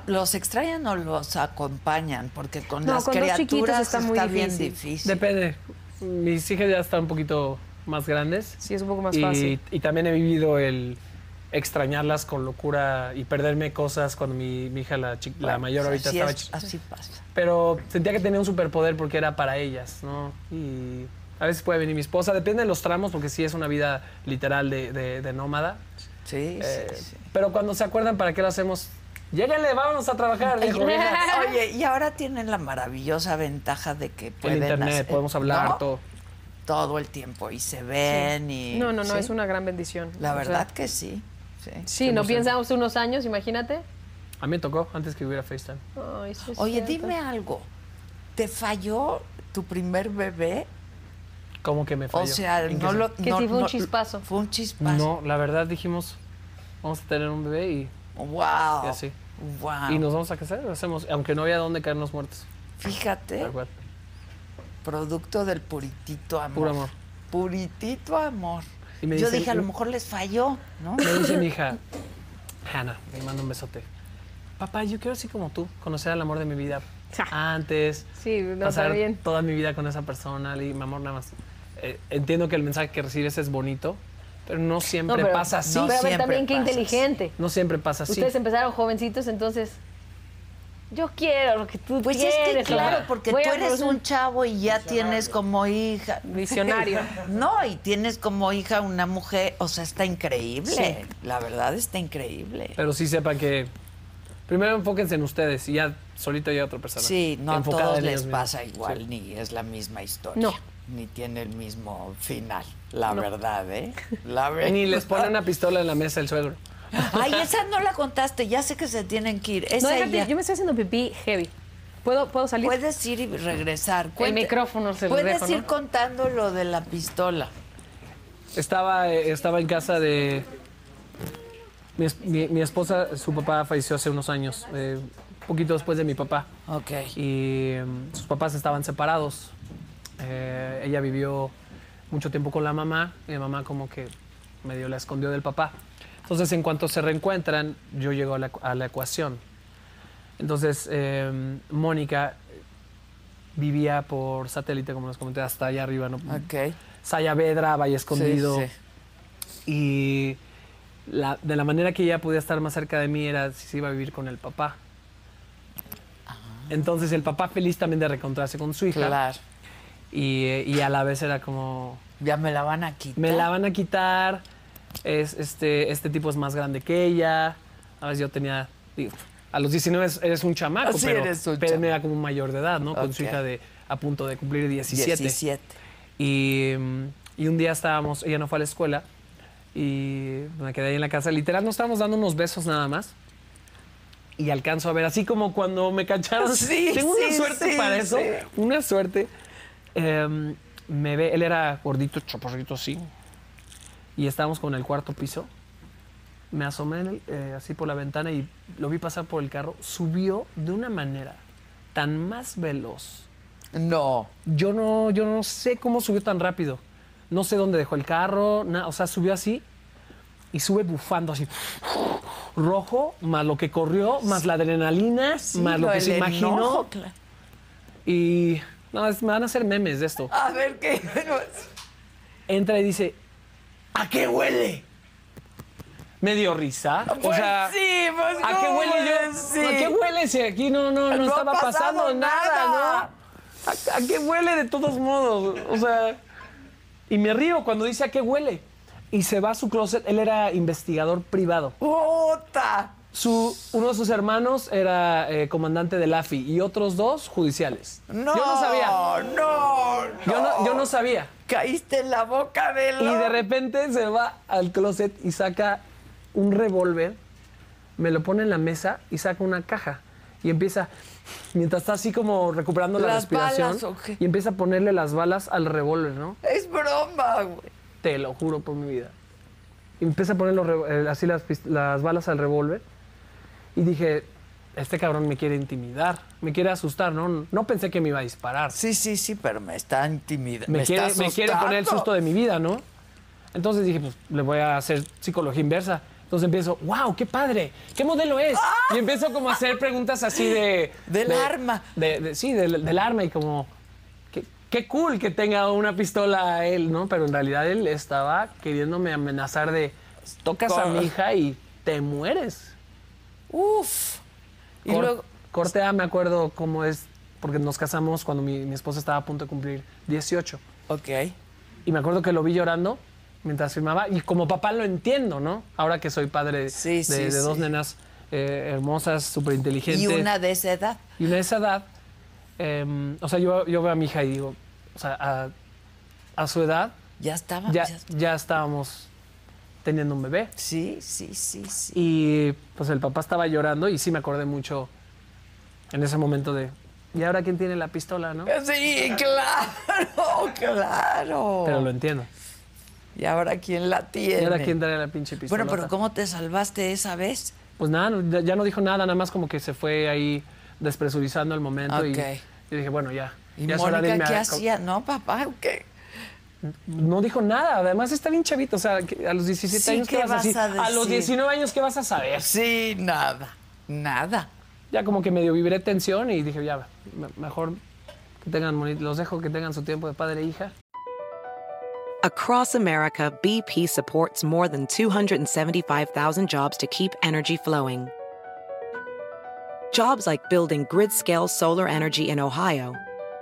[SPEAKER 2] ¿Los extrañan o los acompañan? Porque con
[SPEAKER 3] No,
[SPEAKER 2] las
[SPEAKER 3] con dos chiquitos
[SPEAKER 2] criaturas
[SPEAKER 3] está
[SPEAKER 2] está,
[SPEAKER 3] muy
[SPEAKER 2] bien
[SPEAKER 3] difícil.
[SPEAKER 2] difícil.
[SPEAKER 5] Depende. Mis hijas ya están un poquito más grandes.
[SPEAKER 3] Sí, es un poco más
[SPEAKER 5] y,
[SPEAKER 3] fácil.
[SPEAKER 5] Y también he vivido el extrañarlas con locura y perderme cosas cuando mi, mi hija, la, chi- la
[SPEAKER 2] Bueno,
[SPEAKER 5] mayor,
[SPEAKER 2] pues
[SPEAKER 5] ahorita
[SPEAKER 2] así
[SPEAKER 5] estaba
[SPEAKER 2] es-
[SPEAKER 5] chiquita.
[SPEAKER 2] Así pasa.
[SPEAKER 5] Pero sentía que tenía un superpoder porque era para ellas, ¿no? Y a veces puede venir mi esposa, depende de los tramos, porque sí es una vida literal de, de- de nómada. Eh,
[SPEAKER 2] Sí,
[SPEAKER 5] Pero cuando se acuerdan para qué lo hacemos, lléguenle, vámonos a
[SPEAKER 2] <laughs>
[SPEAKER 5] trabajar. dijo, "Mira,
[SPEAKER 3] <laughs>
[SPEAKER 2] Oye, y ahora tienen la maravillosa ventaja de que
[SPEAKER 5] el
[SPEAKER 2] pueden
[SPEAKER 5] internet,
[SPEAKER 2] hacer-
[SPEAKER 5] podemos hablar,
[SPEAKER 2] ¿no?
[SPEAKER 5] todo.
[SPEAKER 2] todo el tiempo y se ven y
[SPEAKER 3] No, no, no,
[SPEAKER 2] ¿sí?
[SPEAKER 3] es una gran bendición.
[SPEAKER 2] La
[SPEAKER 3] O sea,
[SPEAKER 2] verdad que sí. Sí,
[SPEAKER 3] Sí, no piensamos unos años, imagínate.
[SPEAKER 5] A mí me tocó antes que hubiera FaceTime.
[SPEAKER 3] Ay, sí es
[SPEAKER 2] Oye,
[SPEAKER 3] cierto.
[SPEAKER 2] dime algo. ¿Te falló tu primer bebé?
[SPEAKER 5] ¿Cómo que me falló?
[SPEAKER 2] O sea,
[SPEAKER 5] ¿En qué
[SPEAKER 2] no
[SPEAKER 5] sen-
[SPEAKER 2] lo-
[SPEAKER 3] Que no- sí fue un no- chispazo.
[SPEAKER 2] Fue un chispazo.
[SPEAKER 5] No, la verdad dijimos, vamos a tener un bebé y...
[SPEAKER 2] ¡Wow!
[SPEAKER 5] Y así.
[SPEAKER 2] ¡Wow!
[SPEAKER 5] Y nos vamos a casar, lo hacemos, aunque no había dónde caernos muertos.
[SPEAKER 2] Fíjate,
[SPEAKER 5] Tal cual.
[SPEAKER 2] producto del puritito amor.
[SPEAKER 5] Puro amor.
[SPEAKER 2] Puritito amor.
[SPEAKER 5] Y me
[SPEAKER 2] Yo
[SPEAKER 5] dice- "Uh".
[SPEAKER 2] dije, a lo mejor les falló, ¿no?
[SPEAKER 5] Me dice mi hija, Hannah, le mando un besote. Papá, yo quiero así como tú, conocer al amor de mi vida antes.
[SPEAKER 3] Sí, no está
[SPEAKER 5] pasar
[SPEAKER 3] bien.
[SPEAKER 5] toda mi vida con esa persona, y mi amor, nada más. Eh, entiendo que el mensaje que recibes es bonito, pero no siempre
[SPEAKER 3] pero-
[SPEAKER 5] pasa así.
[SPEAKER 3] pero a ver también qué inteligente.
[SPEAKER 5] No siempre pasa así.
[SPEAKER 3] Ustedes empezaron jovencitos, entonces yo quiero lo que tú
[SPEAKER 2] Pues es
[SPEAKER 3] quieres.
[SPEAKER 2] que
[SPEAKER 3] mamá.
[SPEAKER 2] claro, porque
[SPEAKER 3] Voy
[SPEAKER 2] tú
[SPEAKER 3] a
[SPEAKER 2] eres
[SPEAKER 3] producir-
[SPEAKER 2] un chavo y ya tienes como hija.
[SPEAKER 3] <laughs> Visionario.
[SPEAKER 2] no, y tienes como hija una mujer. O sea, está increíble.
[SPEAKER 5] Sí.
[SPEAKER 2] La verdad está increíble.
[SPEAKER 5] Pero sí sepan que primero enfóquense en ustedes y ya solito llega otra persona.
[SPEAKER 2] Sí, no a
[SPEAKER 5] Enfocada
[SPEAKER 2] todos
[SPEAKER 5] en
[SPEAKER 2] les
[SPEAKER 5] ellos mismos.
[SPEAKER 2] pasa igual,
[SPEAKER 5] Sí.
[SPEAKER 2] ni es la misma historia.
[SPEAKER 5] No.
[SPEAKER 2] Ni tiene el mismo final. La
[SPEAKER 5] No.
[SPEAKER 2] verdad, ¿eh?
[SPEAKER 5] <laughs>
[SPEAKER 2] La verdad.
[SPEAKER 5] Ni les pone una pistola en la mesa el suegro.
[SPEAKER 2] <laughs> Ay, esa no la contaste. Ya sé que se tienen que ir. <laughs>
[SPEAKER 3] No,
[SPEAKER 2] Esa
[SPEAKER 3] déjate,
[SPEAKER 2] ya-
[SPEAKER 3] yo me estoy haciendo pipí heavy. ¿Puedo, puedo salir?
[SPEAKER 2] Puedes ir y regresar. Cuenta-
[SPEAKER 3] micrófono se lo
[SPEAKER 2] Puedes
[SPEAKER 3] dejo, ¿no?
[SPEAKER 2] ir contando lo de la pistola.
[SPEAKER 5] Estaba, eh, estaba en casa de... Mi, es- mi- mi esposa, su papá falleció hace unos años, eh, poquito después de mi papá.
[SPEAKER 2] Ok.
[SPEAKER 5] Y mm, sus papás estaban separados. Eh, ella vivió mucho tiempo con la mamá y la mamá como que medio la escondió del papá. Entonces, en cuanto se reencuentran, yo llego a la, a la ecuación. Entonces, eh, Mónica vivía por satélite, como les comenté, hasta allá arriba, ¿no?
[SPEAKER 2] Ok.
[SPEAKER 5] Sayavedra, Valle Escondido.
[SPEAKER 2] Sí,
[SPEAKER 5] Y la- de la manera que ella podía estar más cerca de mí era si se iba a vivir con el papá. Entonces el papá feliz también de reencontrarse con su hija.
[SPEAKER 2] Ah. Claro.
[SPEAKER 5] Y, eh, y a la vez era como,
[SPEAKER 2] Ya me la van a quitar.
[SPEAKER 5] me la van a quitar, es, este, este tipo es más grande que ella. A veces yo tenía, digo, a los 19 es- eres un chamaco,
[SPEAKER 2] Sí,
[SPEAKER 5] pero,
[SPEAKER 2] eres un
[SPEAKER 5] pero me era como un mayor de edad, ¿no? Con su
[SPEAKER 2] Ok.
[SPEAKER 5] hija de, a punto de cumplir 17.
[SPEAKER 2] 17.
[SPEAKER 5] Y, mm, y un día estábamos, ella no fue a la escuela y me quedé ahí en la casa. Literal, nos estábamos dando unos besos nada más. Y alcanzo a ver, así como cuando me
[SPEAKER 2] <laughs>
[SPEAKER 5] cacharon.
[SPEAKER 2] Sí,
[SPEAKER 5] Tengo
[SPEAKER 2] sí,
[SPEAKER 5] una suerte
[SPEAKER 2] sí,
[SPEAKER 5] para eso.
[SPEAKER 2] sí.
[SPEAKER 5] Una suerte. Em, me ve, él era gordito, chaparrito así. Y estábamos con el cuarto piso. Me asomé en el- eh, así por la ventana y lo vi pasar por el carro. Subió de una manera tan más veloz.
[SPEAKER 2] No.
[SPEAKER 5] Yo no, yo no sé cómo subió tan rápido. No sé dónde dejó el carro, na- o sea, subió así y sube bufando así. Rojo, más lo que corrió, más la adrenalina, más lo
[SPEAKER 2] lo
[SPEAKER 5] que se
[SPEAKER 2] del
[SPEAKER 5] imaginó.
[SPEAKER 2] enojo, claro.
[SPEAKER 5] Y No, es- me van a hacer memes de esto.
[SPEAKER 2] A ver qué. <laughs> Pues
[SPEAKER 5] Entra y dice, ¿a qué huele? Me dio risa. o
[SPEAKER 2] Pues
[SPEAKER 5] sea,
[SPEAKER 2] sí, pues,
[SPEAKER 5] ¿a qué
[SPEAKER 2] ¿cómo
[SPEAKER 5] huele yo?
[SPEAKER 2] es? Sí.
[SPEAKER 5] ¿A qué huele si aquí no, no, no,
[SPEAKER 2] No ha
[SPEAKER 5] estaba
[SPEAKER 2] pasado
[SPEAKER 5] pasando nada,
[SPEAKER 2] nada.
[SPEAKER 5] ¿no? ¿A, a qué huele de todos modos? O sea, y me río cuando dice a qué huele. Y se va a su closet, él era investigador privado.
[SPEAKER 2] ¡Puta!
[SPEAKER 5] Su, uno de sus hermanos era eh, comandante del AFI y otros dos judiciales.
[SPEAKER 2] No,
[SPEAKER 5] Yo no sabía.
[SPEAKER 2] No, no.
[SPEAKER 5] Yo no, yo no sabía.
[SPEAKER 2] Caíste en la boca del.
[SPEAKER 5] Y de repente se va al closet y saca un revólver, me lo pone en la mesa y saca una caja. Y empieza, mientras está así como recuperando la
[SPEAKER 2] ¿Las
[SPEAKER 5] respiración,
[SPEAKER 2] balas o qué?
[SPEAKER 5] y empieza a ponerle las balas al revólver, ¿no?
[SPEAKER 2] Es broma, güey.
[SPEAKER 5] Te lo juro por mi vida. Y empieza a poner los revo- eh, así las, pist- las balas al revólver. Y dije, este cabrón me quiere intimidar, me quiere asustar, ¿no? No pensé que me iba a disparar.
[SPEAKER 2] Sí, sí, sí, pero me está intimidando.
[SPEAKER 5] me, quiere,
[SPEAKER 2] está
[SPEAKER 5] me quiere poner el
[SPEAKER 2] asustando.
[SPEAKER 5] susto de mi vida, ¿no? Entonces dije, pues le voy a hacer psicología inversa. Entonces empiezo, wow, qué padre, qué modelo es. Y empiezo como a hacer preguntas así de...
[SPEAKER 2] Ah. <laughs> Del
[SPEAKER 5] de-
[SPEAKER 2] arma.
[SPEAKER 5] de- de- sí, del, del arma y como, qué, qué cool que tenga una pistola él, ¿no? Pero en realidad él estaba queriéndome amenazar de, tocas a mi hija y te mueres.
[SPEAKER 2] Uf. Y
[SPEAKER 5] Cor-
[SPEAKER 2] luego.
[SPEAKER 5] Corte A, me acuerdo cómo es, porque nos casamos cuando mi, mi esposa estaba a punto de cumplir 18.
[SPEAKER 2] Ok.
[SPEAKER 5] Y me acuerdo que lo vi llorando mientras firmaba. Y como papá lo entiendo, ¿no? Ahora que soy padre de, de-
[SPEAKER 2] sí,
[SPEAKER 5] de dos
[SPEAKER 2] sí.
[SPEAKER 5] nenas eh, hermosas, súper inteligentes.
[SPEAKER 2] Y una de esa edad.
[SPEAKER 5] Y una de esa edad, em, o sea, yo, yo veo a mi hija y digo, o sea, a, a su edad
[SPEAKER 2] Ya estaba.
[SPEAKER 5] ya,
[SPEAKER 2] Ah, ya-
[SPEAKER 5] ya estábamos teniendo un bebé.
[SPEAKER 2] Sí, sí, sí, sí.
[SPEAKER 5] Y pues el papá estaba llorando y sí me acordé mucho en ese momento de, ¿y ahora quién tiene la pistola, no?
[SPEAKER 2] Sí, claro, <laughs> claro.
[SPEAKER 5] Pero lo entiendo.
[SPEAKER 2] Y ahora quién la tiene.
[SPEAKER 5] ¿Y ahora quién trae la pinche pistola?
[SPEAKER 2] Bueno, pero ¿cómo te salvaste esa vez?
[SPEAKER 5] Pues nada, no- ya- ya no dijo nada, nada más como que se fue ahí despresurizando el momento.
[SPEAKER 2] Ok.
[SPEAKER 5] Y, y dije, bueno, ya.
[SPEAKER 2] ¿Y
[SPEAKER 5] ya es hora de
[SPEAKER 2] Mónica
[SPEAKER 5] irme a-
[SPEAKER 2] qué hacía? No, papá, ¿qué?
[SPEAKER 5] No dijo nada, además está bien chavito, o sea, que a los 17
[SPEAKER 2] Sí,
[SPEAKER 5] años, ¿qué,
[SPEAKER 2] ¿qué
[SPEAKER 5] vas,
[SPEAKER 2] vas
[SPEAKER 5] a decir?
[SPEAKER 2] a
[SPEAKER 5] los
[SPEAKER 2] decir?
[SPEAKER 5] 19 años, ¿qué vas a saber?
[SPEAKER 2] Sí, nada, nada.
[SPEAKER 5] Ya como que medio vibré tensión y dije, ya, me- mejor que tengan, moni- los dejo que tengan su tiempo de padre e hija.
[SPEAKER 6] Across America, BP supports more than 275,000 jobs to keep energy flowing. Jobs like building grid scale solar energy in Ohio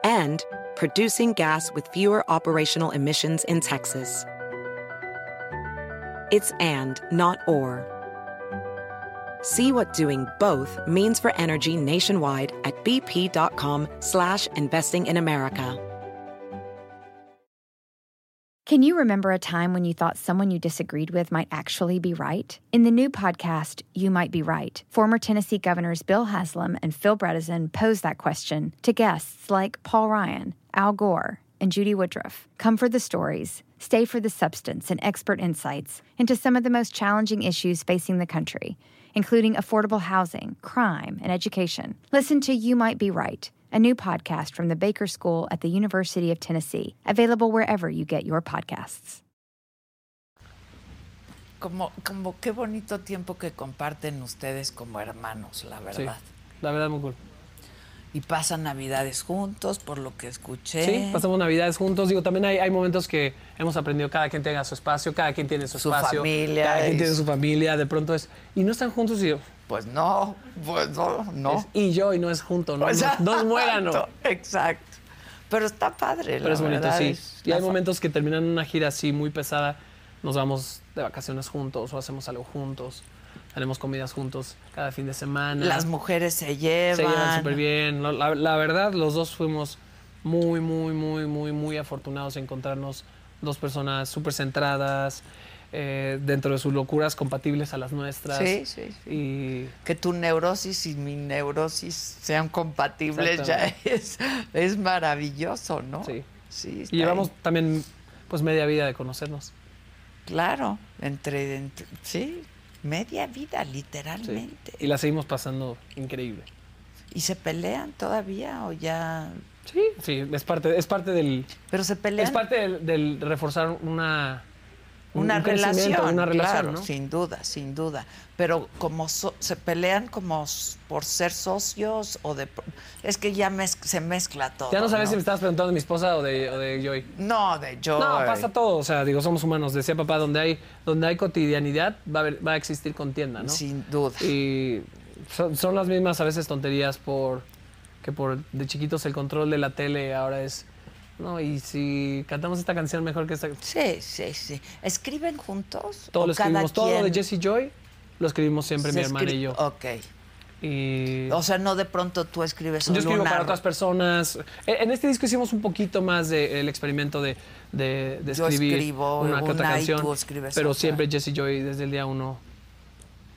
[SPEAKER 6] and producing gas with fewer operational emissions in Texas. It's and, not or. See what doing both means for energy nationwide at bp.com slash investing in America.
[SPEAKER 1] Can you remember a time when you thought someone you disagreed with might actually be right? In the new podcast, You Might Be Right, former Tennessee Governors Bill Haslam and Phil Bredesen posed that question to guests like Paul Ryan, Al Gore, and Judy Woodruff. Come for the stories, stay for the substance and expert insights into some of the most challenging issues facing the country, including affordable housing, crime, and education. Listen to You Might Be Right a new podcast from the Baker School at the University of Tennessee, available wherever you get your podcasts.
[SPEAKER 2] Como, como qué bonito tiempo que comparten ustedes como hermanos, la
[SPEAKER 5] Sí,
[SPEAKER 2] verdad.
[SPEAKER 5] la verdad, muy cool.
[SPEAKER 2] Y pasan navidades juntos, por lo que escuché.
[SPEAKER 5] Sí, pasamos navidades juntos. Digo, también hay, hay momentos que hemos aprendido, cada quien tenga su espacio, cada quien tiene su,
[SPEAKER 2] Su
[SPEAKER 5] espacio.
[SPEAKER 2] familia
[SPEAKER 5] Cada quien
[SPEAKER 2] y-
[SPEAKER 5] tiene su familia, de pronto es... Y no están juntos y yo...
[SPEAKER 2] Pues no, pues no, no.
[SPEAKER 5] es y yo y no es junto,
[SPEAKER 2] <laughs>
[SPEAKER 5] ¿no? no, no mueran, ¿no?
[SPEAKER 2] Exacto. Pero está padre,
[SPEAKER 5] Pero
[SPEAKER 2] la
[SPEAKER 5] es bonito,
[SPEAKER 2] verdad,
[SPEAKER 5] sí.
[SPEAKER 2] es-
[SPEAKER 5] Y hay momentos que terminan una gira así muy pesada, nos vamos de vacaciones juntos o hacemos algo juntos, tenemos comidas juntos cada fin de semana.
[SPEAKER 2] Las mujeres se llevan.
[SPEAKER 5] se llevan súper bien. No, La, la verdad, los dos fuimos muy, muy, muy, muy, muy afortunados en encontrarnos dos personas súper centradas, eh, dentro de sus locuras compatibles a las nuestras.
[SPEAKER 2] Sí, sí,
[SPEAKER 5] Y
[SPEAKER 2] que tu neurosis y mi neurosis sean compatibles ya
[SPEAKER 5] Exactamente.
[SPEAKER 2] es, es maravilloso, ¿no?
[SPEAKER 5] Sí.
[SPEAKER 2] Sí. está
[SPEAKER 5] y llevamos
[SPEAKER 2] bien.
[SPEAKER 5] también pues media vida de conocernos.
[SPEAKER 2] Claro, entre, entre- Sí, media vida, literalmente.
[SPEAKER 5] Y la seguimos pasando increíble.
[SPEAKER 2] ¿Y se pelean todavía o ya.?
[SPEAKER 5] Sí. Sí, es parte, es parte del.
[SPEAKER 2] Pero se pelean.
[SPEAKER 5] Es parte del, del reforzar una Un-
[SPEAKER 2] Una
[SPEAKER 5] un crecimiento,
[SPEAKER 2] relación,
[SPEAKER 5] una relación,
[SPEAKER 2] claro,
[SPEAKER 5] ¿no?
[SPEAKER 2] sin duda, sin duda. Pero como so- se pelean como s- por ser socios o de... pro- Es que ya mez- se mezcla todo.
[SPEAKER 5] Ya no sabes si
[SPEAKER 2] ¿no?
[SPEAKER 5] me estabas preguntando de mi esposa o de, o de Joy.
[SPEAKER 2] No, de eh, Joy.
[SPEAKER 5] No, pasa todo. O sea, digo, somos humanos. Decía papá, donde hay, donde hay cotidianidad va a, haber- va a existir contienda, ¿no?
[SPEAKER 2] Sin duda.
[SPEAKER 5] Y son, son las mismas a veces tonterías por que por de chiquitos el control de la tele ahora es. No, y si cantamos esta canción mejor que esta.
[SPEAKER 2] Sí, sí, sí. ¿Escriben juntos?
[SPEAKER 5] Todo
[SPEAKER 2] ¿O
[SPEAKER 5] lo
[SPEAKER 2] cada
[SPEAKER 5] escribimos. Todo lo de
[SPEAKER 2] quien?
[SPEAKER 5] Jesse Joy lo escribimos siempre
[SPEAKER 2] Se
[SPEAKER 5] mi hermana
[SPEAKER 2] escri-
[SPEAKER 5] y yo.
[SPEAKER 2] Ok. O sea, no de pronto tú escribes
[SPEAKER 5] Yo
[SPEAKER 2] solo
[SPEAKER 5] escribo
[SPEAKER 2] una
[SPEAKER 5] para
[SPEAKER 2] ro-
[SPEAKER 5] otras personas. E- En este disco hicimos un poquito más del experimento de, de- de
[SPEAKER 2] Yo
[SPEAKER 5] escribir
[SPEAKER 2] escribo
[SPEAKER 5] una, que otra
[SPEAKER 2] una y
[SPEAKER 5] canción.
[SPEAKER 2] tú escribes
[SPEAKER 5] pero
[SPEAKER 2] otra.
[SPEAKER 5] siempre Jesse Joy desde el día uno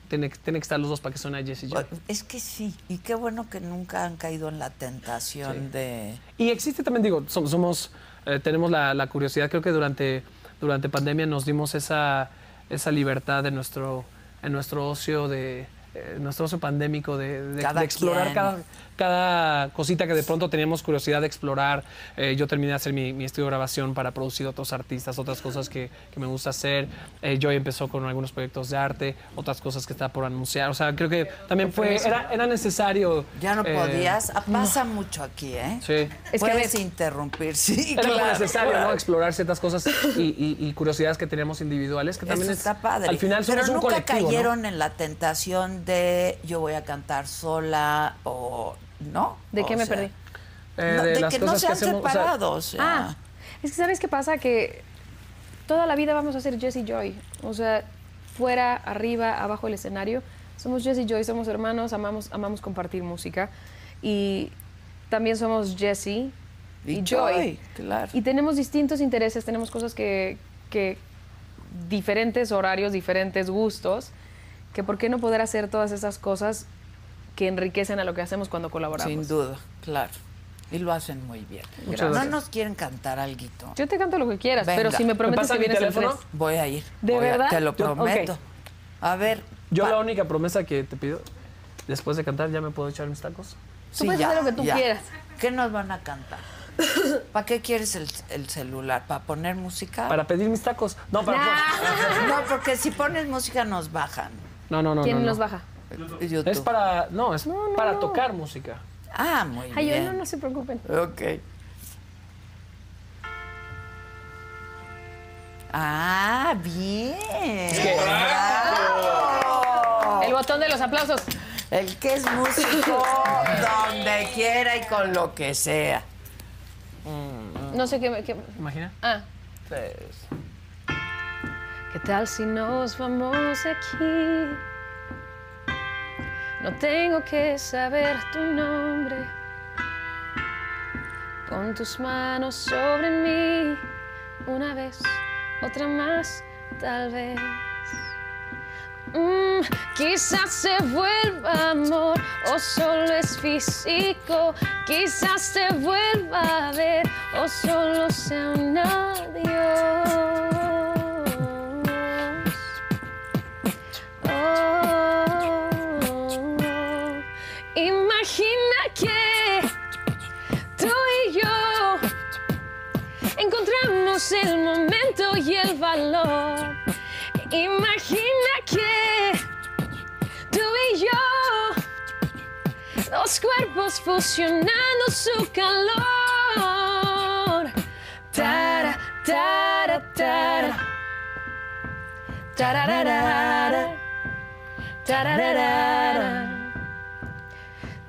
[SPEAKER 5] tiene, que- tiene que estar los dos para que suene a Jesse Joy.
[SPEAKER 2] Es que sí, y qué bueno que nunca han caído en la tentación de...
[SPEAKER 5] Y existe también, digo, som- somos, eh, tenemos la, la curiosidad, creo que durante, durante pandemia nos dimos esa, esa libertad en nuestro, en nuestro ocio de eh, nuestro ocio pandémico de, de-
[SPEAKER 2] Cada
[SPEAKER 5] de explorar
[SPEAKER 2] quien.
[SPEAKER 5] cada, cada cosita que de pronto teníamos curiosidad de explorar. Eh, yo terminé de hacer mi, mi estudio de grabación para producir otros artistas, otras cosas que, que me gusta hacer. Eh, Joy empezó con algunos proyectos de arte, otras cosas que está por anunciar. O sea, creo que también fue, era, era necesario.
[SPEAKER 2] Ya no
[SPEAKER 5] eh,
[SPEAKER 2] podías. Ah, Pasa mucho aquí, ¿eh?
[SPEAKER 5] Sí.
[SPEAKER 2] Es Puedes interrumpir, sí.
[SPEAKER 5] es lo
[SPEAKER 2] claro,
[SPEAKER 5] necesario,
[SPEAKER 2] claro.
[SPEAKER 5] ¿no? Explorar ciertas cosas
[SPEAKER 2] <laughs>
[SPEAKER 5] y, y- y curiosidades que tenemos individuales, que también
[SPEAKER 2] Eso
[SPEAKER 5] es-
[SPEAKER 2] está padre.
[SPEAKER 5] Al final somos
[SPEAKER 2] Pero
[SPEAKER 5] un
[SPEAKER 2] nunca
[SPEAKER 5] colectivo. ¿no?
[SPEAKER 2] cayeron en la tentación de yo voy a cantar sola o no.
[SPEAKER 3] ¿De qué
[SPEAKER 2] O
[SPEAKER 3] me
[SPEAKER 2] sea,
[SPEAKER 3] perdí?
[SPEAKER 5] Eh,
[SPEAKER 2] no,
[SPEAKER 5] de
[SPEAKER 2] de,
[SPEAKER 5] las
[SPEAKER 2] que no
[SPEAKER 5] cosas
[SPEAKER 2] se
[SPEAKER 5] que
[SPEAKER 2] han
[SPEAKER 5] hacemos, o sea-
[SPEAKER 2] separado.
[SPEAKER 3] Ah, es que ¿sabes qué pasa? Que toda la vida vamos a ser Jesse Joy. O sea, fuera, arriba, abajo del escenario. Somos Jesse Joy, somos hermanos, amamos, amamos compartir música. Y también somos Jesse y,
[SPEAKER 2] Y
[SPEAKER 3] Joy.
[SPEAKER 2] Joy, claro.
[SPEAKER 3] Y tenemos distintos intereses, tenemos cosas que, que diferentes horarios, diferentes gustos, que por qué no poder hacer todas esas cosas que enriquecen a lo que hacemos cuando colaboramos.
[SPEAKER 2] Sin duda, claro. Y lo hacen muy bien.
[SPEAKER 3] Muchas
[SPEAKER 2] no
[SPEAKER 3] gracias.
[SPEAKER 2] nos quieren cantar alguito.
[SPEAKER 3] Yo te canto lo que quieras, pero
[SPEAKER 2] Venga.
[SPEAKER 3] si me
[SPEAKER 2] ¿Me
[SPEAKER 3] prometes
[SPEAKER 2] pasas
[SPEAKER 3] que
[SPEAKER 2] mi
[SPEAKER 3] vienes el
[SPEAKER 2] teléfono?
[SPEAKER 3] 3.
[SPEAKER 2] Voy a ir.
[SPEAKER 3] ¿De
[SPEAKER 2] Voy a-
[SPEAKER 3] verdad?
[SPEAKER 2] te lo
[SPEAKER 3] Yo- ok.
[SPEAKER 2] prometo. A ver.
[SPEAKER 5] Yo la única promesa que te pido, después de cantar, ya me puedo echar mis tacos.
[SPEAKER 3] Tú puedes hacer lo que tú quieras.
[SPEAKER 2] ¿Qué nos van a
[SPEAKER 3] <coughs>
[SPEAKER 2] cantar? ¿Para qué quieres el, el celular? ¿Para poner música?
[SPEAKER 5] Para pedir mis tacos. No, para.
[SPEAKER 2] No, porque si pones música nos bajan.
[SPEAKER 5] No, no, no.
[SPEAKER 2] ¿Quién
[SPEAKER 5] no, no.
[SPEAKER 2] los baja? YouTube.
[SPEAKER 5] Es para. No, es para
[SPEAKER 3] no.
[SPEAKER 5] tocar música.
[SPEAKER 2] Ah, muy
[SPEAKER 3] Ay, yo,
[SPEAKER 2] bien.
[SPEAKER 3] no, no se preocupen.
[SPEAKER 2] Ok. Ah, bien. Bravo.
[SPEAKER 3] El botón de los aplausos.
[SPEAKER 2] El que es músico, donde quiera y con lo que sea.
[SPEAKER 3] No sé qué. me- qué-
[SPEAKER 5] Imagina.
[SPEAKER 3] Ah. ¿Qué tal si nos vamos de aquí? No tengo que saber tu nombre. Pon tus manos sobre mí una vez, otra más, tal vez. Mm, quizás se vuelva amor o solo es físico. Quizás se vuelva a ver o solo sea un adiós. Oh, imagina que tú y yo encontramos el momento y el valor. Imagina que tú y yo, dos cuerpos fusionando su calor. Tara, tara, tara. Tararara. Tararara.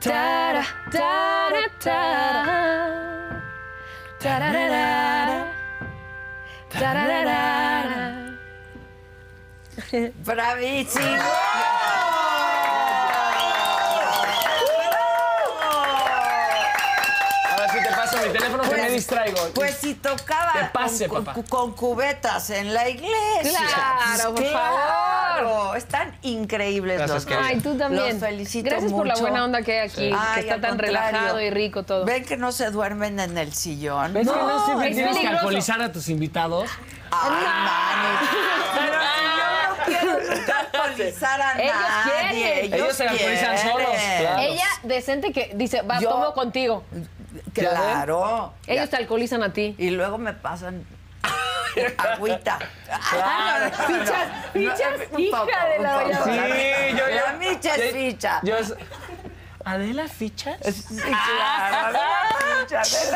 [SPEAKER 3] Tara, tara, tara. Tararara. Tararara.
[SPEAKER 2] ¡Bravísimo!
[SPEAKER 5] Ahora sí te paso mi teléfono que me distraigo.
[SPEAKER 2] Pues si tocaba
[SPEAKER 5] Que pase,
[SPEAKER 2] con,
[SPEAKER 5] papá.
[SPEAKER 2] cu- con cubetas en la iglesia.
[SPEAKER 3] Claro, por
[SPEAKER 2] Claro,
[SPEAKER 3] favor.
[SPEAKER 2] Están increíbles
[SPEAKER 5] Gracias,
[SPEAKER 2] los dos.
[SPEAKER 5] querida.
[SPEAKER 3] Ay, tú también.
[SPEAKER 2] Los felicito
[SPEAKER 3] Gracias por la
[SPEAKER 2] mucho.
[SPEAKER 3] buena onda que hay aquí, que
[SPEAKER 2] Ay,
[SPEAKER 3] está
[SPEAKER 2] al
[SPEAKER 3] tan
[SPEAKER 2] contrario.
[SPEAKER 3] relajado y rico todo.
[SPEAKER 2] Ven que no se duermen en el sillón.
[SPEAKER 5] ¿Ves que no siempre
[SPEAKER 3] es
[SPEAKER 5] tienes que
[SPEAKER 3] peligroso.
[SPEAKER 5] alcoholizar a tus invitados?
[SPEAKER 2] Pero si yo no quiero nunca alcoholizar a
[SPEAKER 3] Ellos
[SPEAKER 2] nadie.
[SPEAKER 3] quieren.
[SPEAKER 5] Ellos se alcoholizan
[SPEAKER 2] quieren.
[SPEAKER 5] solos, claro.
[SPEAKER 3] Ella decente que dice, va,
[SPEAKER 2] Yo-
[SPEAKER 3] tomo contigo.
[SPEAKER 2] Claro.
[SPEAKER 3] Ellos te alcoholizan a ti.
[SPEAKER 5] <laughs>
[SPEAKER 2] Y luego me pasan Agüita.
[SPEAKER 8] Ah, fichas, fichas, hija de la olla.
[SPEAKER 2] Sí, yo- yo-
[SPEAKER 8] La micha es ficha.
[SPEAKER 5] Yo es- ¿Adela fichas?
[SPEAKER 2] Sí, claro, de la pincha, de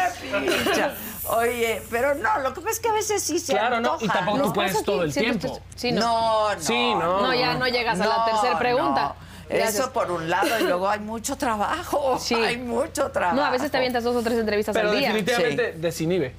[SPEAKER 2] la pincha. Oye, pero no, lo que pasa es que a veces sí se
[SPEAKER 5] Claro, no, y
[SPEAKER 2] antoja,
[SPEAKER 5] tampoco
[SPEAKER 2] ¿no?
[SPEAKER 5] tú puedes todo el
[SPEAKER 3] siempre
[SPEAKER 5] tiempo.
[SPEAKER 3] estás-
[SPEAKER 2] Sí, no. No, no.
[SPEAKER 5] Sí, no.
[SPEAKER 3] No, ya no llegas a la tercera pregunta.
[SPEAKER 2] no.
[SPEAKER 3] Ya haces-
[SPEAKER 2] Eso por un lado, y luego hay mucho
[SPEAKER 3] <laughs>
[SPEAKER 2] trabajo. Hay mucho trabajo.
[SPEAKER 3] No, a veces te avientas dos o tres entrevistas
[SPEAKER 5] Pero
[SPEAKER 3] al día.
[SPEAKER 5] definitivamente desinhibe.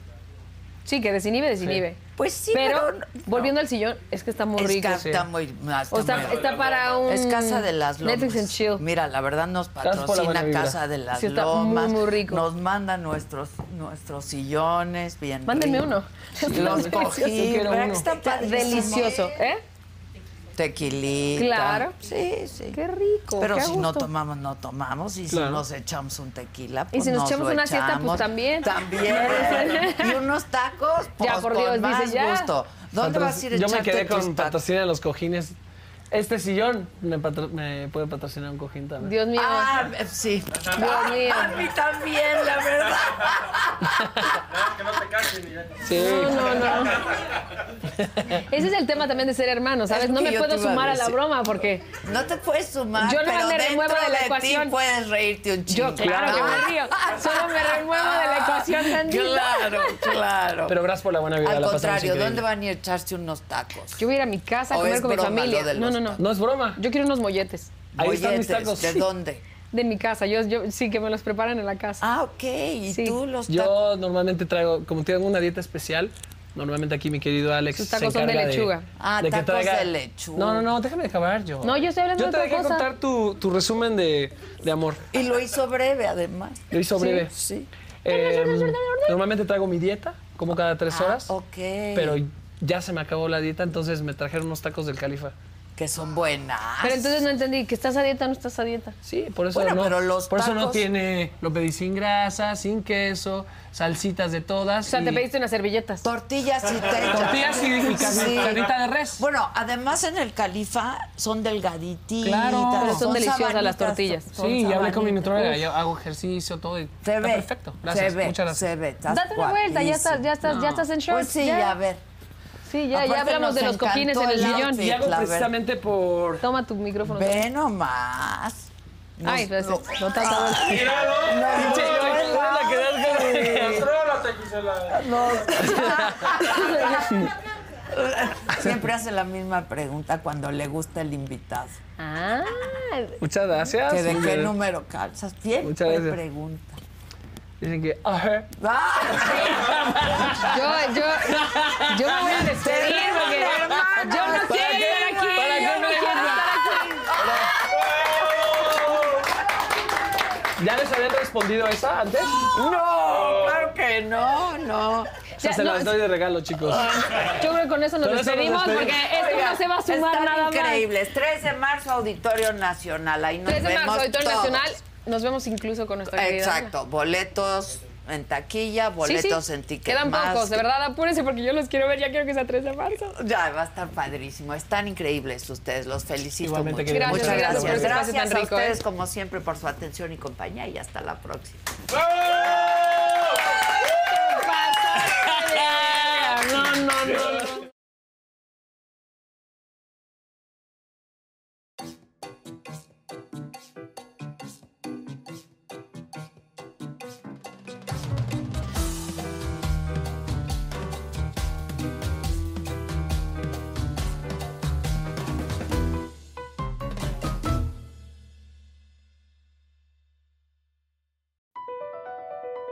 [SPEAKER 3] Sí, que desinhibe, desinhibe.
[SPEAKER 2] Pues sí, pero no-
[SPEAKER 3] volviendo al sillón, es que está muy
[SPEAKER 2] Es
[SPEAKER 3] rico.
[SPEAKER 2] que está muy. ah,
[SPEAKER 3] O sea,
[SPEAKER 2] muy-
[SPEAKER 3] está para un
[SPEAKER 2] Es Casa de las Lomas.
[SPEAKER 3] Netflix and
[SPEAKER 2] chill. Mira, la verdad nos
[SPEAKER 3] Gracias por la buena
[SPEAKER 2] patrocina
[SPEAKER 3] vibra.
[SPEAKER 2] Casa de las
[SPEAKER 3] Sí, está muy,
[SPEAKER 2] Lomas.
[SPEAKER 3] muy rico.
[SPEAKER 2] Nos mandan nuestros, nuestros sillones. Bien
[SPEAKER 3] Mándenme
[SPEAKER 2] ricos.
[SPEAKER 3] uno. <laughs>
[SPEAKER 2] Los
[SPEAKER 3] Está
[SPEAKER 2] cogí.
[SPEAKER 3] delicioso.
[SPEAKER 2] ¿verdad que Están
[SPEAKER 3] Está
[SPEAKER 2] padrísimos?
[SPEAKER 3] delicioso, ¿eh?
[SPEAKER 2] Tequilita.
[SPEAKER 3] Claro.
[SPEAKER 2] Sí, sí.
[SPEAKER 3] Qué rico.
[SPEAKER 2] Pero
[SPEAKER 3] qué a
[SPEAKER 2] si no
[SPEAKER 3] gusto.
[SPEAKER 2] tomamos, no tomamos. Y
[SPEAKER 3] Claro.
[SPEAKER 2] si nos echamos un tequila,
[SPEAKER 3] Y
[SPEAKER 2] pues
[SPEAKER 3] si nos echamos
[SPEAKER 2] lo
[SPEAKER 3] una siesta, pues
[SPEAKER 2] echamos.
[SPEAKER 3] también. <laughs>
[SPEAKER 2] También. y unos tacos, pues
[SPEAKER 3] Ya, por
[SPEAKER 2] con
[SPEAKER 3] Dios, dices,
[SPEAKER 2] más
[SPEAKER 3] ya.
[SPEAKER 2] gusto. ¿Dónde
[SPEAKER 5] Patro-
[SPEAKER 2] vas a ir a
[SPEAKER 5] Yo me
[SPEAKER 2] echarte
[SPEAKER 5] quedé
[SPEAKER 2] tus
[SPEAKER 5] con patrocinio de los cojines. Este sillón me, patro- me puede patrocinar un cojín también.
[SPEAKER 3] Dios mío.
[SPEAKER 2] Ah, sí.
[SPEAKER 3] Dios mío.
[SPEAKER 2] A mí también, la verdad.
[SPEAKER 5] Sí.
[SPEAKER 3] No, no, no.
[SPEAKER 2] <laughs>
[SPEAKER 3] Ese es el tema también de ser hermano, ¿sabes?
[SPEAKER 2] Es lo
[SPEAKER 3] No
[SPEAKER 2] que
[SPEAKER 3] me
[SPEAKER 2] yo
[SPEAKER 3] puedo
[SPEAKER 2] te iba a
[SPEAKER 3] sumar a la
[SPEAKER 2] decir.
[SPEAKER 3] broma porque
[SPEAKER 2] No te puedes sumar,
[SPEAKER 3] Yo no
[SPEAKER 2] pero
[SPEAKER 3] me
[SPEAKER 2] dentro
[SPEAKER 3] remuevo de la
[SPEAKER 2] ti
[SPEAKER 3] ecuación.
[SPEAKER 2] puedes reírte un chingo.
[SPEAKER 3] yo, claro que me río. Solo me remuevo de la
[SPEAKER 2] <laughs>
[SPEAKER 3] ecuación tantito.
[SPEAKER 2] Claro, claro.
[SPEAKER 5] Pero gracias por la buena vida.
[SPEAKER 2] Al
[SPEAKER 5] la pasamos
[SPEAKER 2] contrario,
[SPEAKER 5] increíble.
[SPEAKER 2] ¿dónde van a ir a echarse unos tacos?
[SPEAKER 3] Yo voy a ir a mi casa a
[SPEAKER 2] ¿O
[SPEAKER 3] comer
[SPEAKER 2] es
[SPEAKER 3] con mi
[SPEAKER 2] broma lo
[SPEAKER 3] familia.
[SPEAKER 2] de
[SPEAKER 3] No,
[SPEAKER 2] los
[SPEAKER 3] no, no.
[SPEAKER 5] No es broma.
[SPEAKER 3] Yo quiero unos molletes.
[SPEAKER 5] Ahí están mis
[SPEAKER 2] Molletes,
[SPEAKER 5] tacos.
[SPEAKER 2] ¿De dónde?
[SPEAKER 3] De mi casa, yo, yo sí que me los preparan en la casa.
[SPEAKER 2] Ah, ok. ¿Y tú los
[SPEAKER 5] Yo normalmente traigo, como tengo una dieta especial, normalmente aquí mi querido Alex.
[SPEAKER 3] Sus
[SPEAKER 5] se
[SPEAKER 3] tacos son de
[SPEAKER 5] encarga
[SPEAKER 3] lechuga.
[SPEAKER 2] Ah,
[SPEAKER 5] de que
[SPEAKER 2] tacos
[SPEAKER 5] traiga-
[SPEAKER 2] de lechuga.
[SPEAKER 5] No, no, no, déjame acabar yo.
[SPEAKER 3] No, yo estoy hablando
[SPEAKER 5] Yo
[SPEAKER 3] de
[SPEAKER 5] te
[SPEAKER 3] otra
[SPEAKER 5] dejé
[SPEAKER 3] cosa.
[SPEAKER 5] contar tu, tu resumen de, de amor.
[SPEAKER 2] Y lo hizo breve, además.
[SPEAKER 5] Lo hizo breve.
[SPEAKER 2] Sí.
[SPEAKER 5] Eh, normalmente traigo mi dieta, como cada tres horas,
[SPEAKER 2] Ah, ok.
[SPEAKER 5] pero ya se me acabó la dieta, entonces me trajeron unos tacos del califa.
[SPEAKER 2] Que son buenas.
[SPEAKER 3] Pero entonces no entendí, que estás a dieta o no estás a dieta.
[SPEAKER 5] Sí, por eso
[SPEAKER 2] Bueno,
[SPEAKER 5] no.
[SPEAKER 2] pero los
[SPEAKER 5] por eso no
[SPEAKER 2] tacos-
[SPEAKER 5] tiene, lo pedí sin grasa, sin queso, salsitas de todas.
[SPEAKER 3] O sea, te
[SPEAKER 5] y-
[SPEAKER 3] pediste unas servilletas.
[SPEAKER 2] Tortillas y te
[SPEAKER 5] Tortillas y- y carni- carnita
[SPEAKER 2] de res. Bueno, además en el califa son delgadititas.
[SPEAKER 5] Claro. Pero son
[SPEAKER 3] deliciosas las
[SPEAKER 2] sabanitas,
[SPEAKER 3] tortillas.
[SPEAKER 2] son- son
[SPEAKER 5] Sí, ya hablé con mi
[SPEAKER 2] sabanitas.
[SPEAKER 5] nutrióloga,
[SPEAKER 2] Uf.
[SPEAKER 5] yo hago ejercicio, todo. y
[SPEAKER 2] Se
[SPEAKER 5] está
[SPEAKER 2] ve.
[SPEAKER 5] perfecto. Gracias.
[SPEAKER 2] Se ve,
[SPEAKER 5] Muchas gracias.
[SPEAKER 2] Se ve. estás
[SPEAKER 3] Date una vuelta, ya estás, ya estás,
[SPEAKER 2] guapísimo.
[SPEAKER 3] ya estás en short.
[SPEAKER 2] Pues sí, ya, a ver.
[SPEAKER 3] Sí, ya,
[SPEAKER 2] Aparte
[SPEAKER 3] ya hablamos de
[SPEAKER 2] nos
[SPEAKER 3] los cojines en el
[SPEAKER 2] encantó el
[SPEAKER 3] sillón.
[SPEAKER 2] outfit, Y hago la verdad. precisamente
[SPEAKER 5] por.
[SPEAKER 3] Toma tu micrófono.
[SPEAKER 2] Ve
[SPEAKER 5] <laughs>
[SPEAKER 2] nomás. Nos-
[SPEAKER 3] Ay, gracias.
[SPEAKER 2] lo-
[SPEAKER 3] No te has dado el-
[SPEAKER 2] Nos
[SPEAKER 5] Pinche
[SPEAKER 2] voló
[SPEAKER 5] Joy,
[SPEAKER 2] el
[SPEAKER 5] tú eres la que das
[SPEAKER 2] outfit.
[SPEAKER 5] ganas.
[SPEAKER 2] Siempre hace la misma pregunta cuando le gusta el invitado.
[SPEAKER 3] Ah,
[SPEAKER 5] Muchas gracias.
[SPEAKER 2] ¿Que ¿De
[SPEAKER 5] Muchas
[SPEAKER 2] qué
[SPEAKER 5] gracias.
[SPEAKER 2] número calzas? Siempre
[SPEAKER 5] Muchas
[SPEAKER 3] pues,
[SPEAKER 5] gracias.
[SPEAKER 2] <laughs> pregunta.
[SPEAKER 5] Dicen que. ajá.
[SPEAKER 2] Ah,
[SPEAKER 3] yo, yo, yo me voy a despedir porque yo no quiero estar aquí.
[SPEAKER 5] ¿Para qué
[SPEAKER 3] yo no
[SPEAKER 5] me
[SPEAKER 3] quiero
[SPEAKER 5] llamas? ¿Ya les habían respondido esa antes?
[SPEAKER 2] No, claro que no, no.
[SPEAKER 5] O sea,
[SPEAKER 3] Ya,
[SPEAKER 5] se
[SPEAKER 3] no,
[SPEAKER 5] las doy de regalo, chicos.
[SPEAKER 3] estar- Yo creo que con eso nos
[SPEAKER 5] Con eso nos
[SPEAKER 3] despedimos
[SPEAKER 5] despedimos.
[SPEAKER 3] porque esto no se va a sumar
[SPEAKER 2] Están
[SPEAKER 3] nada más.
[SPEAKER 2] increíbles. 3 de marzo, Auditorio Nacional. Ahí nos
[SPEAKER 3] 3 de marzo,
[SPEAKER 2] vemos
[SPEAKER 3] Auditorio
[SPEAKER 2] todos.
[SPEAKER 3] Nacional. Nos vemos incluso con nuestra querida Ana.
[SPEAKER 2] Exacto. Boletos en taquilla,
[SPEAKER 3] Sí, sí.
[SPEAKER 2] boletos en ticket.
[SPEAKER 3] Quedan pocos, de verdad, apúrense porque yo los quiero ver, ya quiero que sea 3 de <laughs> marzo.
[SPEAKER 2] Ya, va a estar padrísimo. Están increíbles ustedes. Los felicito
[SPEAKER 5] Igualmente,
[SPEAKER 2] mucho.
[SPEAKER 5] querida. Gracias,
[SPEAKER 2] Muchas gracias.
[SPEAKER 5] gracias por este
[SPEAKER 2] Gracias
[SPEAKER 3] espacio tan
[SPEAKER 2] a
[SPEAKER 3] rico,
[SPEAKER 2] ustedes,
[SPEAKER 3] ¿eh?
[SPEAKER 2] como siempre, por su atención y compañía. Y hasta la próxima.
[SPEAKER 3] No, no, no. no.